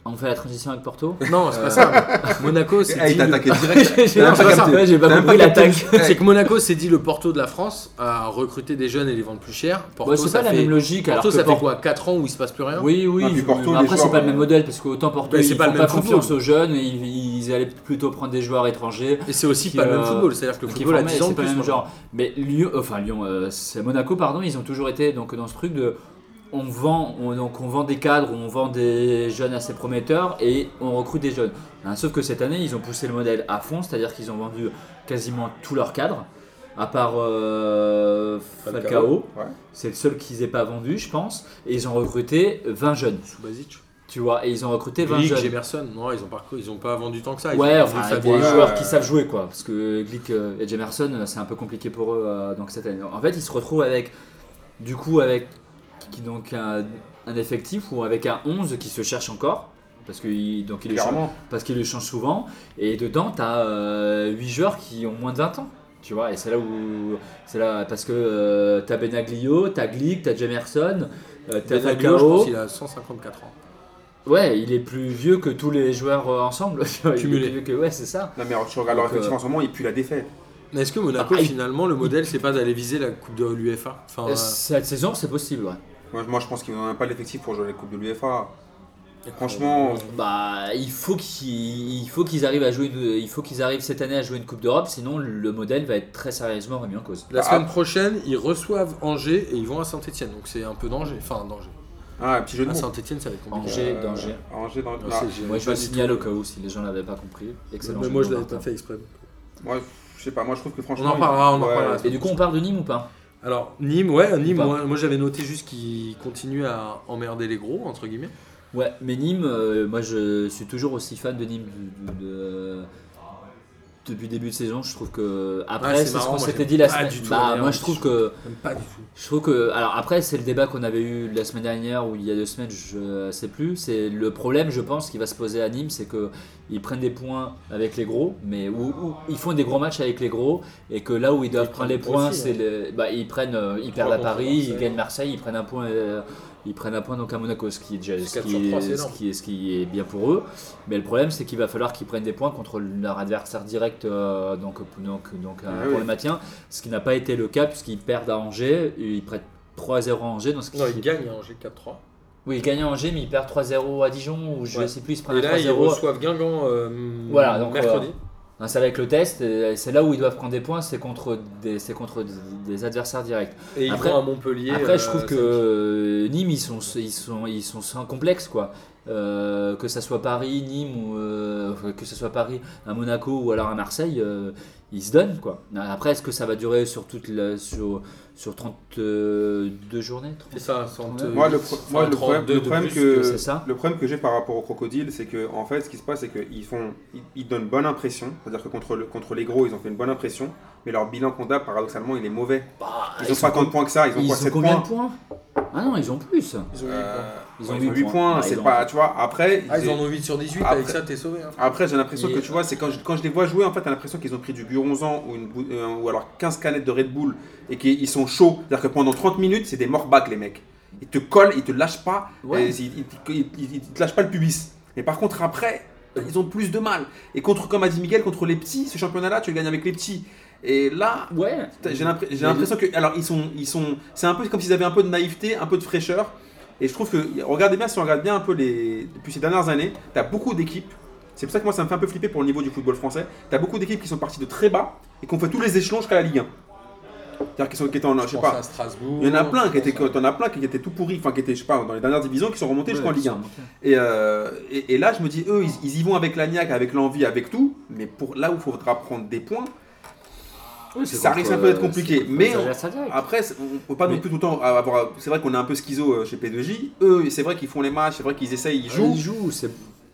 [SPEAKER 2] On fait la transition avec Porto
[SPEAKER 1] Non, c'est pas ça. Monaco,
[SPEAKER 3] Eh,
[SPEAKER 1] c'est
[SPEAKER 3] il
[SPEAKER 1] dit. [laughs]
[SPEAKER 3] t'a
[SPEAKER 1] le-
[SPEAKER 3] attaqué direct.
[SPEAKER 1] J'ai-
[SPEAKER 3] T'as même
[SPEAKER 1] c'est
[SPEAKER 3] pas
[SPEAKER 1] pas ça.
[SPEAKER 3] capté.
[SPEAKER 2] Ouais, j'ai pas
[SPEAKER 3] T'as même
[SPEAKER 2] compris
[SPEAKER 3] capté.
[SPEAKER 1] C'est que Monaco s'est dit le Porto de la France à recruter des jeunes et les vendre plus cher. Porto,
[SPEAKER 2] Ouais, c'est
[SPEAKER 1] ça
[SPEAKER 2] pas la
[SPEAKER 1] fait-
[SPEAKER 2] même logique. alors
[SPEAKER 1] Porto,
[SPEAKER 2] que
[SPEAKER 1] ça fait
[SPEAKER 2] Porto-
[SPEAKER 1] quoi 4 ans où il se passe plus rien
[SPEAKER 2] Oui, oui.
[SPEAKER 3] Ah, puis
[SPEAKER 2] je-
[SPEAKER 3] Porto,
[SPEAKER 2] mais
[SPEAKER 3] les
[SPEAKER 2] après,
[SPEAKER 3] joueurs,
[SPEAKER 2] c'est pas le même
[SPEAKER 3] euh,
[SPEAKER 2] modèle parce qu'autant Porto,
[SPEAKER 1] Mais
[SPEAKER 2] ils
[SPEAKER 1] c'est pas
[SPEAKER 2] font
[SPEAKER 1] le même
[SPEAKER 2] pas confiance
[SPEAKER 1] football.
[SPEAKER 2] aux jeunes, et ils, ils allaient plutôt prendre des joueurs étrangers.
[SPEAKER 1] Et c'est aussi
[SPEAKER 2] Qui,
[SPEAKER 1] pas le même
[SPEAKER 2] euh,
[SPEAKER 1] football. C'est-à-dire que le
[SPEAKER 2] qui
[SPEAKER 1] football a
[SPEAKER 2] formaient,
[SPEAKER 1] 10 ans
[SPEAKER 2] c'est
[SPEAKER 1] de
[SPEAKER 2] pas le
[SPEAKER 1] plus,
[SPEAKER 2] même
[SPEAKER 1] maintenant.
[SPEAKER 2] genre. Mais Lyon, enfin Lyon, euh, c'est Monaco, pardon, ils ont toujours été donc dans ce truc de on vend, on, donc on vend des cadres, on vend des jeunes assez prometteurs et on recrute des jeunes. Hein, sauf que cette année, ils ont poussé le modèle à fond, c'est-à-dire qu'ils ont vendu quasiment tous leurs cadres, à part euh, Falcao.
[SPEAKER 1] Falcao,
[SPEAKER 3] ouais.
[SPEAKER 2] C'est le seul qu'ils aient pas vendu, je pense. Et ils ont recruté 20 jeunes,
[SPEAKER 1] Subasic.
[SPEAKER 2] tu vois, et ils ont recruté 20
[SPEAKER 1] Glick,
[SPEAKER 2] jeunes.
[SPEAKER 1] Jemerson, non, ils ont pas, ils ont pas vendu tant que ça. euh, Ils
[SPEAKER 2] Ouais,
[SPEAKER 1] ont vendu
[SPEAKER 2] enfin,
[SPEAKER 1] Fabien.
[SPEAKER 2] des
[SPEAKER 3] Ouais,
[SPEAKER 2] joueurs
[SPEAKER 3] ouais.
[SPEAKER 2] qui savent jouer, quoi. Parce que Glick euh, et Jamerson, euh, c'est un peu compliqué pour eux euh, donc cette année. En fait, ils se retrouvent avec, du coup, avec qui, donc un, un effectif ou avec un 11 qui se cherche encore. Parce qu'il donc, il le change,
[SPEAKER 3] Clairement.
[SPEAKER 2] parce qu'il le change souvent. Et dedans, t'as 8 joueurs qui ont moins de 20 ans. Tu vois, et c'est là où. C'est là, parce que euh, t'as Benaglio, t'as Glick, t'as Jamerson, euh, t'as
[SPEAKER 1] Benaglio, je pense
[SPEAKER 2] Falcao.
[SPEAKER 1] qu'il a 154 ans.
[SPEAKER 2] Ouais, il est plus vieux que tous les joueurs euh, ensemble. [laughs] tu vois, il est plus
[SPEAKER 1] Cumulé.
[SPEAKER 2] vieux que, ouais, c'est ça.
[SPEAKER 3] Non, mais alors, tu regardes leur
[SPEAKER 2] Donc,
[SPEAKER 3] effectif
[SPEAKER 2] euh,
[SPEAKER 3] en ce moment, ils puent la défaite.
[SPEAKER 1] Mais est-ce que Monaco,
[SPEAKER 2] Ah, il-
[SPEAKER 1] finalement, le modèle, c'est pas d'aller viser la Coupe de l'UFA Enfin, euh,
[SPEAKER 2] Cette saison, c'est possible, ouais.
[SPEAKER 3] Moi, moi, je pense qu'ils n'ont même pas l'effectif pour jouer la Coupe de l'UEFA.
[SPEAKER 1] euh,
[SPEAKER 3] Franchement,
[SPEAKER 2] Bah, il faut qu'ils, il faut qu'ils arrivent à jouer, une- il faut qu'ils arrivent cette année à jouer une Coupe d'Europe, sinon le modèle va être très sérieusement remis en cause.
[SPEAKER 1] La
[SPEAKER 3] Bah,
[SPEAKER 1] semaine prochaine, ils reçoivent Angers et ils vont à Saint-Etienne. Donc c'est un peu danger. Enfin, danger.
[SPEAKER 3] ah, un petit jeu de
[SPEAKER 1] À
[SPEAKER 3] mots.
[SPEAKER 1] Saint-Etienne, ça va être compliqué.
[SPEAKER 2] Angers, danger.
[SPEAKER 3] Angers, danger.
[SPEAKER 1] Non,
[SPEAKER 3] Ah,
[SPEAKER 1] c'est- j'ai-
[SPEAKER 2] Moi, je
[SPEAKER 1] pas
[SPEAKER 2] le
[SPEAKER 1] du
[SPEAKER 2] signale
[SPEAKER 1] tout.
[SPEAKER 2] au cas où si les gens l'avaient pas compris. Excellent.
[SPEAKER 1] Mais
[SPEAKER 2] jeu
[SPEAKER 1] moi,
[SPEAKER 2] de
[SPEAKER 1] je l'avais
[SPEAKER 2] Martin.
[SPEAKER 1] pas fait exprès.
[SPEAKER 3] ouais, je sais pas, Bah, moi je trouve que franchement.
[SPEAKER 1] On en parlera, on en
[SPEAKER 3] ouais.
[SPEAKER 1] parlera.
[SPEAKER 2] Et du coup, on parle de Nîmes ou pas
[SPEAKER 1] Alors, Nîmes, ouais, Nîmes,
[SPEAKER 2] Pas.
[SPEAKER 1] moi, moi, j'avais noté juste qu'ils continuent à emmerder les gros, entre guillemets.
[SPEAKER 2] Ouais, mais Nîmes, euh, moi, je suis toujours aussi fan de Nîmes du- du- de- depuis le début de saison. Je trouve que après,
[SPEAKER 1] Ouais, c'est
[SPEAKER 2] c'est ce
[SPEAKER 1] marrant,
[SPEAKER 2] qu'on
[SPEAKER 1] moi,
[SPEAKER 2] s'était
[SPEAKER 1] j'aime
[SPEAKER 2] dit la
[SPEAKER 1] pas
[SPEAKER 2] semaine.
[SPEAKER 1] du tout la
[SPEAKER 2] Bah,
[SPEAKER 1] manière
[SPEAKER 2] moi,
[SPEAKER 1] dont
[SPEAKER 2] je
[SPEAKER 1] ils
[SPEAKER 2] trouve
[SPEAKER 1] jouent.
[SPEAKER 2] que
[SPEAKER 1] Même pas du tout.
[SPEAKER 2] Je trouve que, alors après, c'est le débat qu'on avait eu la semaine dernière ou il y a deux semaines, je sais plus. C'est le problème, je pense, qui va se poser à Nîmes, c'est que ils prennent des points avec les gros, mais où, où- ils font des gros matchs avec les gros et que là où ils doivent
[SPEAKER 1] Ils
[SPEAKER 2] prendre les
[SPEAKER 1] prennent
[SPEAKER 2] points,
[SPEAKER 1] aussi,
[SPEAKER 2] c'est le- bah, ils prennent, euh, ils perdent à
[SPEAKER 1] contre
[SPEAKER 2] Paris,
[SPEAKER 1] Marseille.
[SPEAKER 2] ils gagnent Marseille, ils prennent un point, euh, ils prennent un point donc à Monaco, ce qui est déjà, ce
[SPEAKER 1] quatre
[SPEAKER 2] qui
[SPEAKER 1] sur
[SPEAKER 2] est-
[SPEAKER 1] trois, c'est
[SPEAKER 2] ce
[SPEAKER 1] énorme.
[SPEAKER 2] qui est- ce qui est bien pour eux. Mais le problème, c'est qu'il va falloir qu'ils prennent des points contre leur adversaire direct, euh, donc, donc, donc euh,
[SPEAKER 3] Ah
[SPEAKER 2] pour
[SPEAKER 3] oui.
[SPEAKER 2] le maintien, ce qui n'a pas été le cas puisqu'ils perdent à Angers, ils prennent 3-0 à Angers, donc ce qui...
[SPEAKER 1] Non, hein, ils gagnent à Angers 4-3.
[SPEAKER 2] oui, ils gagnent à Angers, mais ils perdent 3-0 à Dijon ou je
[SPEAKER 1] Ouais.
[SPEAKER 2] sais plus, ils se prennent
[SPEAKER 1] Et
[SPEAKER 2] un
[SPEAKER 1] là, ils
[SPEAKER 2] 3-0.
[SPEAKER 1] reçoivent Guingamp euh,
[SPEAKER 2] Voilà, donc,
[SPEAKER 1] mercredi.
[SPEAKER 2] Hein, C'est avec le test, et c'est là où ils doivent prendre des points, c'est contre des, c'est contre des- des adversaires directs.
[SPEAKER 1] Et ils
[SPEAKER 2] Après-
[SPEAKER 1] vont à Montpellier.
[SPEAKER 2] Après, je
[SPEAKER 1] euh,
[SPEAKER 2] trouve que
[SPEAKER 1] samedi.
[SPEAKER 2] euh, Nîmes, ils sont, ils sont, ils sont sans complexe, quoi. Euh, que ça soit Paris, Nîmes ou euh, enfin, que ça soit Paris à Monaco ou alors à Marseille, euh, ils se donnent, quoi. Après, est-ce que ça va durer sur toute la, sur, sur 32 journées 30
[SPEAKER 1] C'est ça, 32.
[SPEAKER 3] Moi, le, pro- moi,
[SPEAKER 1] Enfin,
[SPEAKER 3] le problème,
[SPEAKER 1] 32
[SPEAKER 3] le
[SPEAKER 1] de
[SPEAKER 3] problème
[SPEAKER 1] plus
[SPEAKER 3] que,
[SPEAKER 2] que c'est ça.
[SPEAKER 3] le problème que j'ai par rapport aux crocodiles, c'est que en fait, ce qui se passe, c'est qu'ils font, ils, ils donnent bonne impression. C'est-à-dire que contre, le, contre les gros, ils ont fait une bonne impression, mais leur bilan comptable, paradoxalement, il est mauvais.
[SPEAKER 2] Bah,
[SPEAKER 3] Ils ont pas tant de points que ça. Ils ont
[SPEAKER 2] ils
[SPEAKER 3] quoi,
[SPEAKER 2] ont
[SPEAKER 3] 7
[SPEAKER 2] combien
[SPEAKER 3] points
[SPEAKER 2] de points Ah non, ils ont plus.
[SPEAKER 1] Ils ont
[SPEAKER 3] Euh,
[SPEAKER 2] Ils
[SPEAKER 3] Ils
[SPEAKER 2] ont
[SPEAKER 3] ont
[SPEAKER 2] huit
[SPEAKER 3] 8
[SPEAKER 2] points.
[SPEAKER 3] points.
[SPEAKER 2] Ah,
[SPEAKER 3] C'est
[SPEAKER 2] ils ont-
[SPEAKER 3] pas, tu vois. Après,
[SPEAKER 1] Ah,
[SPEAKER 3] j'ai-
[SPEAKER 1] ils en ont 8 sur 18,
[SPEAKER 3] Après-
[SPEAKER 1] avec ça t'es sauvé. hein.
[SPEAKER 3] Après, j'ai l'impression
[SPEAKER 2] Mais-
[SPEAKER 3] que tu vois, c'est quand je, quand je les vois jouer, en fait, t'as l'impression qu'ils ont pris du Guronzan ou, une, bou- euh, ou alors 15 canettes de Red Bull et qu'ils sont chauds. C'est-à-dire que pendant 30 minutes, c'est des morbacs, les mecs. Ils te collent, ils te lâchent pas,
[SPEAKER 2] Ouais.
[SPEAKER 3] euh, ils, ils- ils- ils- ils te lâchent pas le pubis. Mais par contre, après, euh, ils ont plus de mal. Et contre, comme a dit Miguel, contre les petits, ce championnat-là, tu le gagnes avec les petits. Et là,
[SPEAKER 2] Ouais.
[SPEAKER 3] Putain, J'ai l'impr- j'ai l'impression que. Alors, ils sont. ils sont C'est un peu comme s'ils avaient un peu de naïveté, un peu de fraîcheur. Et je trouve que. Regardez bien, si on regarde bien un peu les. Depuis ces dernières années, t'as beaucoup d'équipes. C'est pour ça que moi, ça me fait un peu flipper pour le niveau du football français. T'as beaucoup d'équipes qui sont parties de très bas et qui ont fait tous les échelons jusqu'à la Ligue 1. C'est-à-dire qu'ils sont. Qui étaient en, je sais
[SPEAKER 1] pense
[SPEAKER 3] pas.
[SPEAKER 1] à Strasbourg.
[SPEAKER 3] Il y en a plein qui
[SPEAKER 1] je
[SPEAKER 3] étaient,
[SPEAKER 1] pense à-
[SPEAKER 3] t'en as plein qui étaient tout pourris, enfin qui étaient, je sais pas, dans les dernières divisions, qui sont remontés jusqu'en
[SPEAKER 2] Ouais,
[SPEAKER 3] Ligue 1. Et, euh, et, et là, je me dis, eux, ils, ils y vont avec la niaque, avec l'envie, avec tout. Mais pour là où il faudra prendre des points, Ça risque un peu d'être compliqué, mais on-
[SPEAKER 2] on...
[SPEAKER 3] Après, c'est- on peut pas
[SPEAKER 2] Mais-
[SPEAKER 3] non plus tout le temps avoir. C'est vrai qu'on est un peu schizo euh, chez P2J. Eux, c'est vrai qu'ils font les matchs, c'est vrai qu'ils essayent, ils jouent.
[SPEAKER 2] Ils jouent, c'est.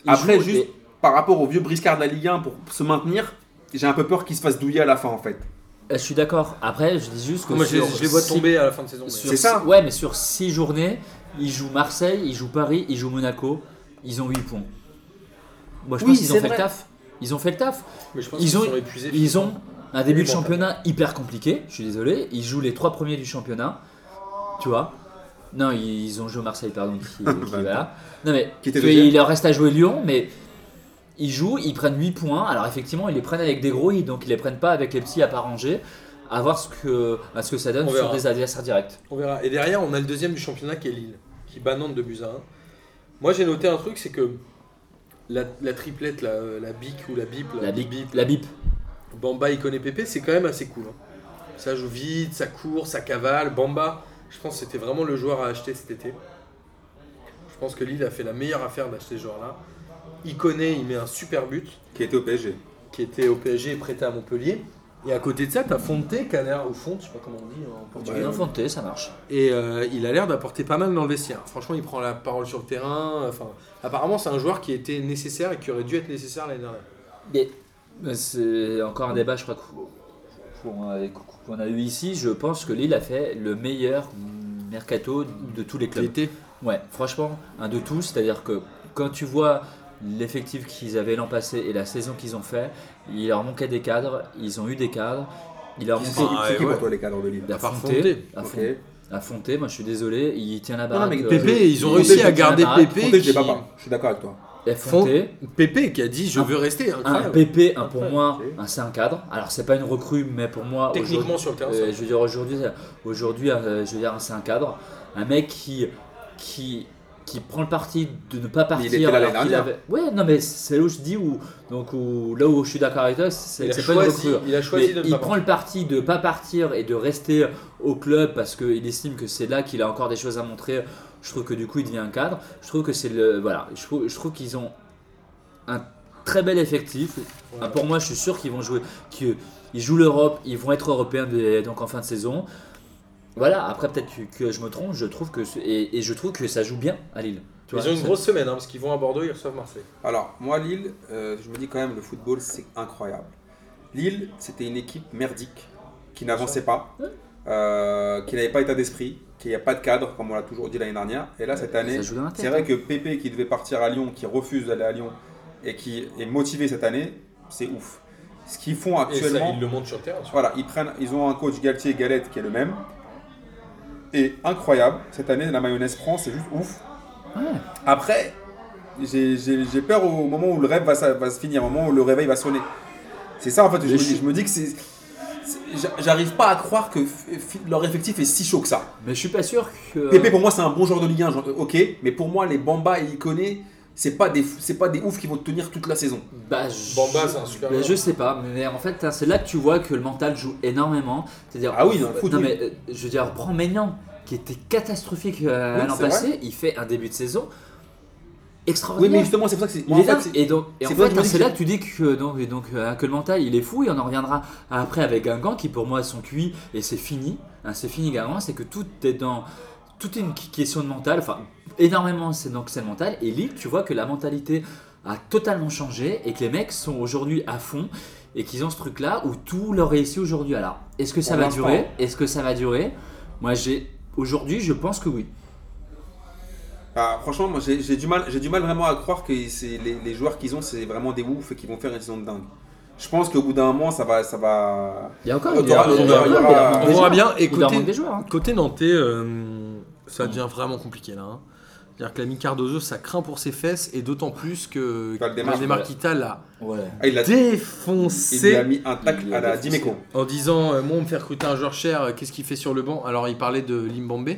[SPEAKER 2] ils
[SPEAKER 3] Après,
[SPEAKER 2] jouent,
[SPEAKER 3] juste par rapport aux vieux briscards de la Ligue 1 pour se maintenir, j'ai un peu peur qu'ils se fassent douiller à la fin en fait.
[SPEAKER 2] et- Euh, Je suis d'accord. Après, je dis juste que.
[SPEAKER 1] Moi, je, les-
[SPEAKER 2] sur
[SPEAKER 1] je les vois
[SPEAKER 2] six-
[SPEAKER 1] tomber à la fin de saison. mais-
[SPEAKER 2] sur
[SPEAKER 3] C'est
[SPEAKER 2] six-
[SPEAKER 3] ça.
[SPEAKER 2] Ouais, mais sur 6 journées, ils jouent Marseille, ils jouent Paris, ils jouent Monaco, ils ont 8 points. Moi, je
[SPEAKER 3] Oui,
[SPEAKER 2] pense qu'ils ont
[SPEAKER 3] c'est
[SPEAKER 2] fait
[SPEAKER 3] vrai.
[SPEAKER 2] le taf. Ils ont fait le taf.
[SPEAKER 1] Mais je pense
[SPEAKER 2] Ils
[SPEAKER 1] qu'ils
[SPEAKER 2] ont-
[SPEAKER 1] sont épuisés.
[SPEAKER 2] Ils ont un début de
[SPEAKER 1] Bon,
[SPEAKER 2] championnat hyper compliqué, je suis désolé. Ils jouent les trois premiers du championnat, tu vois. Non, ils ont joué Marseille, pardon. Qui, qui- voilà. Non, mais
[SPEAKER 3] Qui était
[SPEAKER 2] tu vois,
[SPEAKER 3] deuxième.
[SPEAKER 2] il leur reste à jouer Lyon, mais ils jouent, ils prennent 8 points. Alors, effectivement, ils les prennent avec des gros hits, donc ils les prennent pas avec les petits à part Angers. À voir ce que, à ce que ça donne
[SPEAKER 1] On
[SPEAKER 2] sur
[SPEAKER 1] verra.
[SPEAKER 2] des adversaires directs.
[SPEAKER 1] On verra. Et derrière, on a le deuxième du championnat qui est Lille, qui bat Nantes de buts à 1. Moi, j'ai noté un truc, c'est que la, la triplette, la, la bic ou la bip,
[SPEAKER 2] La bip, la bip.
[SPEAKER 1] Bamba, Icone et Pépé, c'est quand même assez cool. hein. Ça joue vite, ça court, ça cavale. Bamba, je pense que c'était vraiment le joueur à acheter cet été. Je pense que Lille a fait la meilleure affaire d'acheter ce joueur-là. Icone, il met un super but
[SPEAKER 3] Qui était au PSG.
[SPEAKER 1] qui était au PSG et prêté à Montpellier. Et à côté de ça, t'as Fonte, Canard ou Fonte, je sais pas comment on dit en
[SPEAKER 2] Tu
[SPEAKER 1] portugais.
[SPEAKER 2] viens d'inventer, ça marche.
[SPEAKER 1] Et euh, il a l'air d'apporter pas mal dans le vestiaire. Franchement, il prend la parole sur le terrain. Enfin, apparemment, c'est un joueur qui était nécessaire et qui aurait dû être nécessaire l'année dernière.
[SPEAKER 2] Mais c'est encore un débat, je crois, qu'on- qu'on a- qu'on a eu ici. Je pense que Lille a fait le meilleur mercato de tous les clubs.
[SPEAKER 1] L'été.
[SPEAKER 2] Ouais, franchement, un de tous. C'est-à-dire que quand tu vois l'effectif qu'ils avaient l'an passé et la saison qu'ils ont fait, il leur manquait des cadres, ils ont eu des cadres, il leur
[SPEAKER 3] C'est
[SPEAKER 2] manquait.
[SPEAKER 1] Ah,
[SPEAKER 3] c'est qui
[SPEAKER 1] ouais.
[SPEAKER 3] pour toi les cadres de Lille
[SPEAKER 2] À
[SPEAKER 1] À part
[SPEAKER 2] Fonté, à
[SPEAKER 3] Ok.
[SPEAKER 2] Fonté, à Fonté, moi je suis désolé, il tient la
[SPEAKER 3] Non,
[SPEAKER 2] baraque.
[SPEAKER 3] mais
[SPEAKER 2] euh,
[SPEAKER 1] Pépé, ils ont
[SPEAKER 2] il-
[SPEAKER 1] réussi
[SPEAKER 2] il
[SPEAKER 1] à
[SPEAKER 2] tient la
[SPEAKER 1] garder
[SPEAKER 2] baraque.
[SPEAKER 1] Pépé.
[SPEAKER 3] Fonté, je l'ai
[SPEAKER 1] qui-
[SPEAKER 3] pas part. Je suis d'accord avec toi.
[SPEAKER 2] Et Fonté,
[SPEAKER 1] Pépé qui a dit Je
[SPEAKER 2] Un-
[SPEAKER 1] veux rester.
[SPEAKER 2] un
[SPEAKER 1] Incroyable.
[SPEAKER 2] PP, un pour
[SPEAKER 1] Incroyable.
[SPEAKER 2] moi, un- c'est un cadre. Alors c'est pas une recrue, mais pour moi, aujourd'hui-
[SPEAKER 1] Techniquement sur le terrain,
[SPEAKER 2] Euh,
[SPEAKER 1] ça-
[SPEAKER 2] je veux dire aujourd'hui, euh, aujourd'hui, euh, je veux dire c'est un cadre, un mec qui qui qui prend le parti de ne pas
[SPEAKER 3] Mais il
[SPEAKER 2] partir.
[SPEAKER 3] était là l'année
[SPEAKER 2] alors qu'il
[SPEAKER 3] dernière.
[SPEAKER 2] Ouais, non mais c'est là où je dis où donc où, là où je suis d'accord avec toi, c'est
[SPEAKER 1] il,
[SPEAKER 2] que
[SPEAKER 1] a
[SPEAKER 2] c'est pas une
[SPEAKER 1] choisi,
[SPEAKER 2] recrue.
[SPEAKER 1] il a
[SPEAKER 2] Mais
[SPEAKER 1] choisi de ne
[SPEAKER 2] il
[SPEAKER 1] pas
[SPEAKER 2] prend le parti de ne pas partir et de rester au club parce qu'il estime que c'est là qu'il a encore des choses à montrer. Je trouve que du coup il devient un cadre. Je trouve que c'est le voilà. Je trouve, je trouve qu'ils ont un très bel effectif.
[SPEAKER 1] Voilà.
[SPEAKER 2] Ah, Pour moi, je suis sûr qu'ils vont jouer, qu'ils ils jouent l'Europe, ils vont être européens dès- donc en fin de saison. Voilà. Après peut-être que, que je me trompe. Je trouve que ce- et, et je trouve que ça joue bien à Lille. Tu vois,
[SPEAKER 1] Ils ont une
[SPEAKER 2] c'est-
[SPEAKER 1] grosse semaine hein, parce qu'ils vont à Bordeaux, ils reçoivent Marseille.
[SPEAKER 3] Alors, moi, Lille, euh, je me dis quand même, le football, c'est incroyable. Lille, c'était une équipe merdique qui n'avançait pas, euh, qui n'avait pas état d'esprit, qui n'avait pas de cadre, comme on l'a toujours dit l'année dernière. Et là, cette année,
[SPEAKER 2] Ça joue dans la tête, hein.
[SPEAKER 3] c'est vrai que Pépé, qui devait partir à Lyon, qui refuse d'aller à Lyon et qui est motivé cette année, c'est ouf. Ce qu'ils font
[SPEAKER 1] Et ça,
[SPEAKER 3] actuellement,
[SPEAKER 1] ils le montent sur le terrain. sur-
[SPEAKER 3] voilà, ils, prennent, ils ont un coach Galtier Galette qui est le même. Et incroyable, cette année, la mayonnaise prend, c'est juste ouf.
[SPEAKER 2] Ouais.
[SPEAKER 3] Après, j'ai- j'ai j'ai peur au moment où le rêve va, sa- va se finir, au moment où le réveil va sonner. C'est ça en fait, je me,
[SPEAKER 2] Mais je
[SPEAKER 3] dis,
[SPEAKER 2] suis-
[SPEAKER 3] je me dis que c'est. c'est- j'a- J'arrive pas à croire que f- f- leur effectif est si chaud que ça.
[SPEAKER 2] Mais je suis pas sûr que.
[SPEAKER 3] Pépé pour moi c'est un bon joueur de Ligue 1, genre, euh, ok, mais pour moi les Bamba et Iconé, c'est pas des c'est pas des oufs qui vont tenir toute la saison.
[SPEAKER 2] Bah, je...
[SPEAKER 1] Bamba, c'est un super
[SPEAKER 2] Bah,
[SPEAKER 1] joueur.
[SPEAKER 2] Je sais pas, mais en fait, hein, c'est là que tu vois que le mental joue énormément. C'est-à-dire,
[SPEAKER 3] Ah oui, dans le foot,
[SPEAKER 2] non,
[SPEAKER 3] oui.
[SPEAKER 2] mais euh, je veux dire, prends Maignan, qui était catastrophique euh,
[SPEAKER 3] Oui,
[SPEAKER 2] l'an
[SPEAKER 3] c'est
[SPEAKER 2] passé, il fait un début de saison
[SPEAKER 3] Oui
[SPEAKER 2] extraordinaire.
[SPEAKER 3] mais justement c'est pour ça que c'est.
[SPEAKER 2] Il
[SPEAKER 3] moi, en
[SPEAKER 2] est
[SPEAKER 3] fait,
[SPEAKER 2] dingue.
[SPEAKER 3] c'est-
[SPEAKER 2] et donc, et en
[SPEAKER 3] c'est pour ça
[SPEAKER 2] fait,
[SPEAKER 3] que je me dis
[SPEAKER 2] c'est
[SPEAKER 3] que-
[SPEAKER 2] là que tu dis que, donc, et donc, euh, que le mental il est fou et on en reviendra après avec Guingamp qui pour moi sont cuits et c'est fini. Hein, c'est fini Guingamp, c'est que tout est dans toute une qui- question de mental. Enfin, énormément c'est donc c'est le mental et Lille, tu vois que la mentalité a totalement changé et que les mecs sont aujourd'hui à fond et qu'ils ont ce truc là où tout leur réussit aujourd'hui. Alors, est-ce que ça
[SPEAKER 3] Pour
[SPEAKER 2] va
[SPEAKER 3] l'instant.
[SPEAKER 2] durer Est-ce que ça va durer Moi, j'ai aujourd'hui, je pense que oui.
[SPEAKER 3] Ah, franchement moi j'ai j'ai du mal j'ai du mal vraiment à croire que c'est les, les joueurs qu'ils ont c'est vraiment des oufs et qu'ils vont faire une saison de dingue. Je pense qu'au bout d'un moment ça va ça va.
[SPEAKER 2] Il y a encore
[SPEAKER 3] On
[SPEAKER 2] il y a-
[SPEAKER 3] verra- on
[SPEAKER 2] il y a encore-
[SPEAKER 3] verra- on
[SPEAKER 2] il y a encore
[SPEAKER 3] verra-
[SPEAKER 1] On
[SPEAKER 2] des
[SPEAKER 1] verra
[SPEAKER 2] joueurs.
[SPEAKER 1] bien. Et
[SPEAKER 2] Il leur
[SPEAKER 1] côté,
[SPEAKER 2] manque des joueurs. hein.
[SPEAKER 1] Ah, côté Nantais, euh, ça devient vraiment compliqué là. hein. C'est-à-dire que l'ami Cardozo, ça craint pour ses fesses et d'autant plus que
[SPEAKER 3] Dans le démarche,
[SPEAKER 1] Valdemar Kita l'a
[SPEAKER 2] Ouais.
[SPEAKER 3] Ah, il l'a Il lui a
[SPEAKER 1] défoncé
[SPEAKER 3] mis un
[SPEAKER 2] Il
[SPEAKER 3] tacle
[SPEAKER 2] lui a
[SPEAKER 3] à la
[SPEAKER 2] défoncé.
[SPEAKER 3] Dimeco.
[SPEAKER 1] en disant euh, Moi, on me fait recruter un joueur cher, euh, qu'est-ce qu'il fait sur le banc Alors, il parlait de Limbombe,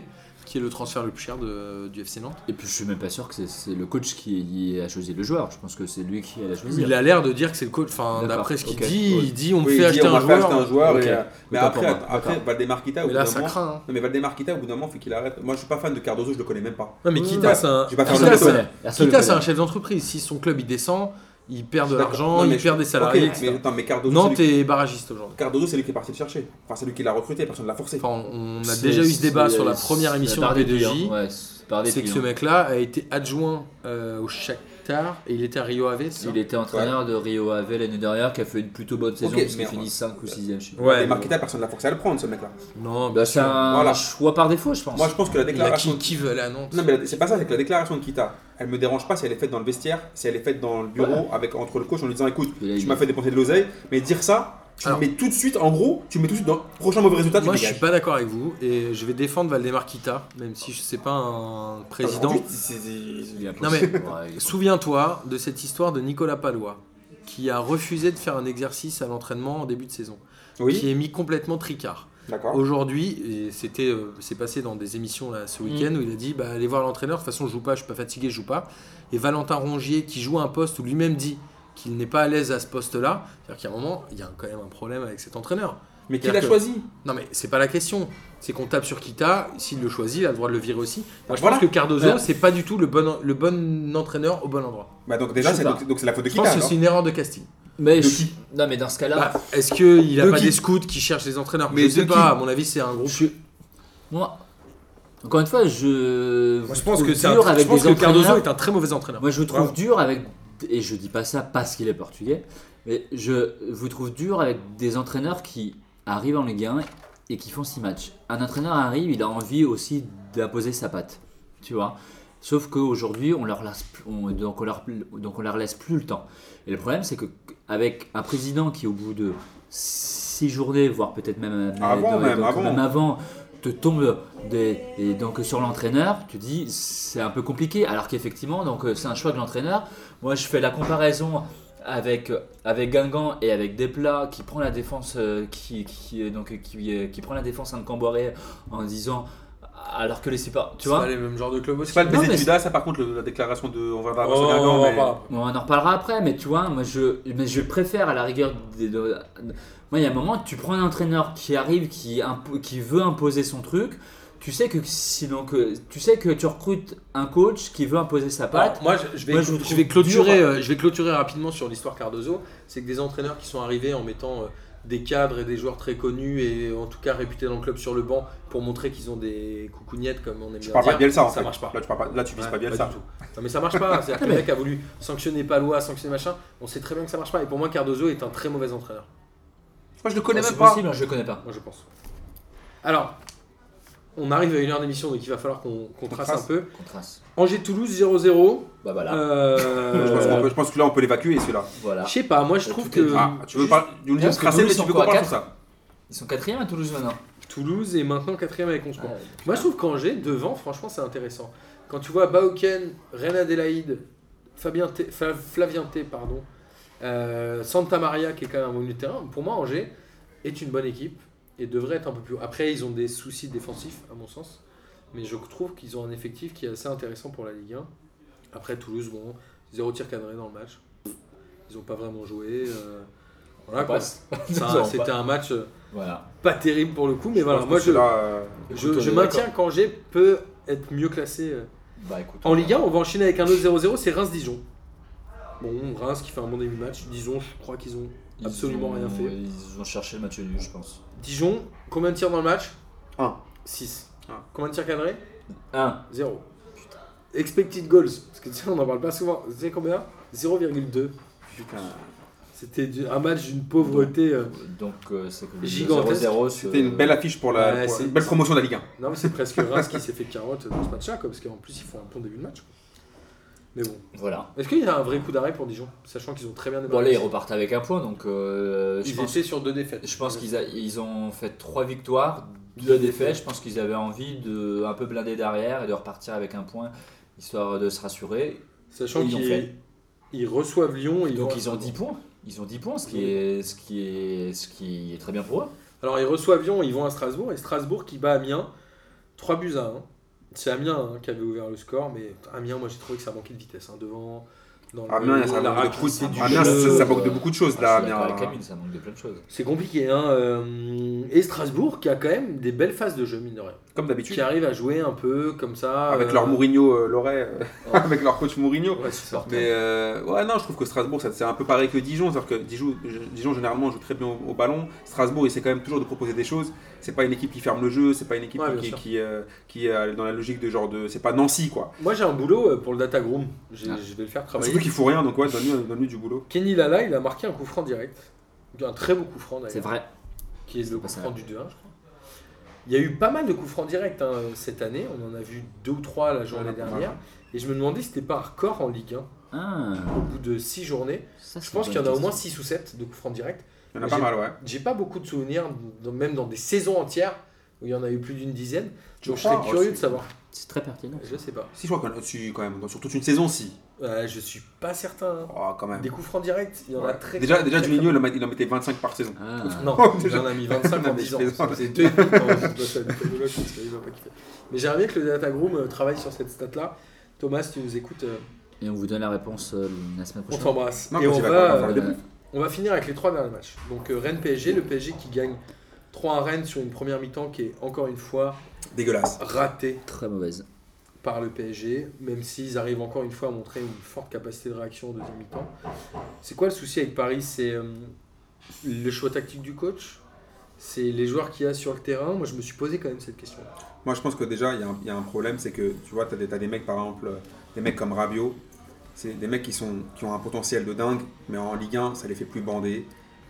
[SPEAKER 1] qui est le transfert le plus cher de- euh, du FC Nantes.
[SPEAKER 2] Et puis je suis même pas sûr que c'est- c'est le coach qui a choisi le joueur. Je pense que c'est lui qui a choisi.
[SPEAKER 1] Il a l'air de dire que c'est le coach. Enfin,
[SPEAKER 2] D'accord,
[SPEAKER 1] d'après ce qu'il
[SPEAKER 2] ok.
[SPEAKER 1] dit,
[SPEAKER 2] Oui.
[SPEAKER 1] il dit On me
[SPEAKER 3] Oui, il
[SPEAKER 1] fait
[SPEAKER 3] dit,
[SPEAKER 1] acheter
[SPEAKER 3] on
[SPEAKER 1] un
[SPEAKER 3] m'a fait acheter
[SPEAKER 1] joueur.
[SPEAKER 3] un joueur.
[SPEAKER 2] Ok.
[SPEAKER 3] et, euh, mais
[SPEAKER 2] Autant
[SPEAKER 3] après,
[SPEAKER 2] pour moi.
[SPEAKER 3] après
[SPEAKER 2] D'accord.
[SPEAKER 3] Valdemar Kita, au
[SPEAKER 1] Mais
[SPEAKER 3] bout
[SPEAKER 1] là,
[SPEAKER 3] d'un
[SPEAKER 1] ça
[SPEAKER 3] moment-
[SPEAKER 1] craint. hein.
[SPEAKER 3] Non, mais Valdemar Kita, au bout d'un moment, faut qu'il arrête. Moi, je suis pas fan de Cardozo, je le connais même pas.
[SPEAKER 1] Non, mais
[SPEAKER 2] Oui,
[SPEAKER 1] Kita,
[SPEAKER 2] oui.
[SPEAKER 1] c'est un.
[SPEAKER 3] Je vais pas faire
[SPEAKER 1] Kita,
[SPEAKER 3] le
[SPEAKER 1] c'est
[SPEAKER 3] bateau.
[SPEAKER 1] un- Kita, c'est un chef d'entreprise. Si son club il descend, Ils perdent de
[SPEAKER 3] D'accord.
[SPEAKER 1] l'argent,
[SPEAKER 3] Non, mais
[SPEAKER 1] ils
[SPEAKER 3] je-
[SPEAKER 1] perdent des salariés,
[SPEAKER 3] Ok, mais
[SPEAKER 1] etc.
[SPEAKER 3] attends, mais Cardozo,
[SPEAKER 1] Nantes
[SPEAKER 3] c'est lui-
[SPEAKER 1] est barragiste aujourd'hui.
[SPEAKER 3] Cardozo, c'est lui qui est parti le chercher. Enfin, c'est lui qui l'a recruté, personne ne l'a forcé.
[SPEAKER 1] Enfin, on on a
[SPEAKER 2] C'est-
[SPEAKER 1] déjà eu ce débat
[SPEAKER 2] c'est-
[SPEAKER 1] sur la
[SPEAKER 2] c'est
[SPEAKER 1] première émission de
[SPEAKER 2] par des
[SPEAKER 1] P2J.
[SPEAKER 2] clients, ouais, c'est par des
[SPEAKER 1] C'est que ce
[SPEAKER 2] clients.
[SPEAKER 1] mec-là a été adjoint euh, au Shakhtar et il était à Rio Ave. c'est ça
[SPEAKER 2] Il était entraîneur de Rio Ave l'année dernière qui a fait une plutôt bonne saison
[SPEAKER 3] Ok, mais
[SPEAKER 2] puisqu'il
[SPEAKER 3] on-
[SPEAKER 2] finit 5 ou 6 e
[SPEAKER 1] Ouais.
[SPEAKER 3] et Marquita, personne ne l'a forcé à le prendre, ce mec-là.
[SPEAKER 1] Non, bien
[SPEAKER 2] Bah, c'est
[SPEAKER 1] sûr.
[SPEAKER 2] un
[SPEAKER 3] Voilà.
[SPEAKER 2] choix par défaut, je pense.
[SPEAKER 3] Moi, je pense que la
[SPEAKER 1] Il a
[SPEAKER 3] déclaration.
[SPEAKER 1] qui, qui veut aller à Nantes
[SPEAKER 3] Non, mais la- c'est pas ça, c'est que la déclaration de Kita, elle me dérange pas si elle est faite dans le vestiaire, si elle est faite dans le bureau, avec, entre le coach en lui disant écoute,
[SPEAKER 2] Il a
[SPEAKER 3] tu
[SPEAKER 2] eu-
[SPEAKER 3] m'as fait dépenser de l'oseille, mais dire ça, tu
[SPEAKER 1] Alors-
[SPEAKER 3] le mets tout de suite, en gros, tu le mets tout de suite dans prochain mauvais résultat, tu
[SPEAKER 1] Moi, je
[SPEAKER 3] dégages.
[SPEAKER 1] suis pas d'accord avec vous et je vais défendre Valdemar Kita, même si je sais pas un président.
[SPEAKER 3] Aujourd'hui, c'est- c'est-
[SPEAKER 2] Il est
[SPEAKER 1] Non,
[SPEAKER 2] impossible. Ouais, il-
[SPEAKER 1] Souviens-toi de cette histoire de Nicolas Palois qui a refusé de faire un exercice à l'entraînement en début de saison,
[SPEAKER 3] Oui,
[SPEAKER 1] qui est mis complètement tricard.
[SPEAKER 3] d'accord.
[SPEAKER 1] Aujourd'hui, et c'était, euh, c'est passé dans des émissions là ce week-end où il a dit bah, allez voir l'entraîneur. De toute façon, je joue pas, je suis pas fatigué, je joue pas. Et Valentin Rongier qui joue à un poste où lui-même dit qu'il n'est pas à l'aise à ce poste-là, c'est-à-dire qu'à un moment, il y a quand même un problème avec cet entraîneur.
[SPEAKER 3] Mais qui
[SPEAKER 1] c'est-à-dire
[SPEAKER 3] l'a
[SPEAKER 1] que-
[SPEAKER 3] choisi
[SPEAKER 1] Non mais c'est pas la question. C'est qu'on tape sur Kita, s'il le choisit, il a le droit de le virer aussi. Moi je
[SPEAKER 3] Voilà.
[SPEAKER 1] pense que Cardozo,
[SPEAKER 2] Ouais.
[SPEAKER 1] c'est pas du tout le bon, le bon entraîneur au bon endroit.
[SPEAKER 3] Bah donc
[SPEAKER 2] Je
[SPEAKER 3] déjà,
[SPEAKER 2] sais
[SPEAKER 3] c'est
[SPEAKER 2] pas.
[SPEAKER 3] donc- donc c'est la faute de
[SPEAKER 1] Je pense
[SPEAKER 3] Kita.
[SPEAKER 1] que
[SPEAKER 3] alors.
[SPEAKER 1] c'est une erreur de casting.
[SPEAKER 2] Mais
[SPEAKER 3] de
[SPEAKER 2] je-
[SPEAKER 3] qui
[SPEAKER 2] Non, mais dans ce cas-là,
[SPEAKER 1] Bah, Est-ce qu'il a
[SPEAKER 3] De
[SPEAKER 1] pas
[SPEAKER 3] qui
[SPEAKER 1] des scouts qui cherchent les entraîneurs
[SPEAKER 3] Mais
[SPEAKER 1] Je
[SPEAKER 3] de
[SPEAKER 1] sais
[SPEAKER 3] qui
[SPEAKER 1] pas, à mon avis c'est un gros.
[SPEAKER 2] je Moi, encore une fois, je.
[SPEAKER 1] Moi, je
[SPEAKER 2] vous
[SPEAKER 1] pense
[SPEAKER 2] trouve
[SPEAKER 1] que c'est un-
[SPEAKER 2] dur
[SPEAKER 1] je
[SPEAKER 2] avec
[SPEAKER 1] pense
[SPEAKER 2] des
[SPEAKER 1] que Cardozo
[SPEAKER 2] entraîneurs.
[SPEAKER 1] est un très mauvais entraîneur.
[SPEAKER 2] Moi, je vous trouve
[SPEAKER 3] Bravo.
[SPEAKER 2] dur avec. Et je dis pas ça parce qu'il est portugais, mais je vous trouve dur avec des entraîneurs qui arrivent en Ligue 1 et qui font 6 matchs. Un entraîneur arrive, il a envie aussi d'imposer sa patte, tu vois. Sauf qu'aujourd'hui, on leur laisse, plus- on- donc on leur, donc on leur laisse plus le temps. Et le problème, c'est que avec un président qui, au bout de 6 journées, voire peut-être même,
[SPEAKER 3] Avant
[SPEAKER 2] donc
[SPEAKER 3] même, avant.
[SPEAKER 2] avant, te tombe des, et donc sur l'entraîneur, tu dis c'est un peu compliqué. Alors qu'effectivement, donc euh, c'est un choix de l'entraîneur. Moi, je fais la comparaison avec euh, avec Guingamp et avec Desplat qui prend la défense euh, qui qui euh, donc euh, qui, euh, qui prend la défense à Camboré en disant alors que les super tu
[SPEAKER 1] C'est
[SPEAKER 2] vois
[SPEAKER 1] pas les mêmes genres de clubs aussi.
[SPEAKER 3] C'est pas le
[SPEAKER 2] Non, mais
[SPEAKER 3] baiser de Judas, ça par contre, le- la déclaration de. On va pas
[SPEAKER 1] Oh, on va pas.
[SPEAKER 2] Bon, on en reparlera après, mais tu vois, moi je, mais je préfère à la rigueur. Des, de- moi, il y a un moment, tu prends un entraîneur qui arrive, qui, impo- qui veut imposer son truc. Tu sais que sinon que tu sais que tu recrutes un coach qui veut imposer sa patte.
[SPEAKER 1] Alors, moi, je, je vais,
[SPEAKER 2] Moi, je
[SPEAKER 1] je,
[SPEAKER 2] vous trouve
[SPEAKER 1] vais clôturer,
[SPEAKER 2] dur.
[SPEAKER 1] euh, je vais clôturer rapidement sur l'histoire Cardozo. C'est que des entraîneurs qui sont arrivés en mettant euh, des cadres et des joueurs très connus et en tout cas réputés dans le club sur le banc pour montrer qu'ils ont des coucougnettes comme on aime
[SPEAKER 3] Tu
[SPEAKER 1] bien
[SPEAKER 3] parles pas
[SPEAKER 1] dire.
[SPEAKER 3] de Bielsa en
[SPEAKER 1] ça
[SPEAKER 3] fait.
[SPEAKER 1] marche pas.
[SPEAKER 3] Là, tu, parles pas- là, tu vises
[SPEAKER 1] Ouais,
[SPEAKER 3] pas Bielsa.
[SPEAKER 1] du tout. Non mais ça marche
[SPEAKER 3] [laughs]
[SPEAKER 1] pas. C'est-à-dire que le mec a voulu sanctionner Palois, sanctionner machin. On sait très bien que ça marche pas. Et pour moi, Cardozo est un très mauvais entraîneur. Oh,
[SPEAKER 3] Moi, je le connais
[SPEAKER 2] Ah,
[SPEAKER 3] même
[SPEAKER 2] c'est
[SPEAKER 3] pas.
[SPEAKER 2] possible, je le connais pas.
[SPEAKER 1] Moi, je pense. Alors, on arrive à une heure d'émission, donc il va falloir qu'on qu'on trace
[SPEAKER 3] trace.
[SPEAKER 1] un peu.
[SPEAKER 2] Contraste.
[SPEAKER 1] Angers-Toulouse 0-0.
[SPEAKER 2] Bah voilà,
[SPEAKER 1] Euh,
[SPEAKER 3] Je pense, qu'on peut- je pense que là, on peut l'évacuer celui-là.
[SPEAKER 2] voilà.
[SPEAKER 1] Je sais pas, moi je trouve
[SPEAKER 2] Tout est
[SPEAKER 1] que
[SPEAKER 2] dit.
[SPEAKER 3] Ah, tu veux
[SPEAKER 1] juste-
[SPEAKER 3] pas. Nous
[SPEAKER 2] Parce que
[SPEAKER 3] tracer,
[SPEAKER 2] nous,
[SPEAKER 3] mais
[SPEAKER 2] ils
[SPEAKER 3] tu
[SPEAKER 2] sont
[SPEAKER 3] veux
[SPEAKER 2] quoi,
[SPEAKER 3] qu'on parle
[SPEAKER 2] à
[SPEAKER 3] sur ça.
[SPEAKER 2] Ils sont quatrième à Toulouse maintenant.
[SPEAKER 1] Toulouse est maintenant quatrième avec 11 points.
[SPEAKER 2] Ouais.
[SPEAKER 1] Moi je trouve qu'Angers, devant, franchement c'est intéressant. Quand tu vois Bauken, Reine Adélaïde, Fabien T- Fa- Flavien T, pardon, euh, Santa Maria qui est quand même un bon milieu de terrain, pour moi Angers est une bonne équipe et devrait être un peu plus haut. Après ils ont des soucis défensifs à mon sens, mais je trouve qu'ils ont un effectif qui est assez intéressant pour la Ligue 1. Après Toulouse, bon, zéro tir cadré dans le match. Ils n'ont pas vraiment joué. euh, voilà,
[SPEAKER 2] On
[SPEAKER 1] quoi.
[SPEAKER 2] passe. [laughs]
[SPEAKER 1] C'est un-
[SPEAKER 2] On passe.
[SPEAKER 1] C'était un match euh,
[SPEAKER 2] Voilà.
[SPEAKER 1] pas terrible pour le coup, mais
[SPEAKER 3] Je
[SPEAKER 1] voilà,
[SPEAKER 3] pense
[SPEAKER 1] moi
[SPEAKER 3] que
[SPEAKER 1] je,
[SPEAKER 3] celui-là, euh,
[SPEAKER 1] je,
[SPEAKER 2] Écoute,
[SPEAKER 1] je
[SPEAKER 2] on est
[SPEAKER 1] maintiens qu'Angers peut être mieux classé euh,
[SPEAKER 2] Bah écoute.
[SPEAKER 1] en Ligue 1. On va enchaîner avec un autre 0-0, c'est Reims-Dijon. Bon, Reims qui fait un bon début de match. Dijon, je crois qu'ils ont
[SPEAKER 2] Ils
[SPEAKER 1] absolument
[SPEAKER 2] ont-
[SPEAKER 1] rien fait.
[SPEAKER 2] Ils ont cherché le match nul, je pense.
[SPEAKER 1] Dijon, combien de tirs dans le match
[SPEAKER 3] Un.
[SPEAKER 1] 6.
[SPEAKER 3] Un.
[SPEAKER 1] Combien de tirs cadrés
[SPEAKER 2] 1.
[SPEAKER 1] 0. Expected goals, parce que tu sais, on n'en parle pas souvent. Vous savez combien 0,2.
[SPEAKER 3] Putain.
[SPEAKER 1] C'était du- un match d'une pauvreté. euh,
[SPEAKER 2] Donc euh, c'est que le
[SPEAKER 1] Gigantesque.
[SPEAKER 2] 0-0, ce-
[SPEAKER 3] C'était une belle affiche pour la
[SPEAKER 1] Ouais,
[SPEAKER 3] pour-
[SPEAKER 1] c'est-
[SPEAKER 3] une belle promotion de la Ligue 1.
[SPEAKER 1] Non, mais c'est presque Reims qui s'est fait carotte dans ce match-là, quoi, parce qu'en plus, ils font un bon début de match. quoi. Mais bon.
[SPEAKER 2] Voilà.
[SPEAKER 1] Est-ce qu'il y a un vrai coup d'arrêt pour Dijon Sachant qu'ils ont très bien démarré.
[SPEAKER 2] Bon, là, ils repartent avec un point, donc euh, je,
[SPEAKER 1] Bah, Ils
[SPEAKER 2] pense,
[SPEAKER 1] étaient sur deux défaites. Euh,
[SPEAKER 2] je pense qu'ils a- ils ont fait trois victoires, deux défaites. Je pense qu'ils avaient envie de un peu blinder derrière et de repartir avec un point, histoire de se rassurer.
[SPEAKER 1] Sachant
[SPEAKER 2] Ils l'ont
[SPEAKER 1] qu'ils
[SPEAKER 2] fait.
[SPEAKER 1] ils reçoivent Lyon. Ils
[SPEAKER 2] donc,
[SPEAKER 1] vont-
[SPEAKER 2] ils ont 10 points. Ils ont 10 points, ce qui,
[SPEAKER 1] Oui.
[SPEAKER 2] est, ce, qui est, ce qui est très bien pour eux.
[SPEAKER 1] Alors, ils reçoivent Lyon, ils vont à Strasbourg. Et Strasbourg qui bat Amiens. 3 buts à 1. C'est Amiens hein, qui avait ouvert le score. Mais Amiens, moi, j'ai trouvé que ça manquait de vitesse. hein, devant, dans
[SPEAKER 3] Amiens,
[SPEAKER 1] le-
[SPEAKER 3] ça
[SPEAKER 1] la
[SPEAKER 3] manque de beaucoup
[SPEAKER 1] rapidité
[SPEAKER 3] de-
[SPEAKER 1] du
[SPEAKER 3] Amiens,
[SPEAKER 1] jeu,
[SPEAKER 3] ça- ça manque de
[SPEAKER 1] euh,
[SPEAKER 3] beaucoup de choses, là,
[SPEAKER 5] Ah, je suis d'accord
[SPEAKER 3] Amiens.
[SPEAKER 5] avec Camille, ça manque de plein de choses.
[SPEAKER 1] C'est compliqué. Hein euh, et Strasbourg qui a quand même des belles phases de jeu, mine de rien.
[SPEAKER 3] Comme
[SPEAKER 1] Qui
[SPEAKER 3] d'habitude. Ah,
[SPEAKER 1] arrivent à jouer un peu comme ça.
[SPEAKER 3] Avec
[SPEAKER 1] euh, oh.
[SPEAKER 3] leur Mourinho euh, Loret, euh,
[SPEAKER 1] Ouais.
[SPEAKER 3] [laughs] avec leur coach Mourinho.
[SPEAKER 1] ouais, c'est ça.
[SPEAKER 3] Mais euh, ouais, non, je trouve que Strasbourg, ça- c'est un peu pareil que Dijon. C'est-à-dire que Dijon, Dijon, généralement, joue très bien au, au ballon. Strasbourg, il essaie quand même toujours de proposer des choses. C'est pas une équipe qui ferme le jeu, c'est pas une équipe
[SPEAKER 1] Ouais, bien
[SPEAKER 3] qui,
[SPEAKER 1] sûr.
[SPEAKER 3] qui, euh, qui est dans la logique de genre de. C'est pas Nancy, quoi.
[SPEAKER 1] Moi j'ai un boulot euh, pour le data groom. J'ai-
[SPEAKER 2] Ah.
[SPEAKER 1] Je vais le faire
[SPEAKER 3] Surtout
[SPEAKER 1] travailler.
[SPEAKER 3] qu'il faut rien, donc ouais, donne-lui donne-lui du boulot.
[SPEAKER 1] Kenny Lala, il a marqué un coup franc direct. Un très beau coup franc d'ailleurs.
[SPEAKER 2] C'est vrai.
[SPEAKER 1] qui est le
[SPEAKER 2] pas
[SPEAKER 1] coup
[SPEAKER 2] ça.
[SPEAKER 1] franc du 2-1, je crois. Il y a eu pas mal de coups francs directs hein, cette année. On en a vu deux ou trois la journée
[SPEAKER 3] Ouais, pas mal.
[SPEAKER 1] dernière. Et je me demandais si c'était pas un record en Ligue 1
[SPEAKER 2] Ah,
[SPEAKER 1] au bout de 6 journées.
[SPEAKER 2] ça,
[SPEAKER 1] Je
[SPEAKER 2] Ah, c'est
[SPEAKER 1] pense
[SPEAKER 2] une
[SPEAKER 1] qu'il y en a
[SPEAKER 2] bonne
[SPEAKER 1] au moins
[SPEAKER 2] question.
[SPEAKER 1] 6 ou 7 de coups francs directs.
[SPEAKER 3] Il y en a
[SPEAKER 1] J'ai-
[SPEAKER 3] pas mal, ouais.
[SPEAKER 1] J'ai pas beaucoup de souvenirs, dans- même dans des saisons entières où il y en a eu plus d'une dizaine.
[SPEAKER 3] Tu
[SPEAKER 1] Donc je
[SPEAKER 3] crois
[SPEAKER 1] serais curieux de
[SPEAKER 3] aussi.
[SPEAKER 1] savoir.
[SPEAKER 2] hein, C'est très pertinent.
[SPEAKER 1] Je sais pas.
[SPEAKER 3] Oh, Si, je crois qu'on a dessus quand même. Sur toute une saison, si.
[SPEAKER 1] Euh, je suis pas certain. hein.
[SPEAKER 3] Oh, quand même.
[SPEAKER 1] Des coups francs directs, il y en a
[SPEAKER 3] Ouais.
[SPEAKER 1] très
[SPEAKER 3] déjà,
[SPEAKER 1] très,
[SPEAKER 3] déjà
[SPEAKER 1] très,
[SPEAKER 3] Juninho,
[SPEAKER 1] très-
[SPEAKER 3] il en met- il en mettait 25 par saison.
[SPEAKER 2] Ah.
[SPEAKER 1] Non,
[SPEAKER 3] Oh, Déjà.
[SPEAKER 1] j'en ai mis 25 en
[SPEAKER 3] Non, mais
[SPEAKER 1] 10
[SPEAKER 3] je
[SPEAKER 1] ans.
[SPEAKER 3] plaisante.
[SPEAKER 1] C'est deux et demi quand on doit faire le monologue, parce qu'il va pas kiffer. Mais j'aimerais bien que le Data Groom euh, travaille sur cette stat-là. Thomas, tu nous écoutes, euh,
[SPEAKER 2] Et on vous donne la réponse euh, la semaine
[SPEAKER 1] on
[SPEAKER 2] prochaine. Ah,
[SPEAKER 1] t'embrasse.
[SPEAKER 3] Non,
[SPEAKER 1] Et
[SPEAKER 3] quand
[SPEAKER 1] on
[SPEAKER 3] il va
[SPEAKER 1] va,
[SPEAKER 3] faire
[SPEAKER 1] euh,
[SPEAKER 3] le débrief.
[SPEAKER 1] on va finir avec les trois derniers matchs. Donc euh, Rennes-PSG, le PSG qui gagne 3 à Rennes sur une première mi-temps qui est encore une fois
[SPEAKER 3] Dégueulasse.
[SPEAKER 1] ratée
[SPEAKER 2] Très mauvaise.
[SPEAKER 1] par le PSG, même s'ils arrivent encore une fois à montrer une forte capacité de réaction en deuxième mi-temps. C'est quoi le souci avec Paris C'est euh, le choix tactique du coach C'est les joueurs qu'il y a sur le terrain Moi, je me suis posé quand même cette question.
[SPEAKER 3] Moi, je pense que déjà, il y, a un- il y a un problème, c'est que tu vois, tu as, des mecs, par exemple, euh, des mecs comme Rabiot, c'est des mecs qui, sont, qui ont un potentiel de dingue, mais en Ligue 1, ça les fait plus bander.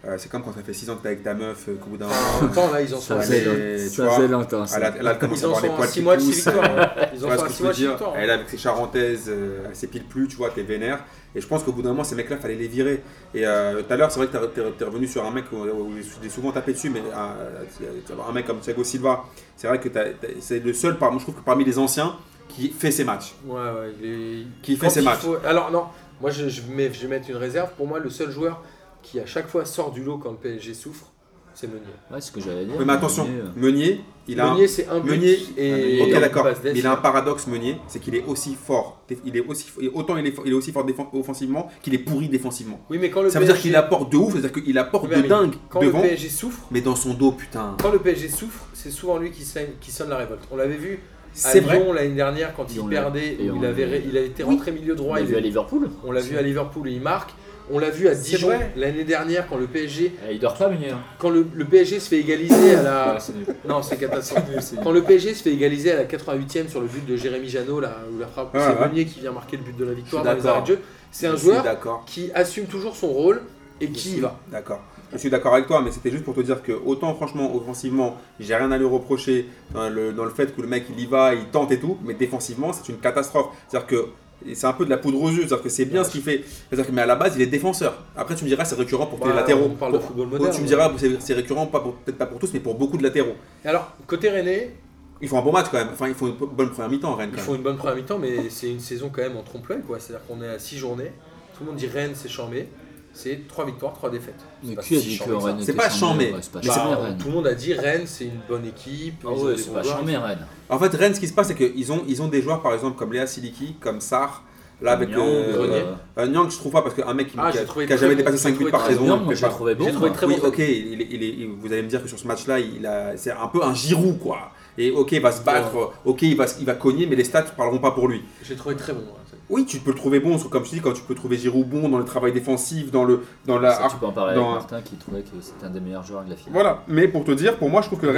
[SPEAKER 3] Euh, c'est comme quand ça fait 6 ans que t'es avec ta meuf, euh, qu'au
[SPEAKER 1] [laughs]
[SPEAKER 3] bout d'un
[SPEAKER 1] En même
[SPEAKER 3] moment,
[SPEAKER 1] temps, là, ils en sont
[SPEAKER 2] Ça
[SPEAKER 3] Ouais,
[SPEAKER 1] à
[SPEAKER 2] faisait,
[SPEAKER 1] six-
[SPEAKER 3] mais,
[SPEAKER 2] long-
[SPEAKER 3] tu
[SPEAKER 2] ça
[SPEAKER 3] vois,
[SPEAKER 2] faisait longtemps. ça.
[SPEAKER 3] elle a, elle a commencé
[SPEAKER 1] ils
[SPEAKER 3] à
[SPEAKER 1] en
[SPEAKER 3] avoir les
[SPEAKER 1] sont à
[SPEAKER 3] poils
[SPEAKER 1] 6
[SPEAKER 3] qui
[SPEAKER 1] mois de six
[SPEAKER 3] poussent,
[SPEAKER 1] victoires.
[SPEAKER 3] euh,
[SPEAKER 1] hein. Ils
[SPEAKER 3] [laughs] tu
[SPEAKER 1] en
[SPEAKER 3] vois
[SPEAKER 1] sont
[SPEAKER 3] ce
[SPEAKER 1] à
[SPEAKER 3] que je
[SPEAKER 1] 6
[SPEAKER 3] veux
[SPEAKER 1] mois de six
[SPEAKER 3] dire
[SPEAKER 1] victoires.
[SPEAKER 3] Elle est avec ses charentaises, euh, elle s'épile plus, tu vois, t'es vénère. Et je pense qu'au bout d'un moment, ces mecs-là, fallait les virer. Et euh, tout à l'heure, c'est vrai que t'es- t'es t'es revenu sur un mec où, où il est souvent tapé dessus, mais euh, un mec comme Thiago Silva, c'est vrai que t'as- t'as- c'est le seul, parmi- je trouve que parmi les anciens, qui fait ses matchs.
[SPEAKER 1] Ouais, ouais, il est-
[SPEAKER 3] Qui fait
[SPEAKER 1] quand
[SPEAKER 3] ses
[SPEAKER 1] il
[SPEAKER 3] matchs.
[SPEAKER 1] faut- Alors, non, moi, je, je, mets, je vais mettre une réserve. Pour moi, le seul joueur qui, à chaque fois, sort du lot quand le PSG souffre, c'est Meunier.
[SPEAKER 2] Ouais, c'est ce que j'allais dire.
[SPEAKER 3] Mais, attention,
[SPEAKER 2] Mais, euh,
[SPEAKER 3] Meunier, il a
[SPEAKER 1] Meunier, c'est un but
[SPEAKER 3] Meunier,
[SPEAKER 1] et
[SPEAKER 3] un...
[SPEAKER 1] une
[SPEAKER 3] Ok, d'accord.
[SPEAKER 1] passe
[SPEAKER 3] Mais
[SPEAKER 1] d'aise.
[SPEAKER 3] il a un paradoxe, Meunier, c'est qu'il est aussi fort. Il est aussi, autant il est, fort- il est aussi fort défen- offensivement qu'il est pourri défensivement.
[SPEAKER 1] Oui, mais quand le
[SPEAKER 3] Ça veut dire
[SPEAKER 1] PSG
[SPEAKER 3] qu'il apporte de ouf, c'est-à-dire qu'il apporte
[SPEAKER 1] Mais
[SPEAKER 3] de
[SPEAKER 1] oui,
[SPEAKER 3] dingue
[SPEAKER 1] quand
[SPEAKER 3] devant,
[SPEAKER 1] le PSG souffre,
[SPEAKER 3] mais dans son dos, putain.
[SPEAKER 1] quand le PSG souffre, c'est souvent lui qui, sonne- qui sonne la révolte. On l'avait vu à
[SPEAKER 3] C'est vrai.
[SPEAKER 1] Lyon l'année dernière quand
[SPEAKER 2] Et
[SPEAKER 1] il
[SPEAKER 2] on l'a-
[SPEAKER 1] perdait,
[SPEAKER 2] et
[SPEAKER 1] où
[SPEAKER 2] on
[SPEAKER 1] il avait,
[SPEAKER 2] l'a-
[SPEAKER 1] ré- il a été rentré milieu
[SPEAKER 2] on
[SPEAKER 1] droit.
[SPEAKER 2] l'a
[SPEAKER 1] il-
[SPEAKER 2] vu à Liverpool.
[SPEAKER 1] on l'a vu à Liverpool et il marque. On l'a vu à
[SPEAKER 5] C'est
[SPEAKER 1] Dijon
[SPEAKER 5] vrai.
[SPEAKER 1] l'année dernière quand le PSG,
[SPEAKER 5] Eh, Il dort pas, Meunier. hein.
[SPEAKER 1] quand le, le PSG se fait égaliser à la.
[SPEAKER 2] Ah,
[SPEAKER 5] Ouais, c'est nul.
[SPEAKER 1] Non, Ah, c'est catastrophique.
[SPEAKER 5] C'est
[SPEAKER 1] Quand
[SPEAKER 5] nul.
[SPEAKER 1] le PSG se fait égaliser à la 88e sur le but de Jérémy Janot, là où la frappe,
[SPEAKER 3] Ouais,
[SPEAKER 1] c'est
[SPEAKER 3] Ah, ouais.
[SPEAKER 1] Meunier qui vient marquer le but de la victoire
[SPEAKER 3] Je suis
[SPEAKER 1] dans les arrêts de jeu. C'est un
[SPEAKER 3] Je suis
[SPEAKER 1] joueur
[SPEAKER 3] D'accord.
[SPEAKER 1] qui assume toujours son rôle et
[SPEAKER 3] Je
[SPEAKER 1] qui y
[SPEAKER 3] suis
[SPEAKER 1] va.
[SPEAKER 3] D'accord. Je suis d'accord avec toi, mais c'était juste pour te dire que autant franchement, offensivement, j'ai rien à lui reprocher dans le, dans le fait que le mec il y va, il tente et tout, mais défensivement, c'est une catastrophe. C'est-à-dire que et c'est un peu de la poudre aux yeux, c'est-à-dire que c'est bien ce qu'il fait. C'est-à-dire que mais à la base, il est défenseur. Après, tu me diras, c'est récurrent pour tes
[SPEAKER 1] Bah,
[SPEAKER 3] latéraux.
[SPEAKER 1] on parle
[SPEAKER 3] Pour-
[SPEAKER 1] de football
[SPEAKER 3] pour-
[SPEAKER 1] moderne.
[SPEAKER 3] tu me diras, c'est- c'est récurrent, pas pour- peut-être pas pour tous, mais pour beaucoup de latéraux.
[SPEAKER 1] Alors, côté René,
[SPEAKER 3] Ils font un bon match quand même. Enfin, ils font une bonne première mi-temps, Rennes.
[SPEAKER 1] Ils
[SPEAKER 3] quand
[SPEAKER 1] font une bonne première mi-temps, mais c'est une saison quand même en trompe-l'œil, quoi. C'est-à-dire qu'on est à 6 journées. Tout le monde dit Rennes, c'est chambé. C'est 3 victoires, 3 défaites. C'est
[SPEAKER 2] Mais
[SPEAKER 1] pas
[SPEAKER 2] qui a
[SPEAKER 1] si
[SPEAKER 2] dit que
[SPEAKER 1] chambé que ça.
[SPEAKER 2] Rennes
[SPEAKER 3] C'est
[SPEAKER 2] était
[SPEAKER 3] pas
[SPEAKER 2] chambé
[SPEAKER 3] chambé.
[SPEAKER 2] Ouais, C'est pas
[SPEAKER 3] Mais
[SPEAKER 1] Bah,
[SPEAKER 2] chambé,
[SPEAKER 1] on-
[SPEAKER 2] Rennes.
[SPEAKER 1] tout le monde a dit Rennes, c'est une bonne équipe.
[SPEAKER 2] Ah
[SPEAKER 1] ils ont
[SPEAKER 2] ouais,
[SPEAKER 1] des
[SPEAKER 2] c'est
[SPEAKER 1] bons
[SPEAKER 2] pas
[SPEAKER 1] joueurs.
[SPEAKER 2] chambé, Rennes.
[SPEAKER 3] En fait, Rennes, ce qui se passe, c'est qu'ils ont, ils ont des joueurs, par exemple, comme Léa Siliki, comme Sar. Là, avec
[SPEAKER 2] Nyang,
[SPEAKER 3] euh,
[SPEAKER 1] Grenier.
[SPEAKER 2] euh,
[SPEAKER 3] euh, Nyang, je trouve pas, parce qu'un mec qui,
[SPEAKER 1] Ah,
[SPEAKER 3] qui a,
[SPEAKER 1] j'ai trouvé
[SPEAKER 3] qui a
[SPEAKER 1] très
[SPEAKER 3] jamais
[SPEAKER 1] bon.
[SPEAKER 3] dépassé
[SPEAKER 1] J'ai
[SPEAKER 3] 5 buts
[SPEAKER 1] trouvé
[SPEAKER 3] par
[SPEAKER 1] très
[SPEAKER 3] saison.
[SPEAKER 1] bon.
[SPEAKER 2] Nyang,
[SPEAKER 3] il
[SPEAKER 2] Ah, moi,
[SPEAKER 3] fait
[SPEAKER 2] je l'ai
[SPEAKER 3] pas.
[SPEAKER 2] trouvé bon.
[SPEAKER 1] J'ai trouvé
[SPEAKER 2] moi.
[SPEAKER 1] très bon.
[SPEAKER 3] Oui, ok, il est- il est- il est- vous allez me dire que sur ce match-là, il a- c'est un peu un Giroud, quoi. Et ok, il va se battre, ok, il va, se- il va cogner, mais les stats ne parleront pas pour lui.
[SPEAKER 1] J'ai trouvé très bon. hein.
[SPEAKER 3] Oui, tu peux le trouver bon, comme je dis, quand tu peux trouver Giroud bon dans le travail défensif, dans, le, dans la.
[SPEAKER 2] Ça, Bah, tu peux en parler avec
[SPEAKER 3] bah, dans-
[SPEAKER 2] Martin qui trouvait que c'était un des meilleurs joueurs de la finale.
[SPEAKER 3] Voilà, mais pour te dire, pour moi, je trouve que Rennes,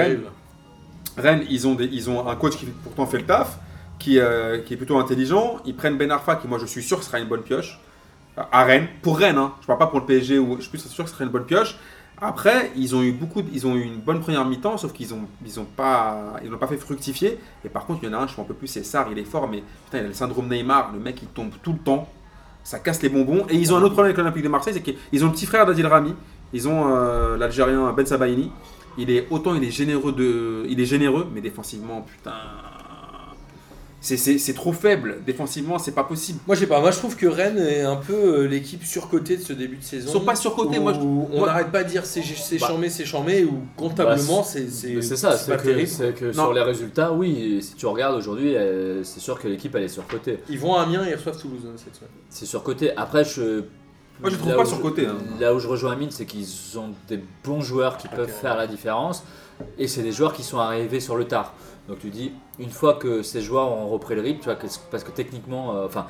[SPEAKER 1] Terrible.
[SPEAKER 3] Rennes, ils ont, des, ils ont un coach qui pourtant fait le taf, qui, euh, qui est plutôt intelligent. Ils prennent Ben Arfa, qui moi je suis sûr sera une bonne pioche. Euh, À Rennes, pour Rennes, hein. je parle pas pour le PSG, ou, je suis sûr que ce sera une bonne pioche. Après, ils ont eu beaucoup, de- ils ont eu une bonne première mi-temps, sauf qu'ils ont, ils ont pas, ils l'ont pas fait fructifier. Et par contre, il y en a un, je m'en peux plus, c'est Sarr, il est fort, mais putain, il a le syndrome Neymar, le mec il tombe tout le temps, ça casse les bonbons. Et ils ont un autre problème avec l'Olympique de Marseille, c'est qu'ils ont le petit frère d'Adil Rami, ils ont euh, l'Algérien Ben Sabaini. Il est autant il est généreux de, il est généreux, mais défensivement, putain, C'est- C'est c'est trop faible. Défensivement, c'est pas possible.
[SPEAKER 1] Moi, je sais pas. Moi, je trouve que Rennes est un peu euh, l'équipe surcotée de ce début de saison.
[SPEAKER 6] Ils sont pas surcotés.
[SPEAKER 1] Où
[SPEAKER 6] Moi, je-
[SPEAKER 1] on
[SPEAKER 6] moi-
[SPEAKER 1] n'arrête pas de dire c'est c'est
[SPEAKER 6] Bah.
[SPEAKER 1] charmé, c'est charmé, ou comptablement, c'est
[SPEAKER 2] Mais
[SPEAKER 1] c'est
[SPEAKER 2] Bah, C'est ça,
[SPEAKER 1] c'est pas
[SPEAKER 2] c'est que,
[SPEAKER 1] terrible.
[SPEAKER 2] c'est que
[SPEAKER 6] Non.
[SPEAKER 2] sur les résultats, oui, si tu regardes aujourd'hui, euh, c'est sûr que l'équipe elle est surcotée.
[SPEAKER 1] Ils vont à Amiens et ils reçoivent Toulouse euh, cette semaine.
[SPEAKER 2] C'est surcoté. Après, je.
[SPEAKER 3] Moi, je trouve
[SPEAKER 2] là
[SPEAKER 3] pas
[SPEAKER 2] où
[SPEAKER 3] surcoté, hein.
[SPEAKER 2] Là où je rejoins Amine, c'est qu'ils ont des bons joueurs qui peuvent faire la différence. Et c'est des joueurs qui sont arrivés sur le tard. Donc tu dis, une fois que ces joueurs ont repris le rythme, tu vois, que- parce que techniquement, euh, enfin.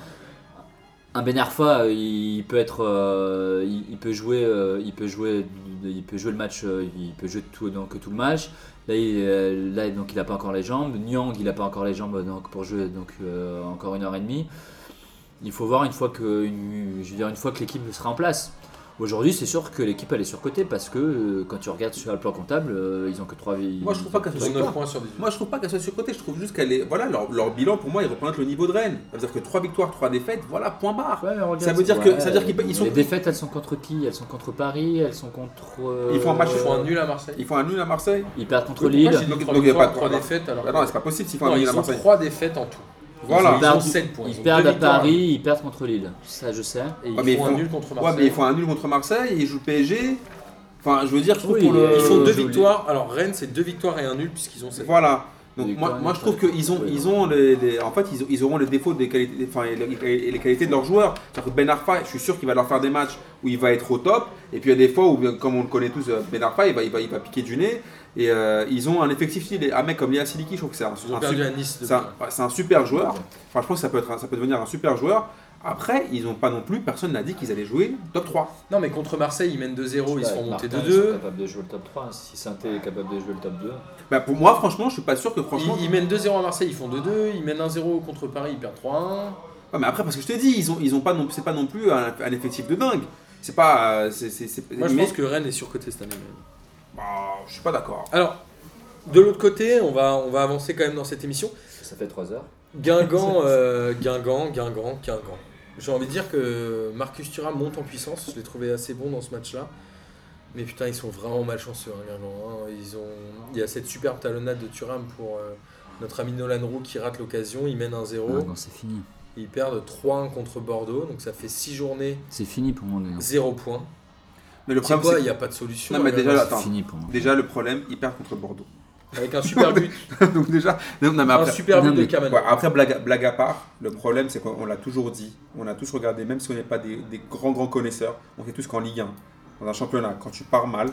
[SPEAKER 2] un Ben Arfa, euh, il peut être, euh, il, il peut jouer, euh, il peut jouer, il peut jouer le match, euh, il peut jouer tout donc tout le match. Là, il, euh, là donc il a pas encore les jambes. Nyang, il a pas encore les jambes donc pour jouer donc euh, encore une heure et demie. Il faut voir une fois que, une, je veux dire une fois que l'équipe sera en place. Aujourd'hui, c'est sûr que l'équipe elle est surcotée parce que euh, quand tu regardes sur le plan comptable, euh, ils ont que trois vies.
[SPEAKER 6] moi, je trouve pas qu'elle soit
[SPEAKER 1] Ils ont 9
[SPEAKER 6] surcotée.
[SPEAKER 1] points sur 18.
[SPEAKER 3] Moi, je trouve pas qu'elle soit surcotée. Je trouve juste qu'elle est. Voilà, leur, leur bilan pour moi, il représente le niveau de Rennes. Ça veut dire que 3 victoires, 3 défaites, voilà, point barre. Ça veut dire que- ça veut dire qu'ils- ils sont-
[SPEAKER 2] Les défaites, elles sont contre qui Elles sont contre Paris, elles sont contre. euh,
[SPEAKER 3] Ils font un match-
[SPEAKER 1] Ils font un nul à Marseille.
[SPEAKER 3] Ils font un nul à Marseille.
[SPEAKER 2] Ils perdent contre
[SPEAKER 3] Oui,
[SPEAKER 2] Lille.
[SPEAKER 3] pourquoi j'ai- Donc,
[SPEAKER 1] Trois
[SPEAKER 3] donc, il y a
[SPEAKER 1] victoires,
[SPEAKER 3] pas de-
[SPEAKER 1] trois défaites alors.
[SPEAKER 3] Ah non, c'est pas possible s'ils font
[SPEAKER 1] Non,
[SPEAKER 3] un nul
[SPEAKER 1] ils
[SPEAKER 3] à
[SPEAKER 1] ont
[SPEAKER 3] Marseille.
[SPEAKER 1] trois défaites en tout.
[SPEAKER 3] Voilà.
[SPEAKER 2] Ils perdent-
[SPEAKER 1] Ils ont 7 points.
[SPEAKER 2] Ils
[SPEAKER 1] ont
[SPEAKER 2] perdent
[SPEAKER 1] deux
[SPEAKER 2] à
[SPEAKER 1] victoires.
[SPEAKER 2] Paris, ils perdent contre Lille. Ça, je sais.
[SPEAKER 1] Et ils
[SPEAKER 3] Ouais, mais ils
[SPEAKER 1] font un
[SPEAKER 3] font-
[SPEAKER 1] nul contre
[SPEAKER 3] Ouais,
[SPEAKER 1] Marseille.
[SPEAKER 3] mais ils font un nul contre Marseille, ils jouent le PSG. Enfin, je veux dire, je trouve
[SPEAKER 2] Oui,
[SPEAKER 3] pour le-
[SPEAKER 1] Ils
[SPEAKER 2] ils
[SPEAKER 1] font
[SPEAKER 2] Euh,
[SPEAKER 1] deux
[SPEAKER 2] joli.
[SPEAKER 1] victoires. Alors Rennes, c'est deux victoires et un nul puisqu'ils ont 7
[SPEAKER 3] Voilà. Donc
[SPEAKER 2] Les
[SPEAKER 3] moi,
[SPEAKER 2] Coréens,
[SPEAKER 3] moi je trouve
[SPEAKER 2] ouais.
[SPEAKER 3] qu'ils ont,
[SPEAKER 2] Ouais,
[SPEAKER 3] ils ont les, les- en fait ils, ont- ils auront les défauts des qualités, enfin et les, et les qualités de leurs joueurs. C'est-à-dire que Ben Arfa, je suis sûr qu'il va leur faire des matchs où il va être au top, et puis il y a des fois où, comme on le connaît tous, Ben Arfa, il va, il va, il va piquer du nez. Et euh, ils ont un effectif, il est- un mec comme Léa Siliki, je trouve que c'est un,
[SPEAKER 1] Ils ont
[SPEAKER 3] un
[SPEAKER 1] perdu
[SPEAKER 3] super-
[SPEAKER 1] à Nice.
[SPEAKER 3] c'est un, ouais, c'est un super joueur. Enfin, je pense que ça peut, être, un- ça peut devenir un super joueur. Après, ils n'ont pas non plus, personne n'a dit qu'ils allaient jouer top 3.
[SPEAKER 1] Non, mais contre Marseille, ils mènent 2-0, Oh, ils se font monter
[SPEAKER 2] Martin, Ils sont
[SPEAKER 1] 2-2.
[SPEAKER 2] capables de jouer le top 3. hein. Si saint est capable de jouer le top 2.
[SPEAKER 3] Bah, pour moi, franchement, je suis pas sûr que
[SPEAKER 1] Ils,
[SPEAKER 3] franchement.
[SPEAKER 1] ils mènent 2-0 à Marseille, ils font 2-2. Ils mènent 1-0 contre Paris, ils perdent 3-1.
[SPEAKER 3] Ouais, mais après, parce que je te dis, ils ont, ils ont pas non, c'est pas non plus un, un effectif de dingue. C'est pas, euh, c'est, c'est, c'est-
[SPEAKER 1] Moi, je
[SPEAKER 3] mais-
[SPEAKER 1] pense que Rennes est surcoté cette année.
[SPEAKER 3] Bah, je suis pas d'accord.
[SPEAKER 1] Alors, de l'autre côté, on va, on va avancer quand même dans cette émission.
[SPEAKER 2] Ça fait 3 heures.
[SPEAKER 1] [laughs] Guingamp, euh, Guingamp, Guingamp, Guingamp. J'ai envie de dire que Marcus Thuram monte en puissance. Je l'ai trouvé assez bon dans ce match-là. Mais putain, ils sont vraiment malchanceux, hein, Guingamp. hein. Ils ont... Il y a cette superbe talonnade de Thuram pour euh, notre ami Nolan Roux qui rate l'occasion. Il mène 1-0.
[SPEAKER 2] Ah, Non, non, c'est fini.
[SPEAKER 1] Ils perdent 3-1 contre Bordeaux. Donc ça fait 6 journées,
[SPEAKER 2] C'est fini pour moi. les gars.
[SPEAKER 1] 0 points.
[SPEAKER 3] Mais le
[SPEAKER 1] C'est
[SPEAKER 3] problème,
[SPEAKER 1] quoi
[SPEAKER 3] c'est
[SPEAKER 1] Il n'y a pas de solution.
[SPEAKER 3] Non, mais
[SPEAKER 1] hein,
[SPEAKER 3] déjà,
[SPEAKER 1] Guingamp.
[SPEAKER 3] attends.
[SPEAKER 2] C'est fini pour moi.
[SPEAKER 3] déjà le problème, ils perdent contre Bordeaux. [laughs]
[SPEAKER 1] Avec un super but,
[SPEAKER 3] Donc déjà, non, non, [laughs] mais
[SPEAKER 1] un
[SPEAKER 3] après,
[SPEAKER 1] super
[SPEAKER 2] Non,
[SPEAKER 1] but de
[SPEAKER 2] mais-
[SPEAKER 1] Kamano.
[SPEAKER 3] Ouais, après, blague, à- blague à part, le problème, c'est qu'on on l'a toujours dit, on a tous regardé, même si on n'est pas des, des grands, grands connaisseurs, on sait tous qu'en Ligue 1, dans un championnat, quand tu pars mal,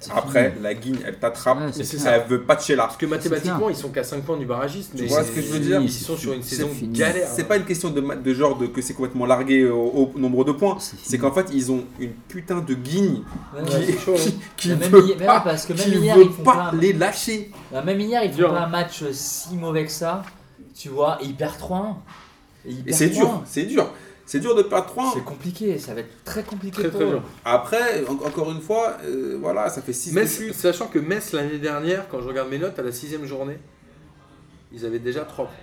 [SPEAKER 2] C'est
[SPEAKER 3] après, la guigne, elle t'attrape,
[SPEAKER 2] Ouais,
[SPEAKER 1] c'est
[SPEAKER 2] c'est
[SPEAKER 1] ça.
[SPEAKER 2] ça.
[SPEAKER 3] elle veut pas te chez
[SPEAKER 1] Parce que mathématiquement, ils sont qu'à 5 points du barragiste. Mais
[SPEAKER 3] Tu vois ce que je veux
[SPEAKER 1] c'est-
[SPEAKER 3] dire
[SPEAKER 1] Ils sont sur une
[SPEAKER 3] C'est
[SPEAKER 1] saison
[SPEAKER 2] fini.
[SPEAKER 1] galère. hein.
[SPEAKER 3] C'est pas une question de, ma- de genre de, que c'est complètement largué au, au nombre de points.
[SPEAKER 2] C'est fini.
[SPEAKER 1] Mm.
[SPEAKER 3] C'est qu'en fait, ils ont une putain de guigne qui,
[SPEAKER 6] Ouais, c'est chaud, hein.
[SPEAKER 3] qui, [laughs] qui
[SPEAKER 6] Même
[SPEAKER 3] veut
[SPEAKER 6] hi- même
[SPEAKER 3] pas,
[SPEAKER 6] parce que même
[SPEAKER 3] qui
[SPEAKER 6] hier,
[SPEAKER 3] veut
[SPEAKER 6] ils font
[SPEAKER 3] pas
[SPEAKER 6] pas un-
[SPEAKER 3] les lâcher.
[SPEAKER 6] La Bah, même hier, ils font
[SPEAKER 1] Dur.
[SPEAKER 3] hein.
[SPEAKER 6] pas un match euh, si mauvais que ça, tu vois, et ils perdent 3-1. Et, ils
[SPEAKER 3] Et
[SPEAKER 6] perdent
[SPEAKER 3] c'est dur,
[SPEAKER 6] 3-1.
[SPEAKER 3] c'est dur. C'est dur de perdre 3
[SPEAKER 6] C'est compliqué, ça va être très compliqué
[SPEAKER 1] Très
[SPEAKER 6] pour
[SPEAKER 1] très
[SPEAKER 6] eux.
[SPEAKER 1] dur.
[SPEAKER 3] Après, en- encore une fois, euh, voilà, ça fait 6
[SPEAKER 1] Metz, sachant que Metz l'année dernière, quand je regarde mes notes, à la sixième journée, ils avaient déjà 3 points.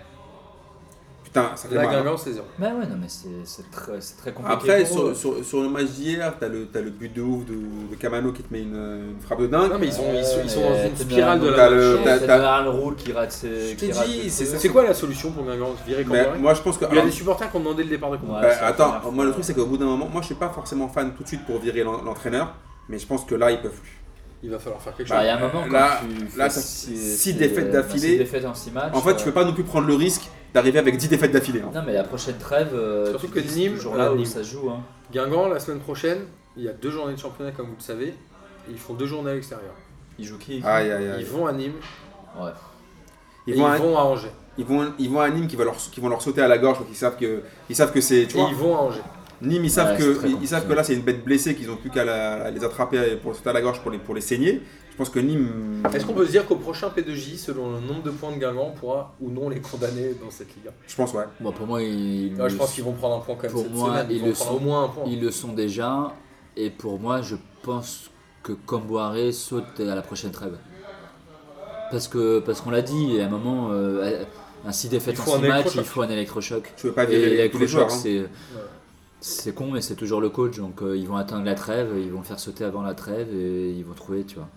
[SPEAKER 3] Putain, ça fait
[SPEAKER 1] Là,
[SPEAKER 3] mal. hein.
[SPEAKER 1] Guingamp, c'est 0.
[SPEAKER 6] Mais Bah ouais, non, mais c'est c'est très, c'est très compliqué.
[SPEAKER 3] Après,
[SPEAKER 6] pour
[SPEAKER 3] sur,
[SPEAKER 6] eux.
[SPEAKER 3] sur, sur le match d'hier, t'as le, t'as le but de ouf de, de Camano qui te met une, une frappe de dingue.
[SPEAKER 1] Non, mais ils, ont, ils sont, ils sont
[SPEAKER 2] Ouais,
[SPEAKER 1] dans une
[SPEAKER 2] t'es
[SPEAKER 1] spirale de
[SPEAKER 2] bien,
[SPEAKER 3] donc t'as
[SPEAKER 1] la.
[SPEAKER 3] le-
[SPEAKER 2] Ouais,
[SPEAKER 3] euh, t'as-
[SPEAKER 2] c'est
[SPEAKER 3] t'as-
[SPEAKER 2] Bernard Roux qui rate ses.
[SPEAKER 3] Je t'ai
[SPEAKER 2] qui rate ses
[SPEAKER 3] dit, c'est-
[SPEAKER 2] trucs.
[SPEAKER 1] euh, C'est quoi la solution pour Guingamp Virer
[SPEAKER 3] Mais
[SPEAKER 1] Cambrai
[SPEAKER 3] moi, je pense que.
[SPEAKER 1] Il y a
[SPEAKER 3] alors,
[SPEAKER 1] des supporters qui ont demandé le départ de Cambrai.
[SPEAKER 2] Ouais,
[SPEAKER 3] bah,
[SPEAKER 2] c'est la
[SPEAKER 3] attends,
[SPEAKER 2] première
[SPEAKER 3] moi, le
[SPEAKER 2] fois.
[SPEAKER 3] truc, c'est qu'au bout d'un moment, moi, je suis pas forcément fan tout de suite pour virer l'en- l'entraîneur, mais je pense que là, ils peuvent plus.
[SPEAKER 1] Il va falloir faire quelque
[SPEAKER 2] Bah,
[SPEAKER 1] chose.
[SPEAKER 2] il y a un moment quand
[SPEAKER 3] Là-
[SPEAKER 2] tu
[SPEAKER 3] là,
[SPEAKER 2] fais
[SPEAKER 3] ça-
[SPEAKER 2] six-
[SPEAKER 3] six
[SPEAKER 2] six-
[SPEAKER 3] défaites
[SPEAKER 2] bah,
[SPEAKER 3] d'affilée.
[SPEAKER 2] six défaites en 6 matchs.
[SPEAKER 1] Ah,
[SPEAKER 3] En fait,
[SPEAKER 6] euh,
[SPEAKER 3] tu peux pas non plus prendre le risque d'arriver avec 10 défaites d'affilée. hein.
[SPEAKER 2] Non, mais la prochaine trêve. euh,
[SPEAKER 1] Surtout
[SPEAKER 2] tu
[SPEAKER 1] que
[SPEAKER 2] dis,
[SPEAKER 1] Nîmes,
[SPEAKER 2] c'est toujours là
[SPEAKER 1] euh,
[SPEAKER 2] où
[SPEAKER 1] Nîmes.
[SPEAKER 2] ça se joue. hein.
[SPEAKER 1] Guingamp, la semaine prochaine, il y a deux journées de championnat, comme vous le savez. et Ils font deux journées à l'extérieur.
[SPEAKER 2] Ils jouent qui
[SPEAKER 3] Aïe, aïe, aïe.
[SPEAKER 1] Ils vont à Nîmes
[SPEAKER 2] Ouais.
[SPEAKER 1] et
[SPEAKER 3] Ils
[SPEAKER 1] ils
[SPEAKER 3] vont, à,
[SPEAKER 1] vont à Angers.
[SPEAKER 3] ils, vont, ils vont à Nîmes qui, va leur, qui vont leur sauter à la gorge, donc ils savent que, ils savent que c'est. Tu
[SPEAKER 1] Et
[SPEAKER 3] vois,
[SPEAKER 1] ils vont à Angers.
[SPEAKER 3] Nîmes, ils savent,
[SPEAKER 2] Ouais, c'est
[SPEAKER 3] que,
[SPEAKER 2] très
[SPEAKER 3] ils- ils, savent
[SPEAKER 2] compliqué.
[SPEAKER 3] que là, c'est une bête blessée qu'ils ont plus qu'à la- à les attraper pour sauter à la gorge pour les, pour les saigner. Je pense que Nîmes.
[SPEAKER 1] Est-ce qu'on peut se dire qu'au prochain P2J, selon le nombre de points de Guingamp, on pourra ou non les condamner dans cette Ligue
[SPEAKER 3] Je pense, ouais.
[SPEAKER 2] Bon, pour moi, ils.
[SPEAKER 1] Ah, je pense qu'ils vont prendre un point quand même
[SPEAKER 2] Pour
[SPEAKER 1] cette
[SPEAKER 2] moi,
[SPEAKER 1] semaine. Ils
[SPEAKER 2] ils
[SPEAKER 1] vont
[SPEAKER 2] le
[SPEAKER 1] prendre
[SPEAKER 2] sont.
[SPEAKER 1] au moins un point.
[SPEAKER 2] Ils le sont déjà. Et pour moi, je pense que Camboire saute à la prochaine trêve. Parce que parce qu'on l'a dit, à un moment, euh, un 6
[SPEAKER 1] Il
[SPEAKER 2] défaites en
[SPEAKER 1] faut un
[SPEAKER 2] 6 matchs,
[SPEAKER 1] électrochoc.
[SPEAKER 2] il faut un électrochoc.
[SPEAKER 3] Tu veux pas
[SPEAKER 2] Et
[SPEAKER 3] virer les- tous les
[SPEAKER 2] l'électrochoc,
[SPEAKER 3] joueurs. Ah, hein.
[SPEAKER 2] c'est. C'est con, mais c'est toujours le coach. Donc, euh, ils vont atteindre la trêve, ils vont faire sauter avant la trêve et ils vont trouver, tu vois.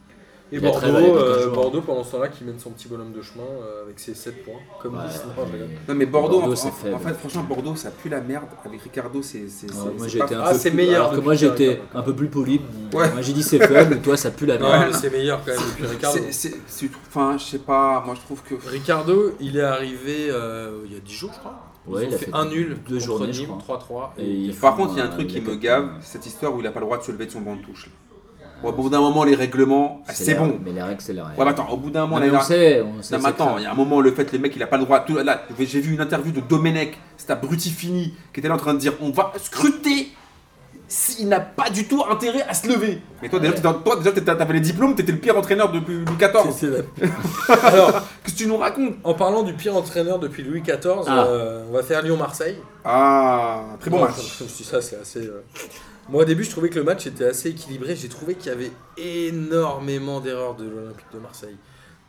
[SPEAKER 1] Et
[SPEAKER 2] Il a très validé
[SPEAKER 1] Bordeaux, euh,
[SPEAKER 2] comme joueur.
[SPEAKER 1] Bordeaux, pendant ce temps-là, qui mène son petit bonhomme de chemin euh, avec ses 7 points. Comme
[SPEAKER 2] Ouais,
[SPEAKER 1] 10, non, je
[SPEAKER 2] mais-
[SPEAKER 1] rigole.
[SPEAKER 3] Non, mais Bordeaux,
[SPEAKER 2] Bordeaux,
[SPEAKER 3] en-
[SPEAKER 2] c'est
[SPEAKER 3] en,
[SPEAKER 2] faible.
[SPEAKER 3] en fait, franchement, Bordeaux, ça pue la merde. Avec Ricardo, c'est. c'est-
[SPEAKER 2] Ouais,
[SPEAKER 3] c'est-
[SPEAKER 2] moi
[SPEAKER 3] c'est
[SPEAKER 2] j'ai
[SPEAKER 3] pas-
[SPEAKER 2] été un
[SPEAKER 1] Ah,
[SPEAKER 2] peu
[SPEAKER 1] c'est
[SPEAKER 2] plus-
[SPEAKER 1] meilleur
[SPEAKER 2] alors que
[SPEAKER 1] depuis
[SPEAKER 2] moi j'étais
[SPEAKER 1] Ricardo.
[SPEAKER 2] un peu plus poli.
[SPEAKER 3] Ouais.
[SPEAKER 2] Moi j'ai dit c'est faible, toi ça pue la
[SPEAKER 1] Non,
[SPEAKER 2] merde.
[SPEAKER 1] mais c'est meilleur [laughs] quand même depuis Ricardo.
[SPEAKER 3] c'est- c'est- c'est- Enfin, je sais pas, moi je trouve que.
[SPEAKER 1] Ricardo, il est arrivé euh, il y a 10 jours, je crois. Ils
[SPEAKER 2] Ouais,
[SPEAKER 1] ont
[SPEAKER 2] il a
[SPEAKER 1] fait,
[SPEAKER 2] fait
[SPEAKER 1] un nul,
[SPEAKER 2] deux
[SPEAKER 1] contre
[SPEAKER 2] journées, je
[SPEAKER 1] Nîmes,
[SPEAKER 2] crois.
[SPEAKER 1] 3-3.
[SPEAKER 2] Et ils
[SPEAKER 3] Par
[SPEAKER 2] font,
[SPEAKER 3] contre, il y a un
[SPEAKER 2] euh,
[SPEAKER 3] truc qui
[SPEAKER 2] les
[SPEAKER 3] me
[SPEAKER 2] quatre-
[SPEAKER 3] gave, Ah, cette histoire où il a pas le droit de se lever de son banc de touche. là. Au bout d'un moment, les règlements, ah, c'est
[SPEAKER 2] la-
[SPEAKER 3] bon.
[SPEAKER 2] Mais les règles, c'est la règle.
[SPEAKER 3] Ouais, mais attends, au bout d'un moment,
[SPEAKER 2] Non, mais
[SPEAKER 3] l'année
[SPEAKER 2] on sait,
[SPEAKER 3] dernière-
[SPEAKER 2] on sait.
[SPEAKER 3] Non, mais
[SPEAKER 2] c'est
[SPEAKER 3] attends,
[SPEAKER 2] que-
[SPEAKER 3] il y a un moment, le fait, le mec, il a pas le droit. Tout, là, j'ai vu une interview de Domenech, cet abruti fini, qui était là en train de dire on va scruter s'il n'a pas du tout intérêt à se lever. Mais toi, déjà,
[SPEAKER 2] Ouais.
[SPEAKER 3] t'es dans- toi, déjà, t'étais- t'avais les diplômes, t'étais le pire entraîneur depuis
[SPEAKER 1] [laughs]
[SPEAKER 3] Louis XIV.
[SPEAKER 1] Alors,
[SPEAKER 3] Qu'est-ce que tu nous racontes
[SPEAKER 1] en parlant du pire entraîneur depuis Louis XIV,
[SPEAKER 2] Ah.
[SPEAKER 1] euh, on va faire Lyon-Marseille.
[SPEAKER 3] Ah, très bon
[SPEAKER 1] Non,
[SPEAKER 3] match.
[SPEAKER 1] je- je dis ça, c'est assez. euh. Moi, au début, je trouvais que le match était assez équilibré. J'ai trouvé qu'il y avait énormément d'erreurs de l'Olympique de Marseille,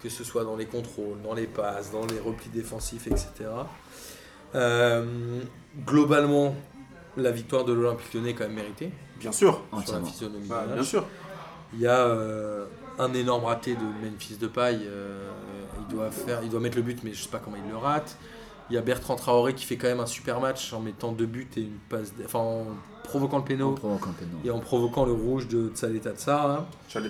[SPEAKER 1] que ce soit dans les contrôles, dans les passes, dans les replis défensifs, etc. Euh, globalement, la victoire de l'Olympique lyonnais est quand même méritée
[SPEAKER 3] Bien sûr.
[SPEAKER 1] sur la
[SPEAKER 2] Entièrement.
[SPEAKER 1] physionomie.
[SPEAKER 3] Bah,
[SPEAKER 1] du
[SPEAKER 3] bien
[SPEAKER 1] match.
[SPEAKER 3] sûr.
[SPEAKER 1] Il y a euh, un énorme raté de Memphis de paille. il, doit faire, il doit mettre le but, mais je sais pas comment il le rate. Il y a Bertrand Traoré qui fait quand même un super match en mettant deux buts et une passe, d- enfin en provoquant le
[SPEAKER 2] On
[SPEAKER 1] péno
[SPEAKER 2] prend en campagne, non.
[SPEAKER 1] et en provoquant le rouge de Tsaleta Tsar. là.
[SPEAKER 3] Tcha, tcha,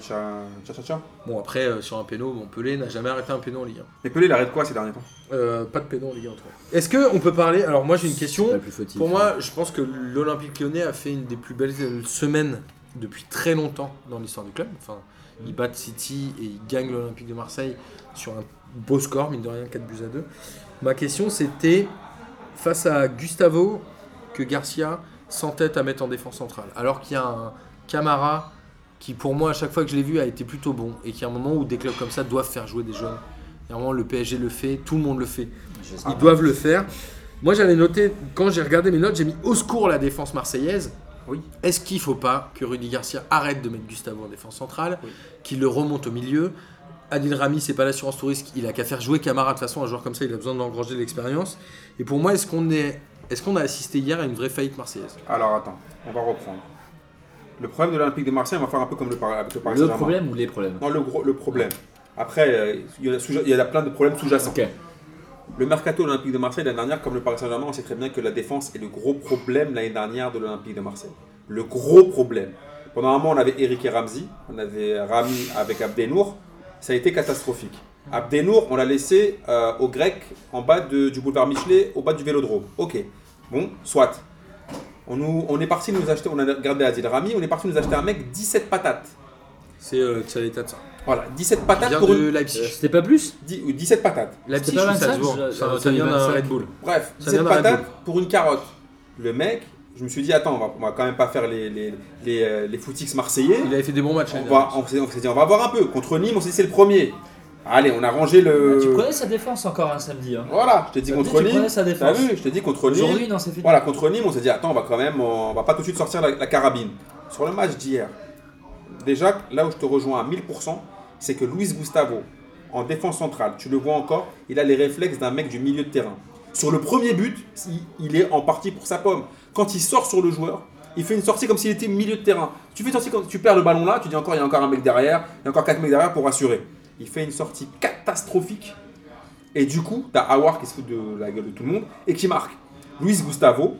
[SPEAKER 3] tcha, tcha, tcha.
[SPEAKER 1] Bon après euh, sur un péno, Montpellier n'a jamais arrêté un péno en Ligue
[SPEAKER 3] Mais Pelé, il arrête quoi ces derniers temps
[SPEAKER 1] 1. Euh, pas de péno en Ligue 1 en tout cas. Est-ce que on peut parler Alors moi j'ai une question.
[SPEAKER 2] C'est pas le plus fautif,
[SPEAKER 1] Pour
[SPEAKER 2] hein.
[SPEAKER 1] moi, je pense que l'Olympique lyonnais a fait une des plus belles euh, semaines depuis très longtemps dans l'histoire du club. Enfin, ils battent City et ils gagnent l'Olympique de Marseille sur un beau score, mine de rien, 4 buts à 2. Ma question, c'était face à Gustavo, que Garcia s'entête à mettre en défense centrale. Alors qu'il y a un Camara qui, pour moi, à chaque fois que je l'ai vu, a été plutôt bon. Et qu'il y a un moment où des clubs comme ça doivent faire jouer des jeunes. Il y a un moment, le PSG le fait, tout le monde le fait.
[SPEAKER 2] Je sais
[SPEAKER 3] Ah,
[SPEAKER 1] Ils doivent le faire. Moi, j'avais noté, quand j'ai regardé mes notes, j'ai mis au secours la défense marseillaise.
[SPEAKER 3] Oui.
[SPEAKER 1] Est-ce qu'il faut pas que Rudy Garcia arrête de mettre Gustavo en défense centrale,
[SPEAKER 3] Oui.
[SPEAKER 1] qu'il le remonte au milieu Adil Rami, c'est pas l'assurance tout risque, il a qu'à faire jouer Camara. De toute façon, un joueur comme ça, il a besoin d'engranger de l'expérience. Et pour moi, est-ce qu'on est, est-ce qu'on a assisté hier à une vraie faillite marseillaise
[SPEAKER 3] Alors attends, on va reprendre. Le problème de l'Olympique de Marseille, on va faire un peu comme le, par- avec le Paris
[SPEAKER 2] Le
[SPEAKER 3] Saint-Germain.
[SPEAKER 2] problème ou les problèmes
[SPEAKER 3] Non, le, gros, le problème. Après, euh, il y, en a sous- il y en a plein de problèmes sous-jacents.
[SPEAKER 2] Ok. Euh,
[SPEAKER 3] Le mercato olympique de Marseille l'année dernière, comme le Paris Saint-Germain, on sait très bien que la défense est le gros problème l'année dernière de l'Olympique de Marseille. Le gros problème. Pendant un moment, on avait Eric et Ramzi, on avait Rami avec Abdenour. Ça a été catastrophique. Abdenour, on l'a laissé euh, au grec en bas de- du boulevard Michelet, au bas du vélodrome. Ok, bon, soit. On, nous, on est parti nous acheter, on a gardé Adil Rami, on est parti nous acheter un mec 17 patates.
[SPEAKER 1] C'est euh, Tchaleta Tsar.
[SPEAKER 3] Voilà, 17
[SPEAKER 1] Il
[SPEAKER 3] patates
[SPEAKER 1] vient
[SPEAKER 3] pour
[SPEAKER 1] de
[SPEAKER 3] une,
[SPEAKER 1] Leipzig.
[SPEAKER 2] C'était pas plus
[SPEAKER 3] dix- ou 17 patates.
[SPEAKER 1] Leipzig,
[SPEAKER 2] pas
[SPEAKER 1] ou
[SPEAKER 2] 25,
[SPEAKER 1] Salzbourg
[SPEAKER 2] je-
[SPEAKER 1] Ça,
[SPEAKER 2] je-
[SPEAKER 1] ça vient d'un
[SPEAKER 2] 25.
[SPEAKER 1] Red Bull.
[SPEAKER 3] Bref,
[SPEAKER 1] Ça
[SPEAKER 3] 17
[SPEAKER 1] vient d'un Red
[SPEAKER 3] patates pour une carotte. Le mec, je me suis dit, attends, on va, on va quand même pas faire les, les, les, euh, les footix marseillais.
[SPEAKER 1] Il avait fait des bons matchs.
[SPEAKER 3] On,
[SPEAKER 1] l'année
[SPEAKER 3] va,
[SPEAKER 2] Bah,
[SPEAKER 1] dernière.
[SPEAKER 3] on, s'est, on s'est dit, on va voir un peu. Contre Nîmes, on s'est dit, c'est le premier. Allez, on a rangé le.
[SPEAKER 2] Bah,
[SPEAKER 6] Tu prenais sa défense encore un samedi. Hein.
[SPEAKER 3] Voilà, je t'ai dit
[SPEAKER 6] Samedi,
[SPEAKER 3] Euh, contre
[SPEAKER 6] tu
[SPEAKER 3] Nîmes.
[SPEAKER 6] prenais sa
[SPEAKER 3] T'as
[SPEAKER 6] défense.
[SPEAKER 3] vu, je t'ai dit contre Nîmes.
[SPEAKER 6] Aujourd'hui, non, c'est fini.
[SPEAKER 3] Voilà, contre Nîmes, on s'est dit, attends, on va quand même, on va pas tout de suite sortir la, la carabine. Sur le match d'hier, déjà, là où je te rejoins à 1000%, c'est que Luis Gustavo, en défense centrale, tu le vois encore, il a les réflexes d'un mec du milieu de terrain. Sur le premier but, il, il est en partie pour sa pomme. Quand il sort sur le joueur, il fait une sortie comme s'il était milieu de terrain. Tu fais une sortie quand tu perds le ballon là, tu dis encore, il y a encore un mec derrière, il y a encore quatre mecs derrière pour rassurer. Il fait une sortie catastrophique. Et du coup, t'as Awar qui se fout de la gueule de tout le monde et qui marque. Luis Gustavo,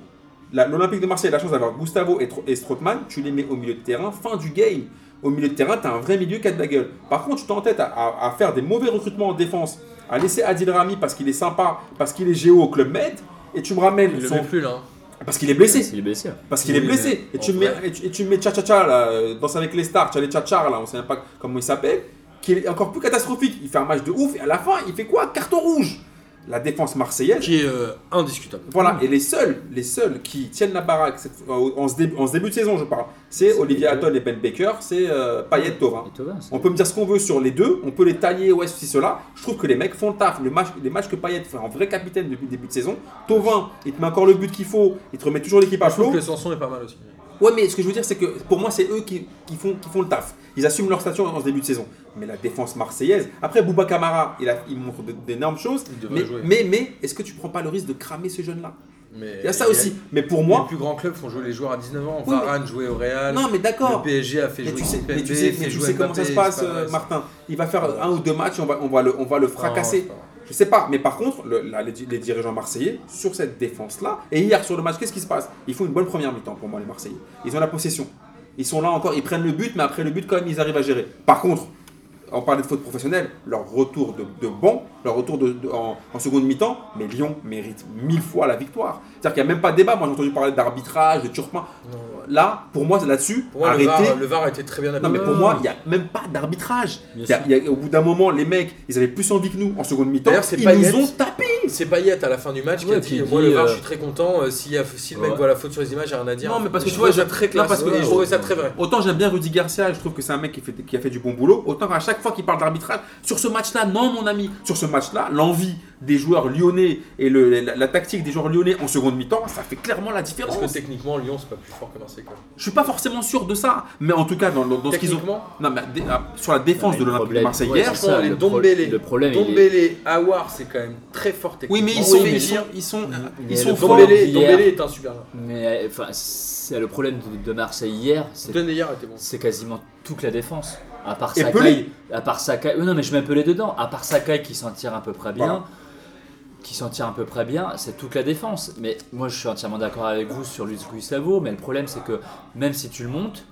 [SPEAKER 3] la- l'Olympique de Marseille a la chance d'avoir Gustavo et, Tro- et Strootman, tu les mets au milieu de terrain, fin du game. Au milieu de terrain, t'as un vrai milieu qui a de la gueule. Par contre, tu t'entêtes à, à- à faire des mauvais recrutements en défense, à laisser Adil Rami parce qu'il est sympa, parce qu'il est géo au club Med, et tu me ramènes
[SPEAKER 1] Il le
[SPEAKER 3] son-
[SPEAKER 1] met plus là. hein.
[SPEAKER 3] parce qu'il est blessé.
[SPEAKER 2] Il est blessé. hein.
[SPEAKER 3] Parce qu'il est
[SPEAKER 1] Oui, euh,
[SPEAKER 3] blessé.
[SPEAKER 1] mais
[SPEAKER 3] Et tu,
[SPEAKER 1] en
[SPEAKER 3] mets,
[SPEAKER 1] vrai-
[SPEAKER 3] et, tu, et tu mets Cha-Cha-Cha, là, euh, Danse avec les stars, Cha cha cha là, on sait même pas comment il s'appelle, qui est encore plus catastrophique. Il fait un match de ouf et à la fin, il fait quoi Carton rouge La défense marseillaise.
[SPEAKER 1] Qui est euh, indiscutable.
[SPEAKER 3] Voilà, et les seuls, les seuls qui tiennent la baraque cette- euh, en, ce dé- en ce début de saison, je parle, c'est
[SPEAKER 2] C'est
[SPEAKER 3] Olivier
[SPEAKER 2] Payet.
[SPEAKER 3] Hatton et Ben Baker, c'est euh, Payet Thauvin.
[SPEAKER 2] Et Thauvin, c'est-
[SPEAKER 3] On peut me dire ce qu'on veut sur les deux, on peut les tailler, ouais, ceci, cela. Je trouve que les mecs font le taf. Le match, les matchs que Payet fait en vrai capitaine depuis le début de saison, Tovin, il te met encore le but qu'il faut, il te remet toujours l'équipe à
[SPEAKER 1] Je trouve
[SPEAKER 3] flot.
[SPEAKER 1] que Sanson est pas mal aussi.
[SPEAKER 3] Ouais, mais ce que je veux dire, c'est que pour moi, c'est eux qui, qui font, qui font le taf. Ils assument leur statut en ce début de saison. Mais la défense marseillaise, après Bouba Camara, il, a- il montre de- d'énormes choses.
[SPEAKER 1] Il devrait
[SPEAKER 3] Mais,
[SPEAKER 1] jouer.
[SPEAKER 3] mais, mais est-ce que tu prends pas le risque de cramer ce jeune-là
[SPEAKER 1] Mais
[SPEAKER 3] Il y a ça aussi. Mais pour
[SPEAKER 1] Les
[SPEAKER 3] moi,
[SPEAKER 1] plus grands clubs font jouer les joueurs à 19 ans.
[SPEAKER 3] Oui, mais-
[SPEAKER 1] Varane jouait au Real.
[SPEAKER 3] non, mais
[SPEAKER 1] le
[SPEAKER 3] d'accord.
[SPEAKER 1] PSG a fait
[SPEAKER 3] Mais
[SPEAKER 1] jouer
[SPEAKER 3] tu sais,
[SPEAKER 1] Kimpembe,
[SPEAKER 3] mais tu sais,
[SPEAKER 1] fait
[SPEAKER 3] mais tu
[SPEAKER 1] jouer
[SPEAKER 3] sais comment
[SPEAKER 1] Mbappé,
[SPEAKER 3] ça se
[SPEAKER 1] c'est
[SPEAKER 3] passe,
[SPEAKER 1] pas vrai,
[SPEAKER 3] euh,
[SPEAKER 1] ça.
[SPEAKER 3] Martin. Il va faire
[SPEAKER 1] pas vrai,
[SPEAKER 3] un ou deux matchs, on va, on va le, on va le fracasser.
[SPEAKER 1] Non, c'est pas vrai.
[SPEAKER 3] Je sais pas, mais par contre, le- là, les, di- les dirigeants marseillais, sur cette défense-là, et hier sur le match, qu'est-ce qui se passe Ils font une bonne première mi-temps pour moi, les Marseillais. Ils ont la possession. Ils sont là encore, ils prennent le but, mais après le but, quand même, ils arrivent à gérer. Par contre, on parlait de faute professionnelle, leur retour de, de banc, leur retour de, de- en, en seconde mi-temps, mais Lyon mérite mille fois la victoire. C'est-à-dire qu'il n'y a même pas de débat. Moi, j'ai entendu parler d'arbitrage, de Turpin. Là, pour moi, c'est là-dessus,
[SPEAKER 1] Pour moi, le
[SPEAKER 3] arrêtez.
[SPEAKER 1] VAR, le VAR a été très bien
[SPEAKER 3] Non, mais
[SPEAKER 1] appliqué.
[SPEAKER 3] pour moi, il n'y a même pas d'arbitrage.
[SPEAKER 2] Bien
[SPEAKER 3] Il y a- il y a- Au bout d'un moment, les mecs, ils avaient plus envie que nous en seconde mi-temps.
[SPEAKER 1] D'ailleurs, c'est
[SPEAKER 3] Ils
[SPEAKER 1] Payet.
[SPEAKER 3] nous ont tapé.
[SPEAKER 1] C'est Payet à la fin du match qui
[SPEAKER 2] Ouais,
[SPEAKER 1] a dit
[SPEAKER 2] qui
[SPEAKER 1] Moi,
[SPEAKER 2] dit,
[SPEAKER 1] le VAR,
[SPEAKER 2] euh,
[SPEAKER 1] je suis très content. euh, si, si le mec
[SPEAKER 2] Ouais.
[SPEAKER 1] voit la faute sur les images, j'ai rien à dire.
[SPEAKER 3] Non, mais parce que
[SPEAKER 1] Je
[SPEAKER 3] tu vois,
[SPEAKER 1] trouvais
[SPEAKER 3] je-
[SPEAKER 1] ça très
[SPEAKER 3] non,
[SPEAKER 1] classe.
[SPEAKER 3] parce que-
[SPEAKER 1] Ouais, je
[SPEAKER 3] oh.
[SPEAKER 1] trouvais ça très vrai.
[SPEAKER 3] Autant j'aime bien Rudy Garcia, je trouve que c'est un mec qui, fait, qui a fait du bon boulot. Autant à chaque fois qu'il parle d'arbitrage, sur ce match-là, non, mon ami, sur ce match-là, l'envie des joueurs lyonnais et le- la, la tactique des joueurs lyonnais en seconde mi-temps, ça fait clairement la différence.
[SPEAKER 1] Parce que techniquement, Lyon, c'est pas plus fort que Marseille. Quoi.
[SPEAKER 3] Je suis pas forcément sûr de ça, mais en tout cas, dans, dans- dans ce qu'ils ont.
[SPEAKER 1] Techniquement,
[SPEAKER 3] Non, mais dé- ah, sur la défense de l'Olympique de Marseille hier,
[SPEAKER 1] ouais, franchement, les
[SPEAKER 2] le,
[SPEAKER 1] Dombélé.
[SPEAKER 2] le problème, il est-
[SPEAKER 1] Dombélé, Aouar, c'est quand même très fort
[SPEAKER 3] Oui,
[SPEAKER 1] techniquement.
[SPEAKER 3] mais ils sont,
[SPEAKER 1] mais
[SPEAKER 3] ils sont, ils sont,
[SPEAKER 2] mais
[SPEAKER 3] ils sont
[SPEAKER 2] le
[SPEAKER 3] forts.
[SPEAKER 2] Dombélé-
[SPEAKER 1] Dombélé,
[SPEAKER 2] hier.
[SPEAKER 1] Dombélé est un super. joueur.
[SPEAKER 2] mais, enfin, c'est le problème de, de Marseille hier, c'est
[SPEAKER 1] Denayer était bon.
[SPEAKER 2] c'est quasiment toute la défense. À part
[SPEAKER 3] Et
[SPEAKER 2] Sakai,
[SPEAKER 3] Pelé.
[SPEAKER 2] à part Sakai, oui, non mais je mets Pelé dedans. À part Sakai qui s'en tire à peu près bien,
[SPEAKER 3] Voilà.
[SPEAKER 2] qui s'en tire à peu près bien, c'est toute la défense. Mais moi je suis entièrement d'accord avec vous sur Luis Gustavo, mais le problème c'est que même si tu le montes,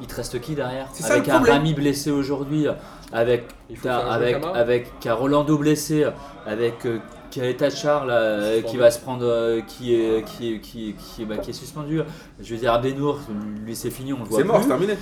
[SPEAKER 2] il te reste qui derrière
[SPEAKER 3] C'est ça,
[SPEAKER 2] Avec
[SPEAKER 3] le
[SPEAKER 2] un
[SPEAKER 3] problème.
[SPEAKER 2] Rami blessé aujourd'hui, avec
[SPEAKER 1] Il faut
[SPEAKER 2] t'as-
[SPEAKER 1] faire jouer
[SPEAKER 2] avec
[SPEAKER 1] Camara.
[SPEAKER 2] avec un Rolando blessé, avec euh, Kaeta Charles euh, qui
[SPEAKER 1] Suspendu.
[SPEAKER 2] va se prendre, euh, qui est qui qui qui, bah, qui est suspendu. Je veux dire Abdenour, lui c'est fini, on le voit
[SPEAKER 3] C'est mort,
[SPEAKER 2] plus
[SPEAKER 3] c'est terminé.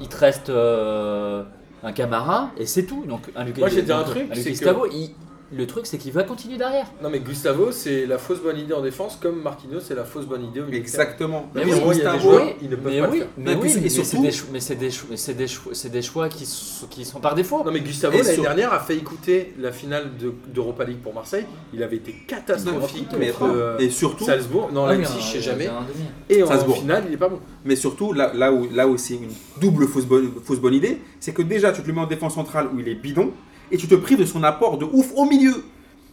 [SPEAKER 2] il te reste euh, un Camara et c'est tout. Donc un Lucas,
[SPEAKER 1] Moi, j'ai dit un
[SPEAKER 2] donc,
[SPEAKER 1] truc, c'est
[SPEAKER 2] Lucas Gustavo, il- le truc c'est qu'il va continuer derrière.
[SPEAKER 1] Non, mais Gustavo, c'est la fausse bonne idée en défense, comme Marquinhos, c'est la fausse bonne idée au milieu. de terrain.
[SPEAKER 3] Exactement.
[SPEAKER 1] Mais
[SPEAKER 2] oui,
[SPEAKER 1] pour moi, il y a des
[SPEAKER 3] Gustavo-
[SPEAKER 1] joueurs,
[SPEAKER 2] Oui,
[SPEAKER 1] ils ne peuvent
[SPEAKER 2] Mais
[SPEAKER 1] pas
[SPEAKER 2] oui,
[SPEAKER 1] le faire.
[SPEAKER 2] mais
[SPEAKER 3] Bah,
[SPEAKER 2] oui,
[SPEAKER 3] et
[SPEAKER 2] mais
[SPEAKER 3] surtout-
[SPEAKER 2] c'est des choix, mais c'est des choix, mais c'est des choix, c'est des choix qui sont, qui sont par défaut.
[SPEAKER 1] Non mais Gustavo
[SPEAKER 3] Et
[SPEAKER 1] l'année
[SPEAKER 3] sur-
[SPEAKER 1] dernière a failli coûter la finale de- d'Europa League pour Marseille. Il avait été catastrophique
[SPEAKER 3] Mais
[SPEAKER 1] contre euh,
[SPEAKER 3] et surtout,
[SPEAKER 1] Salzbourg. Non,
[SPEAKER 2] Ah oui,
[SPEAKER 1] Leipzig,
[SPEAKER 2] un-
[SPEAKER 1] je sais
[SPEAKER 2] un-
[SPEAKER 1] jamais.
[SPEAKER 2] un demi.
[SPEAKER 1] Et en
[SPEAKER 3] Salzbourg.
[SPEAKER 1] finale, il est pas bon.
[SPEAKER 3] mais surtout là, là où, là où c'est une double fausse bonne, fausse bonne idée, c'est que déjà tu te le mets en défense centrale où il est bidon et tu te prives de son apport de ouf au milieu.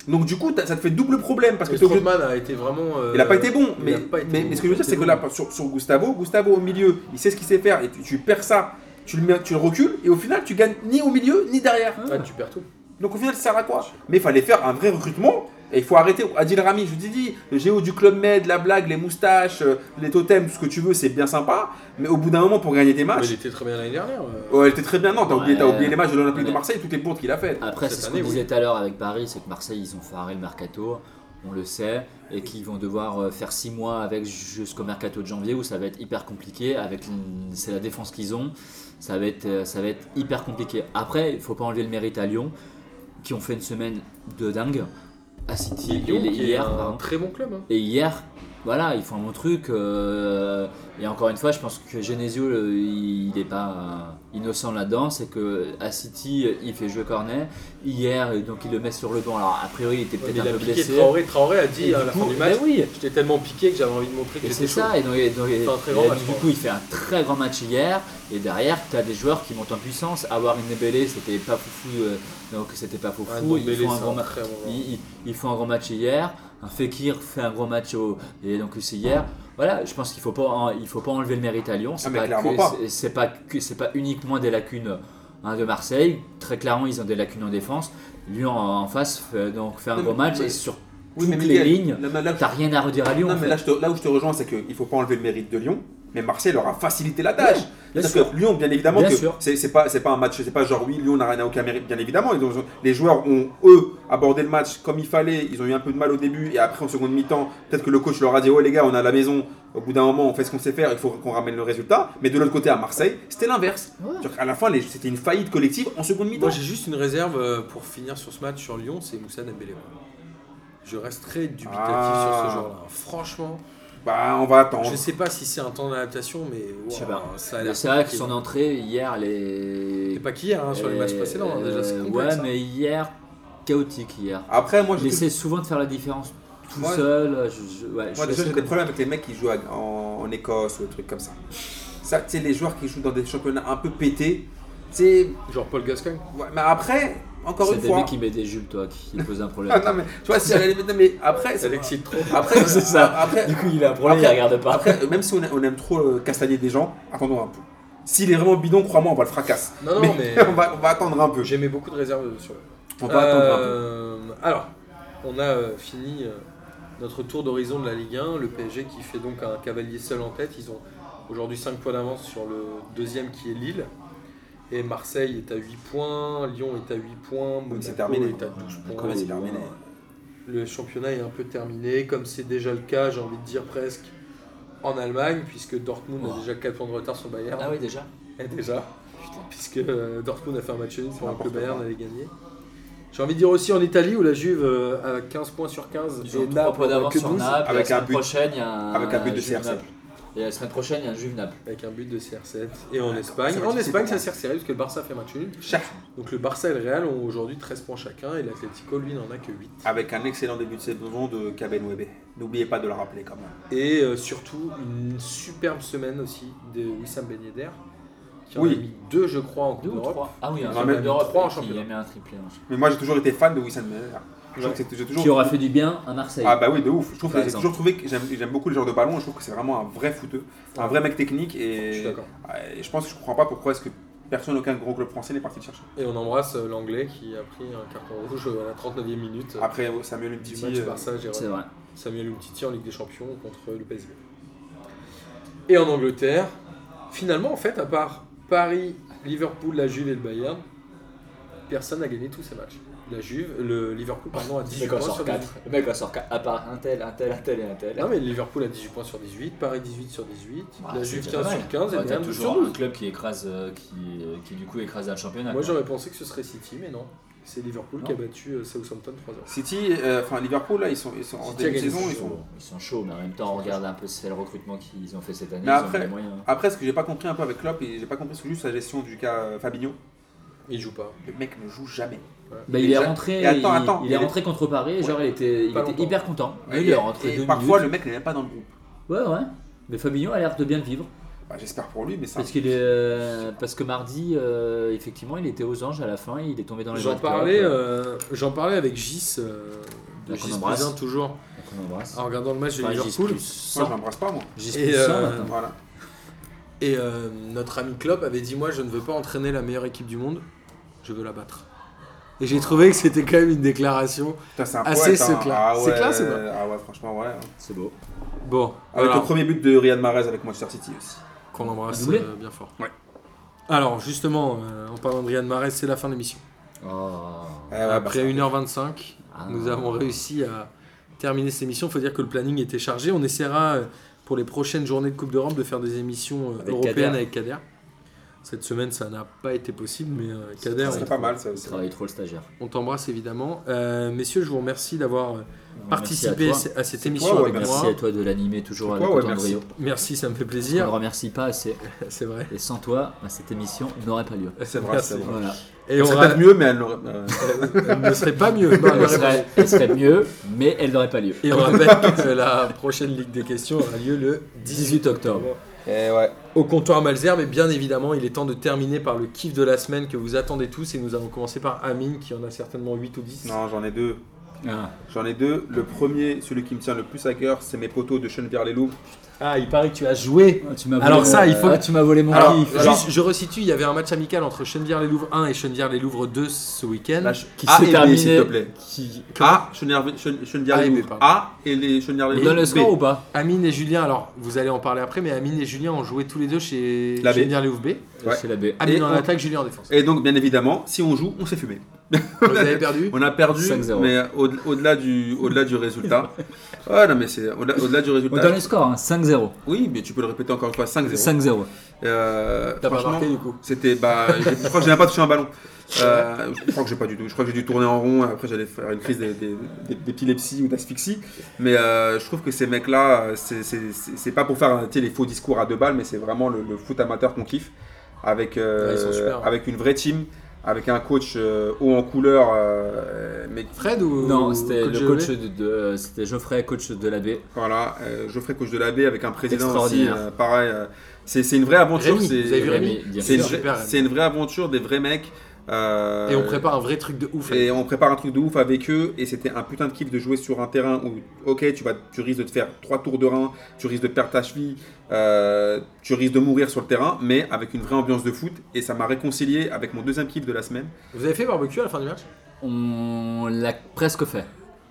[SPEAKER 3] Donc du coup, t'as- ça te fait double problème
[SPEAKER 1] Parce
[SPEAKER 3] parce que
[SPEAKER 1] que
[SPEAKER 3] t'es obligé de-
[SPEAKER 1] Strootman a été vraiment. euh,
[SPEAKER 3] Il n'a pas été bon,
[SPEAKER 1] il
[SPEAKER 3] mais,
[SPEAKER 1] a pas été
[SPEAKER 3] mais,
[SPEAKER 1] bon.
[SPEAKER 3] mais ce que je veux dire,
[SPEAKER 1] Il
[SPEAKER 3] c'est
[SPEAKER 1] a
[SPEAKER 3] que
[SPEAKER 1] été
[SPEAKER 3] là,
[SPEAKER 1] bon.
[SPEAKER 3] sur, sur Gustavo, Gustavo au milieu, il sait ce qu'il sait faire et tu, tu perds ça, tu le, mets- tu le recules et au final, tu gagnes ni au milieu ni derrière.
[SPEAKER 1] Ah, tu perds tout.
[SPEAKER 3] Donc au final, ça sert à quoi Mais il fallait faire un vrai recrutement. Et il faut arrêter. Adil Rami, je vous ai dit, le géo du Club Med, la blague, les moustaches, euh, les totems, tout ce que tu veux, c'est bien sympa. Mais au bout d'un moment, pour gagner des
[SPEAKER 1] Mais
[SPEAKER 3] matchs,
[SPEAKER 1] il était très bien l'année dernière. euh.
[SPEAKER 3] Ah, oh, elle était très bien. Non, t'as oublié, t'as
[SPEAKER 2] Ouais.
[SPEAKER 3] oublié les matchs de l'Olympique de
[SPEAKER 2] Ouais. Ah,
[SPEAKER 3] Marseille, toutes les bourdes qu'il a faites.
[SPEAKER 2] Après,
[SPEAKER 1] Cette
[SPEAKER 2] c'est ce qu'on
[SPEAKER 1] année,
[SPEAKER 2] disait tout à l'heure avec Paris, c'est que Marseille, ils ont foiré le mercato, on le sait, et qu'ils vont devoir euh, faire six mois avec jusqu'au mercato de janvier où ça va être hyper compliqué. Avec l- c'est la défense qu'ils ont, ça va être euh, ça va être hyper compliqué. Après, il faut pas enlever le mérite à Lyon, qui ont fait une semaine de dingue à City et
[SPEAKER 1] Lyon,
[SPEAKER 2] les-
[SPEAKER 1] qui est
[SPEAKER 2] hier,
[SPEAKER 1] un
[SPEAKER 2] pardon.
[SPEAKER 1] très bon club. hein.
[SPEAKER 2] Et hier, voilà, ils font un bon truc. euh, et encore une fois, je pense que Genesio, le- il n'est pas euh, innocent là-dedans. C'est que à City, il fait jouer Cornet. Hier, donc il le met sur le banc. Alors, a priori, il était
[SPEAKER 1] Ouais, mais
[SPEAKER 2] peut-être
[SPEAKER 1] il
[SPEAKER 2] un
[SPEAKER 1] a
[SPEAKER 2] peu
[SPEAKER 1] piqué
[SPEAKER 2] blessé.
[SPEAKER 1] Traoré. Traoré a
[SPEAKER 2] Et
[SPEAKER 1] dit à
[SPEAKER 2] du
[SPEAKER 1] la
[SPEAKER 2] coup-
[SPEAKER 1] fin du
[SPEAKER 2] bah
[SPEAKER 1] match
[SPEAKER 2] oui,
[SPEAKER 1] J'étais tellement piqué que j'avais envie de montrer que
[SPEAKER 2] et
[SPEAKER 1] j'étais
[SPEAKER 2] c'est
[SPEAKER 1] chaud.
[SPEAKER 2] ça. Et, donc, et donc-
[SPEAKER 1] fait un très
[SPEAKER 2] et
[SPEAKER 1] grand match,
[SPEAKER 2] euh, du
[SPEAKER 1] quoi.
[SPEAKER 2] coup, il fait un très grand match hier. Et derrière, tu as des joueurs qui montent en puissance. Avoir une Nebelé, c'était pas foufou. euh, donc, c'était pas foufou.
[SPEAKER 1] Ouais,
[SPEAKER 2] ils
[SPEAKER 1] Dembélé,
[SPEAKER 2] font un
[SPEAKER 1] c'est
[SPEAKER 2] grand match.
[SPEAKER 1] très bon joueur.
[SPEAKER 2] Ils, ils- ils font un grand match hier. Un Fekir fait un grand match au, et donc c'est hier. Voilà, je pense qu'il faut pas en- il faut pas enlever le mérite à Lyon. C'est
[SPEAKER 3] Ah, mais
[SPEAKER 2] pas,
[SPEAKER 3] clairement
[SPEAKER 2] que-
[SPEAKER 3] pas.
[SPEAKER 2] c'est- c'est pas que- c'est pas uniquement des lacunes hein, de Marseille. Très clairement, ils ont des lacunes en défense. Lyon en en face fait, donc fait un
[SPEAKER 3] Non,
[SPEAKER 2] gros
[SPEAKER 3] mais-
[SPEAKER 2] match
[SPEAKER 3] mais-
[SPEAKER 2] et sur
[SPEAKER 3] Oui,
[SPEAKER 2] toutes
[SPEAKER 3] Miguel,
[SPEAKER 2] les lignes,
[SPEAKER 3] là- là-
[SPEAKER 2] t'as rien à redire à Lyon.
[SPEAKER 3] Non,
[SPEAKER 2] en
[SPEAKER 3] mais
[SPEAKER 2] fait.
[SPEAKER 3] là, je te- là où je te rejoins, c'est qu'il ne faut pas enlever le mérite de Lyon, mais Marseille leur a facilité la tâche.
[SPEAKER 2] bien
[SPEAKER 3] C'est-à-dire que Lyon, bien évidemment,
[SPEAKER 2] Bien
[SPEAKER 3] que
[SPEAKER 2] sûr.
[SPEAKER 3] c'est c'est pas, c'est pas un match, c'est pas genre oui, Lyon n'a rien à aucun mérite, bien évidemment. Ils ont- les joueurs ont, eux, abordé le match comme il fallait, ils ont eu un peu de mal au début, et après en seconde mi-temps, peut-être que le coach leur a dit, ouais les gars, on est à la maison, au bout d'un moment, on fait ce qu'on sait faire, il faut qu'on ramène le résultat. Mais de l'autre côté, à Marseille, c'était l'inverse.
[SPEAKER 2] Ouais.
[SPEAKER 3] C'est-à-dire qu'à la fin, les- c'était une faillite collective en seconde mi-temps.
[SPEAKER 1] Moi j'ai juste une réserve euh, pour finir sur ce match sur Lyon, c'est Moussa Dembélé. Je reste très dubitatif
[SPEAKER 3] Ah.
[SPEAKER 1] sur ce joueur-là. Franchement,
[SPEAKER 3] Bah, on va attendre.
[SPEAKER 1] je sais pas si c'est un temps d'adaptation, mais wow,
[SPEAKER 2] Je sais pas.
[SPEAKER 1] ça a
[SPEAKER 2] Mais
[SPEAKER 1] l'air
[SPEAKER 2] C'est vrai que
[SPEAKER 1] compliqué.
[SPEAKER 2] son entrée hier, elle est.
[SPEAKER 1] C'est pas qu'hier, hein, sur les
[SPEAKER 2] elle-
[SPEAKER 1] matchs précédents, hein, déjà c'est
[SPEAKER 2] euh,
[SPEAKER 1] complexe.
[SPEAKER 2] Ouais,
[SPEAKER 1] hein.
[SPEAKER 2] mais hier, chaotique hier.
[SPEAKER 3] Après, moi,
[SPEAKER 2] Il
[SPEAKER 3] j'ai
[SPEAKER 2] essaie souvent de faire la différence tout
[SPEAKER 3] Moi-
[SPEAKER 2] seul. euh, Je, je- ouais, je
[SPEAKER 3] Moi,
[SPEAKER 2] suis
[SPEAKER 3] déjà, j'ai
[SPEAKER 2] assez
[SPEAKER 3] des problèmes avec les mecs qui jouent à- en, en Écosse ou des trucs comme ça. Ça, tu sais, les joueurs qui jouent dans des championnats un peu pétés, tu sais,
[SPEAKER 1] Genre Paul Gascoigne.
[SPEAKER 3] ouais, mais après, encore une
[SPEAKER 2] C'est des
[SPEAKER 3] fois.
[SPEAKER 2] mecs qui met des jupes, toi, qui pose un problème.
[SPEAKER 3] Ah, [laughs] non, mais, tu vois, si à la limite, non, mais après,
[SPEAKER 5] Ça
[SPEAKER 3] c'est-
[SPEAKER 5] l'excite trop.
[SPEAKER 3] après,
[SPEAKER 6] C'est ça.
[SPEAKER 3] Après,
[SPEAKER 6] Du coup, il a un problème, il
[SPEAKER 3] Après-
[SPEAKER 6] regarde pas.
[SPEAKER 3] après, euh, même si on, a- on aime trop euh, castagner des gens, attendons un peu. S'il est vraiment bidon, crois-moi, on va le fracasser.
[SPEAKER 1] Non, Ah non, mais-
[SPEAKER 2] [laughs]
[SPEAKER 3] [laughs] on, va, on va attendre un peu.
[SPEAKER 1] J'aimais beaucoup de réserves sur
[SPEAKER 3] On va attendre un peu.
[SPEAKER 1] Euh, Alors, on a euh, fini euh, notre tour d'horizon de la Ligue 1. Le PSG qui fait donc un cavalier seul en tête. Ils ont aujourd'hui 5 points d'avance sur le deuxième qui est Lille. Et Marseille est à 8 points, Lyon est à 8 points, Monaco
[SPEAKER 3] c'est terminé,
[SPEAKER 1] est à 12 points.
[SPEAKER 3] c'est terminé.
[SPEAKER 1] Le championnat est un peu terminé, comme c'est déjà le cas, j'ai envie de dire presque, en Allemagne, puisque Dortmund a déjà 4 points de retard sur Bayern.
[SPEAKER 6] Ah oui, déjà.
[SPEAKER 1] Et Eh, déjà, puisque euh, Dortmund a fait un match nul pendant que le
[SPEAKER 3] n'importe
[SPEAKER 1] Bayern
[SPEAKER 3] quoi.
[SPEAKER 1] allait gagner. J'ai envie de dire aussi en Italie où la Juve euh, a 15 points sur 15
[SPEAKER 6] Ils ont
[SPEAKER 1] et
[SPEAKER 6] trois
[SPEAKER 1] Naples
[SPEAKER 6] points
[SPEAKER 1] en a
[SPEAKER 6] d'avance
[SPEAKER 1] que
[SPEAKER 6] sur
[SPEAKER 1] 12
[SPEAKER 6] Naples.
[SPEAKER 3] avec
[SPEAKER 6] et la
[SPEAKER 3] un
[SPEAKER 6] semaine
[SPEAKER 3] but-
[SPEAKER 6] prochaine, il y a un.
[SPEAKER 3] avec un but de
[SPEAKER 6] Juve
[SPEAKER 3] CR7.
[SPEAKER 6] Naples. Et la semaine prochaine, il y a un Juve Naples.
[SPEAKER 1] avec un but de CR7. Et
[SPEAKER 6] Ah,
[SPEAKER 1] en Espagne,
[SPEAKER 3] ça va
[SPEAKER 1] en
[SPEAKER 3] être
[SPEAKER 1] Espagne
[SPEAKER 3] difficile.
[SPEAKER 1] ça sert serré parce que le Barça fait match nul.
[SPEAKER 3] Chaque-
[SPEAKER 1] Donc le Barça et le Real ont aujourd'hui 13 points chacun et l'Atlético lui n'en a que 8.
[SPEAKER 3] Avec un excellent début de saison de Kabenwebe. N'oubliez pas de le rappeler quand même.
[SPEAKER 1] Et euh, surtout une superbe semaine aussi de Wissam Ben Yedder qui en
[SPEAKER 3] Oui.
[SPEAKER 1] a mis deux je crois en
[SPEAKER 6] Deux
[SPEAKER 1] Coupe
[SPEAKER 6] ou
[SPEAKER 1] d'Europe.
[SPEAKER 6] trois Ah oui, un
[SPEAKER 3] On en
[SPEAKER 1] a
[SPEAKER 6] championnat
[SPEAKER 1] même
[SPEAKER 6] d'Europe.
[SPEAKER 1] trois en
[SPEAKER 6] qui
[SPEAKER 1] championnat.
[SPEAKER 6] a mis un triplé. hein.
[SPEAKER 3] Mais moi, j'ai toujours été fan de Wissam Ben Yedder. Je trouve que c'est- j'ai toujours-
[SPEAKER 2] Qui aura fait du bien à Marseille.
[SPEAKER 3] Ah bah oui, de ouf. Je trouve
[SPEAKER 2] Par
[SPEAKER 3] que j'ai
[SPEAKER 2] exemple.
[SPEAKER 3] toujours trouvé que j'aime j'aime beaucoup le genre de ballon. Je trouve que c'est vraiment un vrai footeux, un
[SPEAKER 1] Ouais.
[SPEAKER 3] vrai mec technique.
[SPEAKER 1] Je suis
[SPEAKER 3] Et
[SPEAKER 1] d'accord.
[SPEAKER 3] et je pense que je comprends pas pourquoi est-ce que personne, aucun gros club français n'est parti le chercher.
[SPEAKER 1] Et on embrasse euh, l'anglais qui a pris un carton rouge à la 39e minute.
[SPEAKER 6] Ah,
[SPEAKER 1] euh,
[SPEAKER 3] Après Samuel
[SPEAKER 1] du
[SPEAKER 3] Umtiti,
[SPEAKER 1] match
[SPEAKER 3] euh,
[SPEAKER 1] Barça, Gérard.
[SPEAKER 2] C'est vrai.
[SPEAKER 1] Samuel Umtiti en Ligue des Champions contre le PSV. Et en Angleterre, finalement, en fait, à part Paris, Liverpool, la Juve et le Bayern, personne n'a gagné tous ces matchs. La Juve, le Liverpool, pardon,
[SPEAKER 6] Le
[SPEAKER 1] a 18
[SPEAKER 6] mec en
[SPEAKER 1] points
[SPEAKER 6] sort
[SPEAKER 1] sur 18.
[SPEAKER 6] 4. Le mec en sort 4. À part un tel, un tel, un tel et un tel.
[SPEAKER 1] Non, mais Liverpool a 18 points sur 18, Paris 18 sur 18,
[SPEAKER 6] Bah,
[SPEAKER 1] la
[SPEAKER 6] c'est
[SPEAKER 1] Juve
[SPEAKER 6] déjà
[SPEAKER 1] 15
[SPEAKER 6] pas
[SPEAKER 1] sur
[SPEAKER 6] mal.
[SPEAKER 1] 15 et le
[SPEAKER 2] Ouais, T'as
[SPEAKER 1] Bayern 12 sur
[SPEAKER 2] toujours un
[SPEAKER 1] 12.
[SPEAKER 2] club qui écrase, euh, qui, euh, qui du coup écrase le championnat.
[SPEAKER 1] Moi,
[SPEAKER 2] quoi.
[SPEAKER 1] j'aurais pensé que ce serait City, mais non. C'est Liverpool qui a
[SPEAKER 2] Non.
[SPEAKER 1] battu euh, Southampton 3-0.
[SPEAKER 3] City, euh, enfin Liverpool, là, ils sont, ils sont en
[SPEAKER 1] City a
[SPEAKER 3] début de
[SPEAKER 1] gagné
[SPEAKER 3] saison.
[SPEAKER 1] ce
[SPEAKER 3] Ils
[SPEAKER 1] jour.
[SPEAKER 3] sont...
[SPEAKER 2] Ils sont chauds, mais en même temps, on regarde un peu c'est le recrutement qu'ils ont fait cette année.
[SPEAKER 3] Mais
[SPEAKER 2] ils
[SPEAKER 3] après-
[SPEAKER 2] ont les moyens.
[SPEAKER 3] Après, ce que j'ai pas compris un peu avec Klopp, et j'ai pas compris, c'est juste sa gestion du cas euh, Fabinho.
[SPEAKER 1] Il joue pas.
[SPEAKER 3] Le mec ne joue jamais.
[SPEAKER 2] Bah,
[SPEAKER 3] Et
[SPEAKER 2] il est
[SPEAKER 3] ça-
[SPEAKER 2] rentré,
[SPEAKER 3] et attends,
[SPEAKER 2] il-
[SPEAKER 3] attends,
[SPEAKER 2] il,
[SPEAKER 3] il
[SPEAKER 2] est
[SPEAKER 3] est-
[SPEAKER 2] rentré contre Paris, et genre il était, il
[SPEAKER 1] pas
[SPEAKER 2] était
[SPEAKER 1] longtemps.
[SPEAKER 2] hyper content.
[SPEAKER 3] Et-
[SPEAKER 2] Ah il est rentré
[SPEAKER 3] et
[SPEAKER 2] deux
[SPEAKER 3] parfois,
[SPEAKER 2] minutes.
[SPEAKER 3] le mec n'est même pas dans le groupe.
[SPEAKER 2] Ouais, ouais. Mais Fabinho a l'air de bien le vivre.
[SPEAKER 3] Bah, J'espère pour lui, mais ça.
[SPEAKER 2] Parce, qu'il est, euh, parce que mardi, euh, effectivement, il était aux anges à la fin, il est tombé dans les bras
[SPEAKER 1] J'en
[SPEAKER 2] de Klopp,
[SPEAKER 1] parlais,
[SPEAKER 2] euh,
[SPEAKER 1] euh, j'en parlais avec Gis, euh, de
[SPEAKER 2] Donc, on
[SPEAKER 1] Gis
[SPEAKER 2] embrasse.
[SPEAKER 1] Cousin, toujours,
[SPEAKER 2] qu'on embrasse.
[SPEAKER 1] en regardant le match de
[SPEAKER 2] Enfin, Gis
[SPEAKER 1] Liverpool.
[SPEAKER 2] plus
[SPEAKER 3] Moi, je
[SPEAKER 2] 100.
[SPEAKER 3] l'embrasse pas, moi.
[SPEAKER 2] Gis
[SPEAKER 1] Et,
[SPEAKER 2] plus 100,
[SPEAKER 1] euh,
[SPEAKER 2] maintenant.
[SPEAKER 3] Voilà.
[SPEAKER 1] Et euh, notre ami Klopp avait dit Moi, je ne veux pas entraîner la meilleure équipe du monde, je veux la battre. Et j'ai trouvé que c'était quand même une déclaration.
[SPEAKER 3] Putain, c'est un
[SPEAKER 1] Ah, c'est
[SPEAKER 3] poète,
[SPEAKER 1] ce
[SPEAKER 3] hein.
[SPEAKER 1] clair.
[SPEAKER 3] Ah,
[SPEAKER 1] C'est
[SPEAKER 3] ouais,
[SPEAKER 1] clair, c'est vrai.
[SPEAKER 3] Ah ouais, franchement, ouais. hein.
[SPEAKER 2] C'est beau.
[SPEAKER 1] Bon,
[SPEAKER 3] Avec
[SPEAKER 1] voilà,
[SPEAKER 3] le premier but de Riyad Mahrez avec Manchester City aussi.
[SPEAKER 1] qu'on embrasse
[SPEAKER 2] Un doublé
[SPEAKER 1] euh, bien fort.
[SPEAKER 3] Ouais.
[SPEAKER 1] Alors, justement, euh, en parlant de Riyad Mahrez, c'est la fin de l'émission.
[SPEAKER 3] Ah ouais, bah,
[SPEAKER 1] Après
[SPEAKER 3] ça-
[SPEAKER 1] 1h25,
[SPEAKER 2] Ah.
[SPEAKER 1] nous avons réussi à terminer cette émission. Il faut dire que le planning était chargé. On essaiera euh, pour les prochaines journées de Coupe d'Europe de faire des émissions euh,
[SPEAKER 2] Avec
[SPEAKER 1] européennes
[SPEAKER 2] Kader.
[SPEAKER 1] avec Kader. Cette semaine, ça n'a pas été possible, mais euh, Kader,
[SPEAKER 3] C'est pas mal, ça
[SPEAKER 2] Il
[SPEAKER 3] aussi.
[SPEAKER 2] travaille trop le stagiaire.
[SPEAKER 1] on t'embrasse évidemment. Euh, messieurs, je vous remercie d'avoir euh, participé
[SPEAKER 2] Merci à toi,
[SPEAKER 1] à, cette
[SPEAKER 3] toi,
[SPEAKER 1] émission
[SPEAKER 3] ouais,
[SPEAKER 1] avec
[SPEAKER 3] merci
[SPEAKER 2] Merci
[SPEAKER 1] moi.
[SPEAKER 2] à toi de l'animer toujours
[SPEAKER 3] C'est
[SPEAKER 2] avec
[SPEAKER 3] toi,
[SPEAKER 2] autant
[SPEAKER 3] ouais,
[SPEAKER 2] de
[SPEAKER 3] merci.
[SPEAKER 2] brio.
[SPEAKER 1] Merci, ça me fait
[SPEAKER 2] On ne
[SPEAKER 1] plaisir.
[SPEAKER 2] remercie pas assez.
[SPEAKER 1] [laughs] C'est vrai.
[SPEAKER 2] Et sans toi, bah, cette émission n'aurait pas lieu.
[SPEAKER 3] C'est vrai,
[SPEAKER 1] Merci.
[SPEAKER 3] c'est vrai.
[SPEAKER 2] Voilà.
[SPEAKER 1] Et on
[SPEAKER 3] C'est
[SPEAKER 1] ra-
[SPEAKER 3] peut-être mieux, mais elle n'aurait euh,
[SPEAKER 1] [laughs] elle ne serait pas mieux. Non, elle
[SPEAKER 2] Elle
[SPEAKER 1] aurait-
[SPEAKER 2] serait, elle serait mieux, mais elle n'aurait pas lieu.
[SPEAKER 1] Et on rappelle que la prochaine Ligue des questions aura lieu le 18
[SPEAKER 2] 18 octobre.
[SPEAKER 3] Eh ouais.
[SPEAKER 1] au comptoir Malzer, mais bien évidemment, il est temps de terminer par le kiff de la semaine que vous attendez tous. Et nous allons commencer par Amine, qui en a certainement 8 ou 10.
[SPEAKER 3] Non, j'en ai deux.
[SPEAKER 2] Ah.
[SPEAKER 3] J'en ai deux. Le premier, celui qui me tient le plus à cœur, c'est mes poteaux de Chenevière les Louvres.
[SPEAKER 1] Ah, il paraît que tu as joué.
[SPEAKER 2] Tu m'as
[SPEAKER 1] Alors
[SPEAKER 2] volé,
[SPEAKER 1] ça, il
[SPEAKER 2] euh,
[SPEAKER 1] faut-
[SPEAKER 2] ah, tu m'as volé mon
[SPEAKER 3] Alors,
[SPEAKER 2] kiff.
[SPEAKER 3] alors-
[SPEAKER 1] Juste, je resitue, il y avait un match amical entre Chenvière-les-Louvres 1 et Chenvière-les-Louvres 2 ce week-end.
[SPEAKER 2] Qui
[SPEAKER 3] A
[SPEAKER 2] s'est
[SPEAKER 3] et B,
[SPEAKER 2] terminé.
[SPEAKER 3] s'il te plaît.
[SPEAKER 2] Qui...
[SPEAKER 3] A, Chenvière
[SPEAKER 1] A et
[SPEAKER 3] les
[SPEAKER 1] B,
[SPEAKER 3] Louvres.
[SPEAKER 1] pardon.
[SPEAKER 3] A et les Chenvière les
[SPEAKER 2] On
[SPEAKER 3] Louvres.
[SPEAKER 2] donne le score
[SPEAKER 3] B.
[SPEAKER 2] ou pas
[SPEAKER 1] Amine et Julien, alors vous allez en parler après, mais Amine et Julien ont joué tous les deux chez
[SPEAKER 3] La B.
[SPEAKER 1] Chenvière-les-Louvres B.
[SPEAKER 3] Ouais.
[SPEAKER 2] C'est la B.
[SPEAKER 1] Amine
[SPEAKER 3] Et
[SPEAKER 1] en
[SPEAKER 3] on-
[SPEAKER 1] attaque, Julien en défense.
[SPEAKER 3] Et donc, bien évidemment, si on joue, on s'est fumé.
[SPEAKER 1] Vous avez perdu
[SPEAKER 3] On a perdu,
[SPEAKER 2] 5-0.
[SPEAKER 3] mais au- au-delà du, au-delà du résultat.
[SPEAKER 1] [laughs]
[SPEAKER 3] Ouais, non, mais c'est au-delà, au-delà du
[SPEAKER 2] On donne
[SPEAKER 3] résultat.
[SPEAKER 2] le score, hein, 5-0.
[SPEAKER 3] Oui, mais tu peux le répéter encore une fois 5-0.
[SPEAKER 2] 5-0.
[SPEAKER 3] Euh,
[SPEAKER 1] T'as pas
[SPEAKER 3] franchement,
[SPEAKER 1] marqué du coup.
[SPEAKER 3] C'était. Bah, j'ai- je crois que j'ai même pas touché un ballon. Euh, je crois que j'ai pas du tout. Je crois que j'ai dû tourner en rond. et Après, j'allais faire une crise des- des- des- d'épilepsie ou d'asphyxie. Mais euh, je trouve que ces mecs-là, euh, c'est- c'est c'est- c'est pas pour faire tu sais, les faux discours à deux balles, mais c'est vraiment le, le foot amateur qu'on kiffe. Avec, euh,
[SPEAKER 1] Ouais, ils sont super, hein.
[SPEAKER 3] avec une vraie team, avec un coach euh, haut en couleur, euh, mais
[SPEAKER 1] Fred ou
[SPEAKER 2] Non, c'était le
[SPEAKER 1] Joe
[SPEAKER 2] coach
[SPEAKER 1] Lay
[SPEAKER 2] de, de- c'était Geoffrey, coach de la B.
[SPEAKER 3] Voilà, euh, Geoffrey Coach de la Baie avec un président aussi,
[SPEAKER 2] Extraordinaire.
[SPEAKER 3] euh, pareil. euh, c'est c'est une vraie aventure.
[SPEAKER 1] Rémi,
[SPEAKER 3] c'est-
[SPEAKER 1] vous avez vu Rémi
[SPEAKER 2] bien
[SPEAKER 3] C'est une,
[SPEAKER 2] sûr.
[SPEAKER 1] Super,
[SPEAKER 3] vraie-
[SPEAKER 1] Rémi.
[SPEAKER 3] c'est une vraie aventure des vrais mecs. Euh,
[SPEAKER 1] Et on prépare un vrai truc de ouf.
[SPEAKER 3] et on prépare un truc de ouf avec eux et c'était un putain de kiff de jouer sur un terrain où ok tu vas tu risques de te faire trois tours de rein, tu risques de perdre ta cheville, euh, tu risques de mourir sur le terrain, mais avec une vraie ambiance de foot et ça m'a réconcilié avec mon deuxième kiff de la semaine.
[SPEAKER 1] Vous avez fait barbecue à la fin du match
[SPEAKER 2] On l'a presque fait.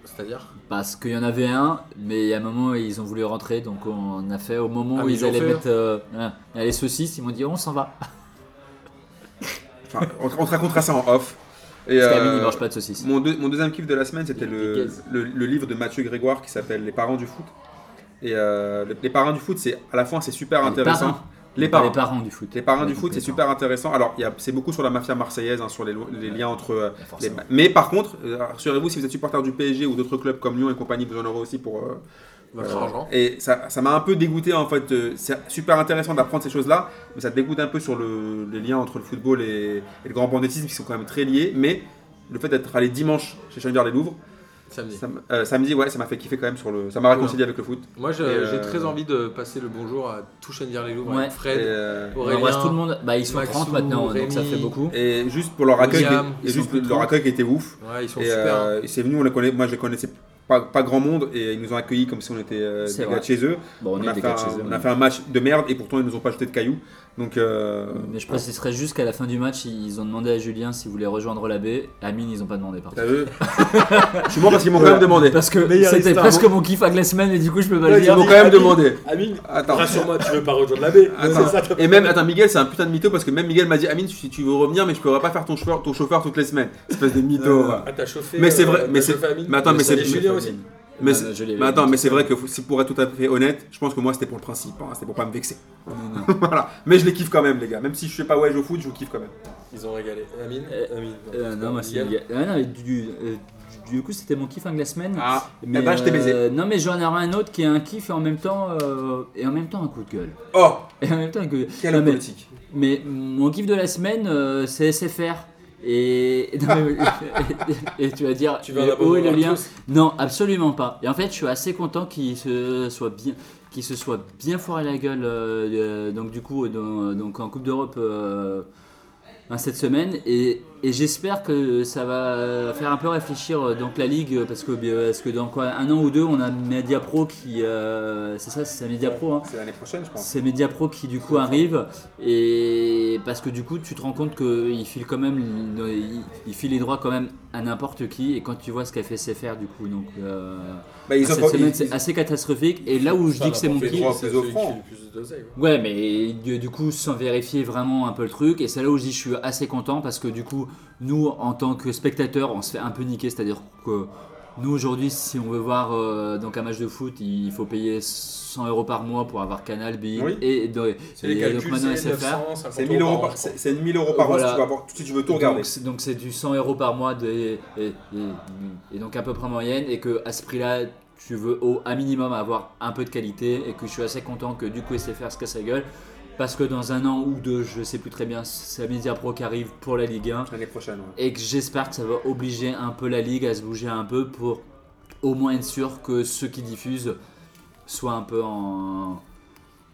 [SPEAKER 1] C'est-à-dire
[SPEAKER 2] Parce qu'il y en avait un, mais il y a un moment ils ont voulu rentrer, donc on a fait au moment
[SPEAKER 1] Ah,
[SPEAKER 2] où
[SPEAKER 1] mais
[SPEAKER 2] ils,
[SPEAKER 1] ils l'ont
[SPEAKER 2] allaient
[SPEAKER 1] fait,
[SPEAKER 2] mettre euh, hein, les saucisses, ils m'ont dit on s'en va.
[SPEAKER 3] Enfin, on, te- on te racontera ça en off. Et,
[SPEAKER 2] Parce qu'Amine
[SPEAKER 3] euh,
[SPEAKER 2] il mange pas de saucisses.
[SPEAKER 3] Mon, deux- mon deuxième kiff de la semaine, c'était
[SPEAKER 2] Il
[SPEAKER 3] le,
[SPEAKER 2] dégaze.
[SPEAKER 3] le- le livre de Mathieu Grégoire qui s'appelle Les parents du foot. Et euh, le- les parents du foot, c'est à la fois c'est super
[SPEAKER 2] Les
[SPEAKER 3] intéressant.
[SPEAKER 2] parents.
[SPEAKER 3] Les
[SPEAKER 2] Pas
[SPEAKER 3] parents.
[SPEAKER 2] Les parents du foot.
[SPEAKER 3] Les parents
[SPEAKER 2] Ouais,
[SPEAKER 3] du foot, c'est
[SPEAKER 2] complètement.
[SPEAKER 3] super intéressant. Alors, il y a- c'est beaucoup sur la mafia marseillaise, hein, sur les, lo- les liens entre. euh,
[SPEAKER 6] Bah,
[SPEAKER 3] les-
[SPEAKER 6] forcément.
[SPEAKER 3] mais par contre, euh, rassurez-vous, si vous êtes supporter du PSG ou d'autres clubs comme Lyon et compagnie, vous en aurez aussi pour. euh,
[SPEAKER 1] Votre
[SPEAKER 3] euh,
[SPEAKER 1] argent
[SPEAKER 3] et ça ça m'a un peu dégoûté en fait. euh, C'est super intéressant d'apprendre ces choses-là, mais ça te dégoûte un peu sur le- les liens entre le football et, et le grand banditisme qui sont quand même très liés. Mais le fait d'être allé dimanche chez Chandler les Louvres,
[SPEAKER 1] samedi.
[SPEAKER 3] ça m- euh, samedi, ouais, ça m'a fait kiffer quand même sur le. Ça m'a réconcilié avec le foot.
[SPEAKER 1] Moi, je-
[SPEAKER 3] Et, euh,
[SPEAKER 1] j'ai très envie de passer le bonjour à tout dire les loups
[SPEAKER 2] Ouais.
[SPEAKER 1] avec
[SPEAKER 3] Et,
[SPEAKER 1] Fred,
[SPEAKER 3] euh,
[SPEAKER 2] On
[SPEAKER 1] Aurélien,
[SPEAKER 2] embrasse tout le monde. Bah ils sont
[SPEAKER 1] Maxou,
[SPEAKER 2] 30 maintenant, donc ça
[SPEAKER 1] Rémi.
[SPEAKER 2] fait beaucoup.
[SPEAKER 3] et juste pour leur accueil,
[SPEAKER 1] William,
[SPEAKER 3] et
[SPEAKER 1] ils
[SPEAKER 3] juste
[SPEAKER 1] sont
[SPEAKER 3] leur accueil qui était ouf.
[SPEAKER 1] Ouais, ils sont
[SPEAKER 3] Et
[SPEAKER 1] super. hein.
[SPEAKER 3] euh, c'est venu, on les connaît, moi je les connaissais pas, pas grand monde et ils nous ont accueillis comme si on était euh,
[SPEAKER 2] C'est
[SPEAKER 3] des
[SPEAKER 2] vrai.
[SPEAKER 3] gars de chez eux.
[SPEAKER 2] Bon, on,
[SPEAKER 3] On,
[SPEAKER 2] est
[SPEAKER 3] a,
[SPEAKER 2] des
[SPEAKER 3] fait
[SPEAKER 2] gars de
[SPEAKER 3] un,
[SPEAKER 2] chez eux,
[SPEAKER 3] on a
[SPEAKER 2] mais-
[SPEAKER 3] fait un match de merde et pourtant ils nous ont pas jeté de cailloux.
[SPEAKER 2] [laughs]
[SPEAKER 3] Donc euh,
[SPEAKER 2] Mais je préciserai juste qu'à la fin du match, ils ont demandé à Julien s'il voulait rejoindre la baie. Amine, ils ont pas demandé par
[SPEAKER 3] t'as
[SPEAKER 2] contre. [laughs]
[SPEAKER 3] vu Je suis mort parce qu'ils m'ont quand même demandé.
[SPEAKER 2] Parce que
[SPEAKER 1] Meilleur
[SPEAKER 2] c'était
[SPEAKER 1] histoire.
[SPEAKER 2] presque mon kiff à la semaine et du coup je peux pas le
[SPEAKER 3] Ils
[SPEAKER 2] dire.
[SPEAKER 3] m'ont quand même demandé.
[SPEAKER 5] Amine,
[SPEAKER 3] Attends.
[SPEAKER 5] rassure-moi, tu veux pas rejoindre la baie
[SPEAKER 3] Attends.
[SPEAKER 5] C'est ça, toi.
[SPEAKER 3] Et même, attends, Miguel, c'est un putain de mytho parce que même Miguel m'a dit Amine, si tu veux revenir, mais je pourrais pas faire ton chauffeur, ton chauffeur toutes les semaines. Espèce de
[SPEAKER 2] Euh,
[SPEAKER 3] mytho. ouais.
[SPEAKER 5] Ah, t'as chauffé.
[SPEAKER 3] Mais c'est
[SPEAKER 5] euh,
[SPEAKER 3] vrai,
[SPEAKER 5] t'as
[SPEAKER 3] mais c'est-
[SPEAKER 5] chauffé Amine.
[SPEAKER 3] mais attends, mais c'est-
[SPEAKER 5] Et Julien aussi.
[SPEAKER 3] Mais
[SPEAKER 2] Non,
[SPEAKER 3] c'est-
[SPEAKER 2] non, je l'ai
[SPEAKER 3] Mais attends,
[SPEAKER 2] vu.
[SPEAKER 3] mais c'est vrai que faut- si pour être tout à fait honnête, je pense que moi c'était pour le principe, hein, c'était pour pas me vexer.
[SPEAKER 2] Non, non.
[SPEAKER 3] [laughs] voilà. Mais je les kiffe quand même, les gars. Même si je fais pas wedge au foot, je vous kiffe quand même.
[SPEAKER 5] Ils ont régalé. Amine
[SPEAKER 2] Euh,
[SPEAKER 5] Amine.
[SPEAKER 2] Euh, non, moi, c'est
[SPEAKER 5] Miguel.
[SPEAKER 2] Miguel. Ah, non, mais du, euh, du- du coup, c'était mon kiff hein, de la semaine.
[SPEAKER 3] Ah,
[SPEAKER 2] Mais,
[SPEAKER 3] eh ben, je t'ai baisé.
[SPEAKER 2] euh, non, mais j'en aurai un autre qui est un kiff et en même temps, euh, et en même temps un coup de gueule. [laughs]
[SPEAKER 3] Oh,
[SPEAKER 2] Et en même temps un coup de gueule.
[SPEAKER 3] quelle
[SPEAKER 2] Non,
[SPEAKER 3] homme
[SPEAKER 2] mais,
[SPEAKER 3] politique.
[SPEAKER 2] mais mon kiff de la semaine, euh, c'est SFR. Et, [laughs] non, mais- et tu vas dire,
[SPEAKER 5] Tu veux un
[SPEAKER 2] mais oh, où
[SPEAKER 5] abonnement
[SPEAKER 2] est le lien
[SPEAKER 5] gratos
[SPEAKER 2] Non, absolument pas. Et en fait, je suis assez content qu'il se soit bien, qu'il se soit bien foiré la gueule. euh, euh, donc du coup, euh, dans- donc en Coupe d'Europe euh, hein, cette semaine, et, et j'espère que ça va faire un peu réfléchir euh, donc la ligue, euh, parce que euh, parce que dans quoi un an ou deux, on a Media Pro qui, euh, c'est ça, c'est Media Pro. hein.
[SPEAKER 3] C'est l'année prochaine, je pense.
[SPEAKER 2] C'est Media Pro qui du coup arrive et parce que du coup tu te rends compte qu'il file quand même il, il file les droits quand même à n'importe qui et quand tu vois ce qu'a fait CFR du coup donc euh,
[SPEAKER 3] Bah, ils
[SPEAKER 2] cette
[SPEAKER 3] offrent-
[SPEAKER 2] semaine
[SPEAKER 3] ils-
[SPEAKER 2] c'est assez catastrophique et là où je
[SPEAKER 5] Ça,
[SPEAKER 2] dis que c'est mon
[SPEAKER 5] n'importe
[SPEAKER 2] kiff
[SPEAKER 5] qui,
[SPEAKER 3] kiff,
[SPEAKER 5] c'est
[SPEAKER 3] c'est
[SPEAKER 5] celui
[SPEAKER 3] offrant.
[SPEAKER 5] qui a le plus d'oseille, ouais.
[SPEAKER 2] Ouais, mais du, du coup, sans vérifier vraiment un peu le truc, et c'est là où je dis je suis assez content parce que du coup, nous en tant que spectateurs, on se fait un peu niquer, c'est-à-dire que nous aujourd'hui, si on veut voir euh, donc un match de foot, il faut payer 100 euros par mois pour avoir Canal, Big
[SPEAKER 3] Oui.
[SPEAKER 2] et, donc-
[SPEAKER 3] C'est les
[SPEAKER 2] et euh, donc
[SPEAKER 3] calculs,
[SPEAKER 2] maintenant SFR.
[SPEAKER 5] 900,
[SPEAKER 3] C'est
[SPEAKER 5] 50
[SPEAKER 3] 1000
[SPEAKER 5] par
[SPEAKER 3] euros
[SPEAKER 5] an,
[SPEAKER 3] par,
[SPEAKER 5] je crois.
[SPEAKER 3] c'est, c'est 1000 euros par an si
[SPEAKER 2] Voilà.
[SPEAKER 3] tu veux, avoir- si tu veux tout regarder.
[SPEAKER 2] Donc c'est- Donc c'est du 100 euros par mois de- et, et- et donc à peu près en moyenne et que à ce prix-là tu veux au un minimum avoir un peu de qualité et que je suis assez content que du coup SFR se casse la gueule parce que dans un an ou deux je sais plus très bien c'est la Media Pro qui arrive pour la Ligue 1
[SPEAKER 3] L'année prochaine. ouais.
[SPEAKER 2] et que j'espère que ça va obliger un peu la Ligue à se bouger un peu pour au moins être sûr que ceux qui diffusent soient un peu en...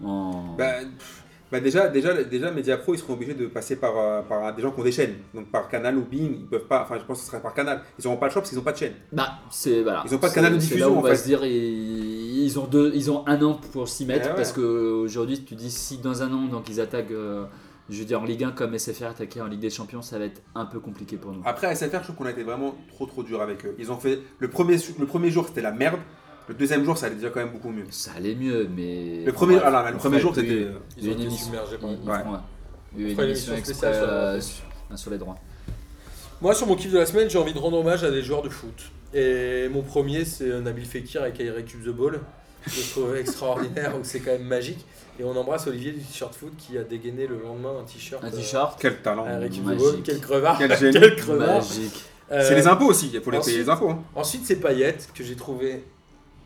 [SPEAKER 2] en-
[SPEAKER 3] Bah, pff, bah déjà, déjà, déjà, Mediapro, ils seront obligés de passer par, euh, par des gens qui ont des chaînes. Donc par Canal ou Bing, ils peuvent pas. Enfin, je pense que ce serait par Canal. Ils n'auront pas le choix parce qu'ils n'ont pas de chaîne.
[SPEAKER 2] Bah, c'est voilà.
[SPEAKER 3] Ils ont pas de
[SPEAKER 2] C'est-
[SPEAKER 3] canal de
[SPEAKER 2] c'est
[SPEAKER 3] diffusion,
[SPEAKER 2] Là où on
[SPEAKER 3] en
[SPEAKER 2] va
[SPEAKER 3] fait.
[SPEAKER 2] se dire ils, ils ont deux, ils ont un an pour s'y mettre
[SPEAKER 3] Eh ouais.
[SPEAKER 2] parce que euh, aujourd'hui tu dis si dans un an donc ils attaquent, euh, je veux dire en Ligue 1 comme SFR attaquer en Ligue des Champions, ça va être un peu compliqué pour nous.
[SPEAKER 3] Après, SFR, je trouve qu'on a été vraiment trop trop dur avec eux. Ils ont fait. Le premier, le premier jour, c'était la merde. Le deuxième jour, ça allait déjà quand même beaucoup mieux.
[SPEAKER 2] Ça allait mieux, mais
[SPEAKER 3] Le premier,
[SPEAKER 2] Ouais,
[SPEAKER 3] ah non, mais le
[SPEAKER 2] on
[SPEAKER 3] premier
[SPEAKER 2] fait-
[SPEAKER 3] jour,
[SPEAKER 2] oui,
[SPEAKER 3] c'était.
[SPEAKER 2] oui,
[SPEAKER 5] Ils ont
[SPEAKER 2] une
[SPEAKER 5] été
[SPEAKER 2] émission.
[SPEAKER 5] submergés par
[SPEAKER 2] ils- ils
[SPEAKER 3] Ouais.
[SPEAKER 2] font, ouais. Il y a eu
[SPEAKER 5] On
[SPEAKER 2] une
[SPEAKER 5] fera une émission
[SPEAKER 2] émission exprès
[SPEAKER 5] spéciale sur la-
[SPEAKER 2] euh, sur, ah, sur les droits.
[SPEAKER 5] Moi, sur mon kiff de la semaine, j'ai envie de rendre hommage à des joueurs de foot. Et mon premier, c'est euh, Nabil Fekir avec I Récup the Ball. Je le
[SPEAKER 2] [laughs]
[SPEAKER 5] trouve extraordinaire, donc c'est quand même magique. Et on embrasse Olivier du t-shirt foot qui a dégainé le lendemain un t-shirt.
[SPEAKER 2] Un
[SPEAKER 5] euh,
[SPEAKER 2] t-shirt.
[SPEAKER 3] Quel talent.
[SPEAKER 5] I Récup the
[SPEAKER 2] Magique. Bah,
[SPEAKER 5] Ball. Quel crevard.
[SPEAKER 2] [laughs]
[SPEAKER 3] Quel
[SPEAKER 5] [laughs]
[SPEAKER 3] génie.
[SPEAKER 5] Quel crevard.
[SPEAKER 2] Magique.
[SPEAKER 5] Euh,
[SPEAKER 3] C'est les impôts aussi. Il faut les
[SPEAKER 5] ensuite-
[SPEAKER 3] payer les impôts. hein.
[SPEAKER 5] Ensuite, c'est Payet que j'ai trouvé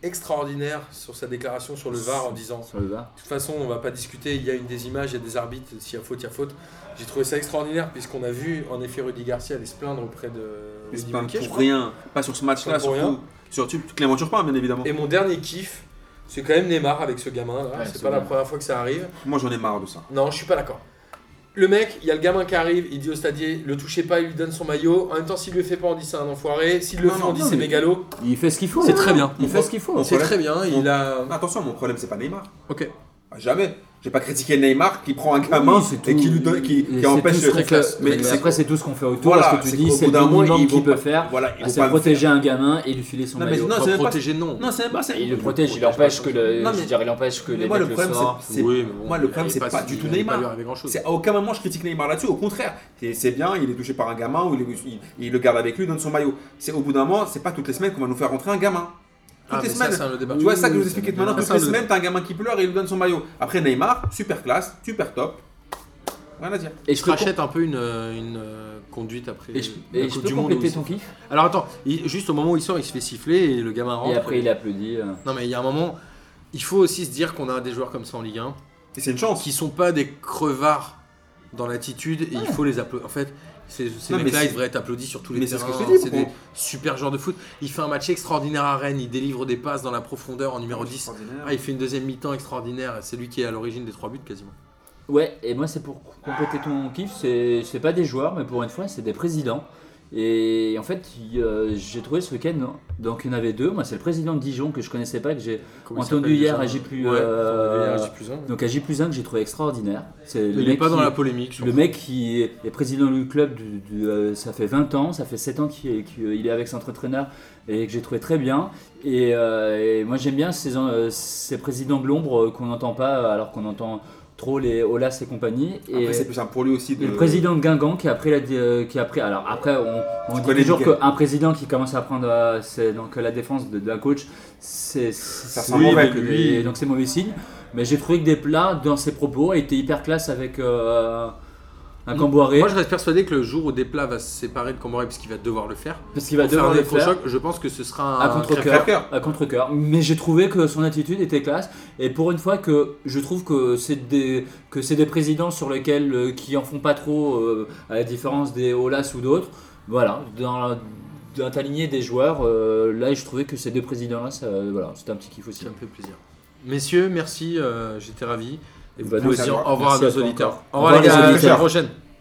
[SPEAKER 5] extraordinaire sur sa déclaration sur le VAR en disant
[SPEAKER 2] Sur le bas.
[SPEAKER 5] de toute façon, on va pas discuter. Il y a une des images, il y a des arbitres. S'il y a faute, il y a faute. J'ai trouvé ça extraordinaire puisqu'on a vu en effet Rudy Garcia aller se plaindre auprès de.
[SPEAKER 3] Ils se
[SPEAKER 5] Rudy
[SPEAKER 3] plaignent
[SPEAKER 5] Mulcair, je
[SPEAKER 3] pour
[SPEAKER 5] crois.
[SPEAKER 3] rien. Pas sur ce match-là,
[SPEAKER 5] Ils se plaignent pour
[SPEAKER 3] surtout. Sur tu- Clément Turpin, bien évidemment.
[SPEAKER 5] Et mon dernier kiff, c'est quand même Neymar avec ce gamin là.
[SPEAKER 2] Ouais,
[SPEAKER 5] c'est
[SPEAKER 2] c'est
[SPEAKER 5] pas la
[SPEAKER 2] bien.
[SPEAKER 5] première fois que ça arrive.
[SPEAKER 3] Moi, j'en ai marre de ça.
[SPEAKER 5] Non, je suis pas d'accord. Le mec, il y a le gamin qui arrive, il dit au stadier, le touchez pas, il lui donne son maillot. En même temps, s'il le fait pas, on dit c'est un enfoiré. S'il le
[SPEAKER 3] Non,
[SPEAKER 5] fait,
[SPEAKER 3] non,
[SPEAKER 5] on dit
[SPEAKER 3] non,
[SPEAKER 5] c'est
[SPEAKER 3] mais-
[SPEAKER 5] mégalo.
[SPEAKER 2] Il fait ce qu'il faut.
[SPEAKER 1] C'est
[SPEAKER 2] hein.
[SPEAKER 1] très bien.
[SPEAKER 2] Il fait ce qu'il faut.
[SPEAKER 3] On
[SPEAKER 1] C'est
[SPEAKER 3] voit-
[SPEAKER 1] très bien, il a.
[SPEAKER 3] Attention, mon problème, c'est pas Neymar.
[SPEAKER 1] Ok.
[SPEAKER 3] Ah, Jamais. J'ai pas critiqué Neymar qui prend un gamin
[SPEAKER 2] Oui, c'est
[SPEAKER 3] et qui
[SPEAKER 2] tout.
[SPEAKER 3] lui donne, qui, qui
[SPEAKER 2] Et c'est
[SPEAKER 3] empêche.
[SPEAKER 2] tout ce qu'on fait-
[SPEAKER 3] mais
[SPEAKER 2] mais
[SPEAKER 3] c'est-
[SPEAKER 2] après, c'est tout ce qu'on fait autour.
[SPEAKER 3] Voilà,
[SPEAKER 2] ce que
[SPEAKER 3] c'est
[SPEAKER 2] tu dis,
[SPEAKER 3] qu'au
[SPEAKER 2] c'est
[SPEAKER 3] bout
[SPEAKER 2] le
[SPEAKER 3] d'un moment,
[SPEAKER 2] minimum
[SPEAKER 3] ils vont
[SPEAKER 2] qu'il peut
[SPEAKER 3] pas-
[SPEAKER 2] faire.
[SPEAKER 3] Voilà, ils
[SPEAKER 2] Ah,
[SPEAKER 3] vont
[SPEAKER 2] C'est
[SPEAKER 3] pas le
[SPEAKER 2] protéger un gamin et lui filer son
[SPEAKER 3] Non, mais
[SPEAKER 2] maillot.
[SPEAKER 3] non,
[SPEAKER 1] Pas
[SPEAKER 3] c'est même pas-
[SPEAKER 1] protégé, non.
[SPEAKER 3] Non, c'est même pas ça.
[SPEAKER 2] Il Bah, le protège, il empêche que le.
[SPEAKER 3] Non,
[SPEAKER 2] je
[SPEAKER 3] mais-
[SPEAKER 2] veux dire, il empêche que
[SPEAKER 3] Mais
[SPEAKER 2] les
[SPEAKER 3] moi,
[SPEAKER 2] mecs
[SPEAKER 3] le
[SPEAKER 2] le
[SPEAKER 3] problème,
[SPEAKER 2] sortent.
[SPEAKER 3] c'est-
[SPEAKER 1] Oui, mais bon,
[SPEAKER 3] moi, le problème,
[SPEAKER 1] il
[SPEAKER 3] c'est
[SPEAKER 1] est
[SPEAKER 3] pas du
[SPEAKER 1] il
[SPEAKER 3] tout
[SPEAKER 1] est pas
[SPEAKER 3] Neymar.
[SPEAKER 1] lui arrivé grand-chose.
[SPEAKER 5] Ah,
[SPEAKER 3] C'est à aucun moment je critique Neymar là-dessus, au contraire. C'est c'est bien, il est touché par un gamin ou il, est- il- il le garde avec lui, il donne son maillot. C'est au bout d'un moment, c'est pas toutes les semaines qu'on va nous faire rentrer un gamin. Toutes
[SPEAKER 1] Ah,
[SPEAKER 3] les
[SPEAKER 1] mais ça,
[SPEAKER 3] semaines.
[SPEAKER 1] c'est un autre débat.
[SPEAKER 3] Bah, tu vois, ça que je vous
[SPEAKER 1] Oui,
[SPEAKER 3] expliquais
[SPEAKER 1] oui,
[SPEAKER 3] tout maintenant,
[SPEAKER 1] oui.
[SPEAKER 3] toutes
[SPEAKER 1] Ah,
[SPEAKER 3] les
[SPEAKER 1] ça, le-
[SPEAKER 3] semaines, t'as un gamin qui pleure et il lui donne son maillot. Après Neymar, super classe, super top. Rien à dire.
[SPEAKER 2] Et
[SPEAKER 1] Je
[SPEAKER 2] je peux com-
[SPEAKER 1] rachète un peu une, euh, une, euh, conduite après.
[SPEAKER 2] et je-
[SPEAKER 1] la
[SPEAKER 2] et je
[SPEAKER 1] Coupe
[SPEAKER 2] peux
[SPEAKER 1] du Monde
[SPEAKER 2] compléter
[SPEAKER 1] aussi.
[SPEAKER 2] ton kiff
[SPEAKER 1] Alors attends, il- juste au moment où il sort, il se fait siffler et le gamin rentre.
[SPEAKER 2] Et après, il applaudit. euh.
[SPEAKER 1] Non, mais il y a un moment, il faut aussi se dire qu'on a des joueurs comme ça en Ligue 1
[SPEAKER 3] Et c'est une chance.
[SPEAKER 1] qui sont pas des crevards dans l'attitude et il faut les applaudir. En fait, ces, ces
[SPEAKER 3] Non, mais
[SPEAKER 1] mecs-là,
[SPEAKER 3] c'est-
[SPEAKER 1] ils devraient être applaudis sur tous les
[SPEAKER 3] Mais c'est ce
[SPEAKER 1] terrains.
[SPEAKER 3] que je te dis,
[SPEAKER 1] des
[SPEAKER 3] pourquoi-
[SPEAKER 1] super joueurs de foot. Il fait un match extraordinaire à Rennes, il délivre des passes dans la profondeur en numéro 10.
[SPEAKER 3] Extraordinaire.
[SPEAKER 1] Ah, il fait une deuxième mi-temps extraordinaire, c'est lui qui est à l'origine des trois buts quasiment.
[SPEAKER 2] Ouais, et moi c'est pour compléter ton kiff, c'est c'est pas des joueurs, mais pour une fois c'est des présidents. Et en fait, il, euh, j'ai trouvé ce week-end, donc il y en avait deux. Moi, c'est le président de Dijon que je connaissais pas, que j'ai
[SPEAKER 1] Comment il
[SPEAKER 2] Entendu
[SPEAKER 1] s'appelle
[SPEAKER 2] hier
[SPEAKER 1] déjà
[SPEAKER 2] à J+,
[SPEAKER 1] Ouais,
[SPEAKER 2] euh,
[SPEAKER 1] entendu hier à J+, hein.
[SPEAKER 2] donc à J plus 1 que j'ai trouvé extraordinaire. C'est le
[SPEAKER 1] Il n'est
[SPEAKER 2] mec
[SPEAKER 1] pas dans
[SPEAKER 2] qui-
[SPEAKER 1] la polémique.
[SPEAKER 2] le mec qui est est président du club, du- du, euh, ça fait 20 ans, ça fait 7 ans qu'il est, qu'il est avec son entraîneur et que j'ai trouvé très bien. Et, euh, et moi j'aime bien ces, euh, ces présidents de l'ombre euh, qu'on n'entend pas alors qu'on entend trop les Olas et compagnie. Et,
[SPEAKER 3] Après, c'est plus simple pour lui aussi de.
[SPEAKER 2] et le président de Guingamp qui a pris la, di- euh, qui a pris. Alors après, on, on dit
[SPEAKER 3] connais
[SPEAKER 2] toujours
[SPEAKER 3] Miguel.
[SPEAKER 2] qu'un président qui commence à prendre euh, c'est donc la défense de- d'un coach, c'est c'est
[SPEAKER 3] sent mauvais,
[SPEAKER 2] que
[SPEAKER 3] lui.
[SPEAKER 2] des- donc c'est mauvais signe. Mais j'ai trouvé que des plats dans ses propos étaient hyper classe avec euh, un camboiré
[SPEAKER 1] Moi, je reste persuadé que le jour où Desplat va se séparer de Camboré, puisqu'il va devoir le faire,
[SPEAKER 2] parce qu'il va
[SPEAKER 1] pour faire
[SPEAKER 2] devoir
[SPEAKER 1] un
[SPEAKER 2] le faire.
[SPEAKER 1] électrochoc, je pense que ce sera un.
[SPEAKER 2] À contre
[SPEAKER 1] crève-
[SPEAKER 2] cœur
[SPEAKER 3] crève-cœur.
[SPEAKER 2] à contre cœur mais j'ai trouvé que son attitude était classe et pour une fois que je trouve que c'est des que c'est des présidents sur lesquels euh, qui en font pas trop euh, à la différence des Olas ou d'autres voilà dans la- dans ta lignée des joueurs euh, là je trouvais que ces deux présidents là ça, voilà c'était un petit kiff aussi
[SPEAKER 1] Ça me fait plaisir. Messieurs, merci, euh, j'étais ravi. Et vous
[SPEAKER 2] Bah,
[SPEAKER 1] pouvez
[SPEAKER 3] merci à
[SPEAKER 1] dire
[SPEAKER 3] toi.
[SPEAKER 1] au revoir à
[SPEAKER 2] Merci à
[SPEAKER 1] nos
[SPEAKER 2] toi
[SPEAKER 1] auditeurs.
[SPEAKER 2] encore.
[SPEAKER 1] Au revoir,
[SPEAKER 2] Au revoir,
[SPEAKER 1] les
[SPEAKER 2] les
[SPEAKER 1] gars, à la
[SPEAKER 2] auditeurs.
[SPEAKER 1] prochaine.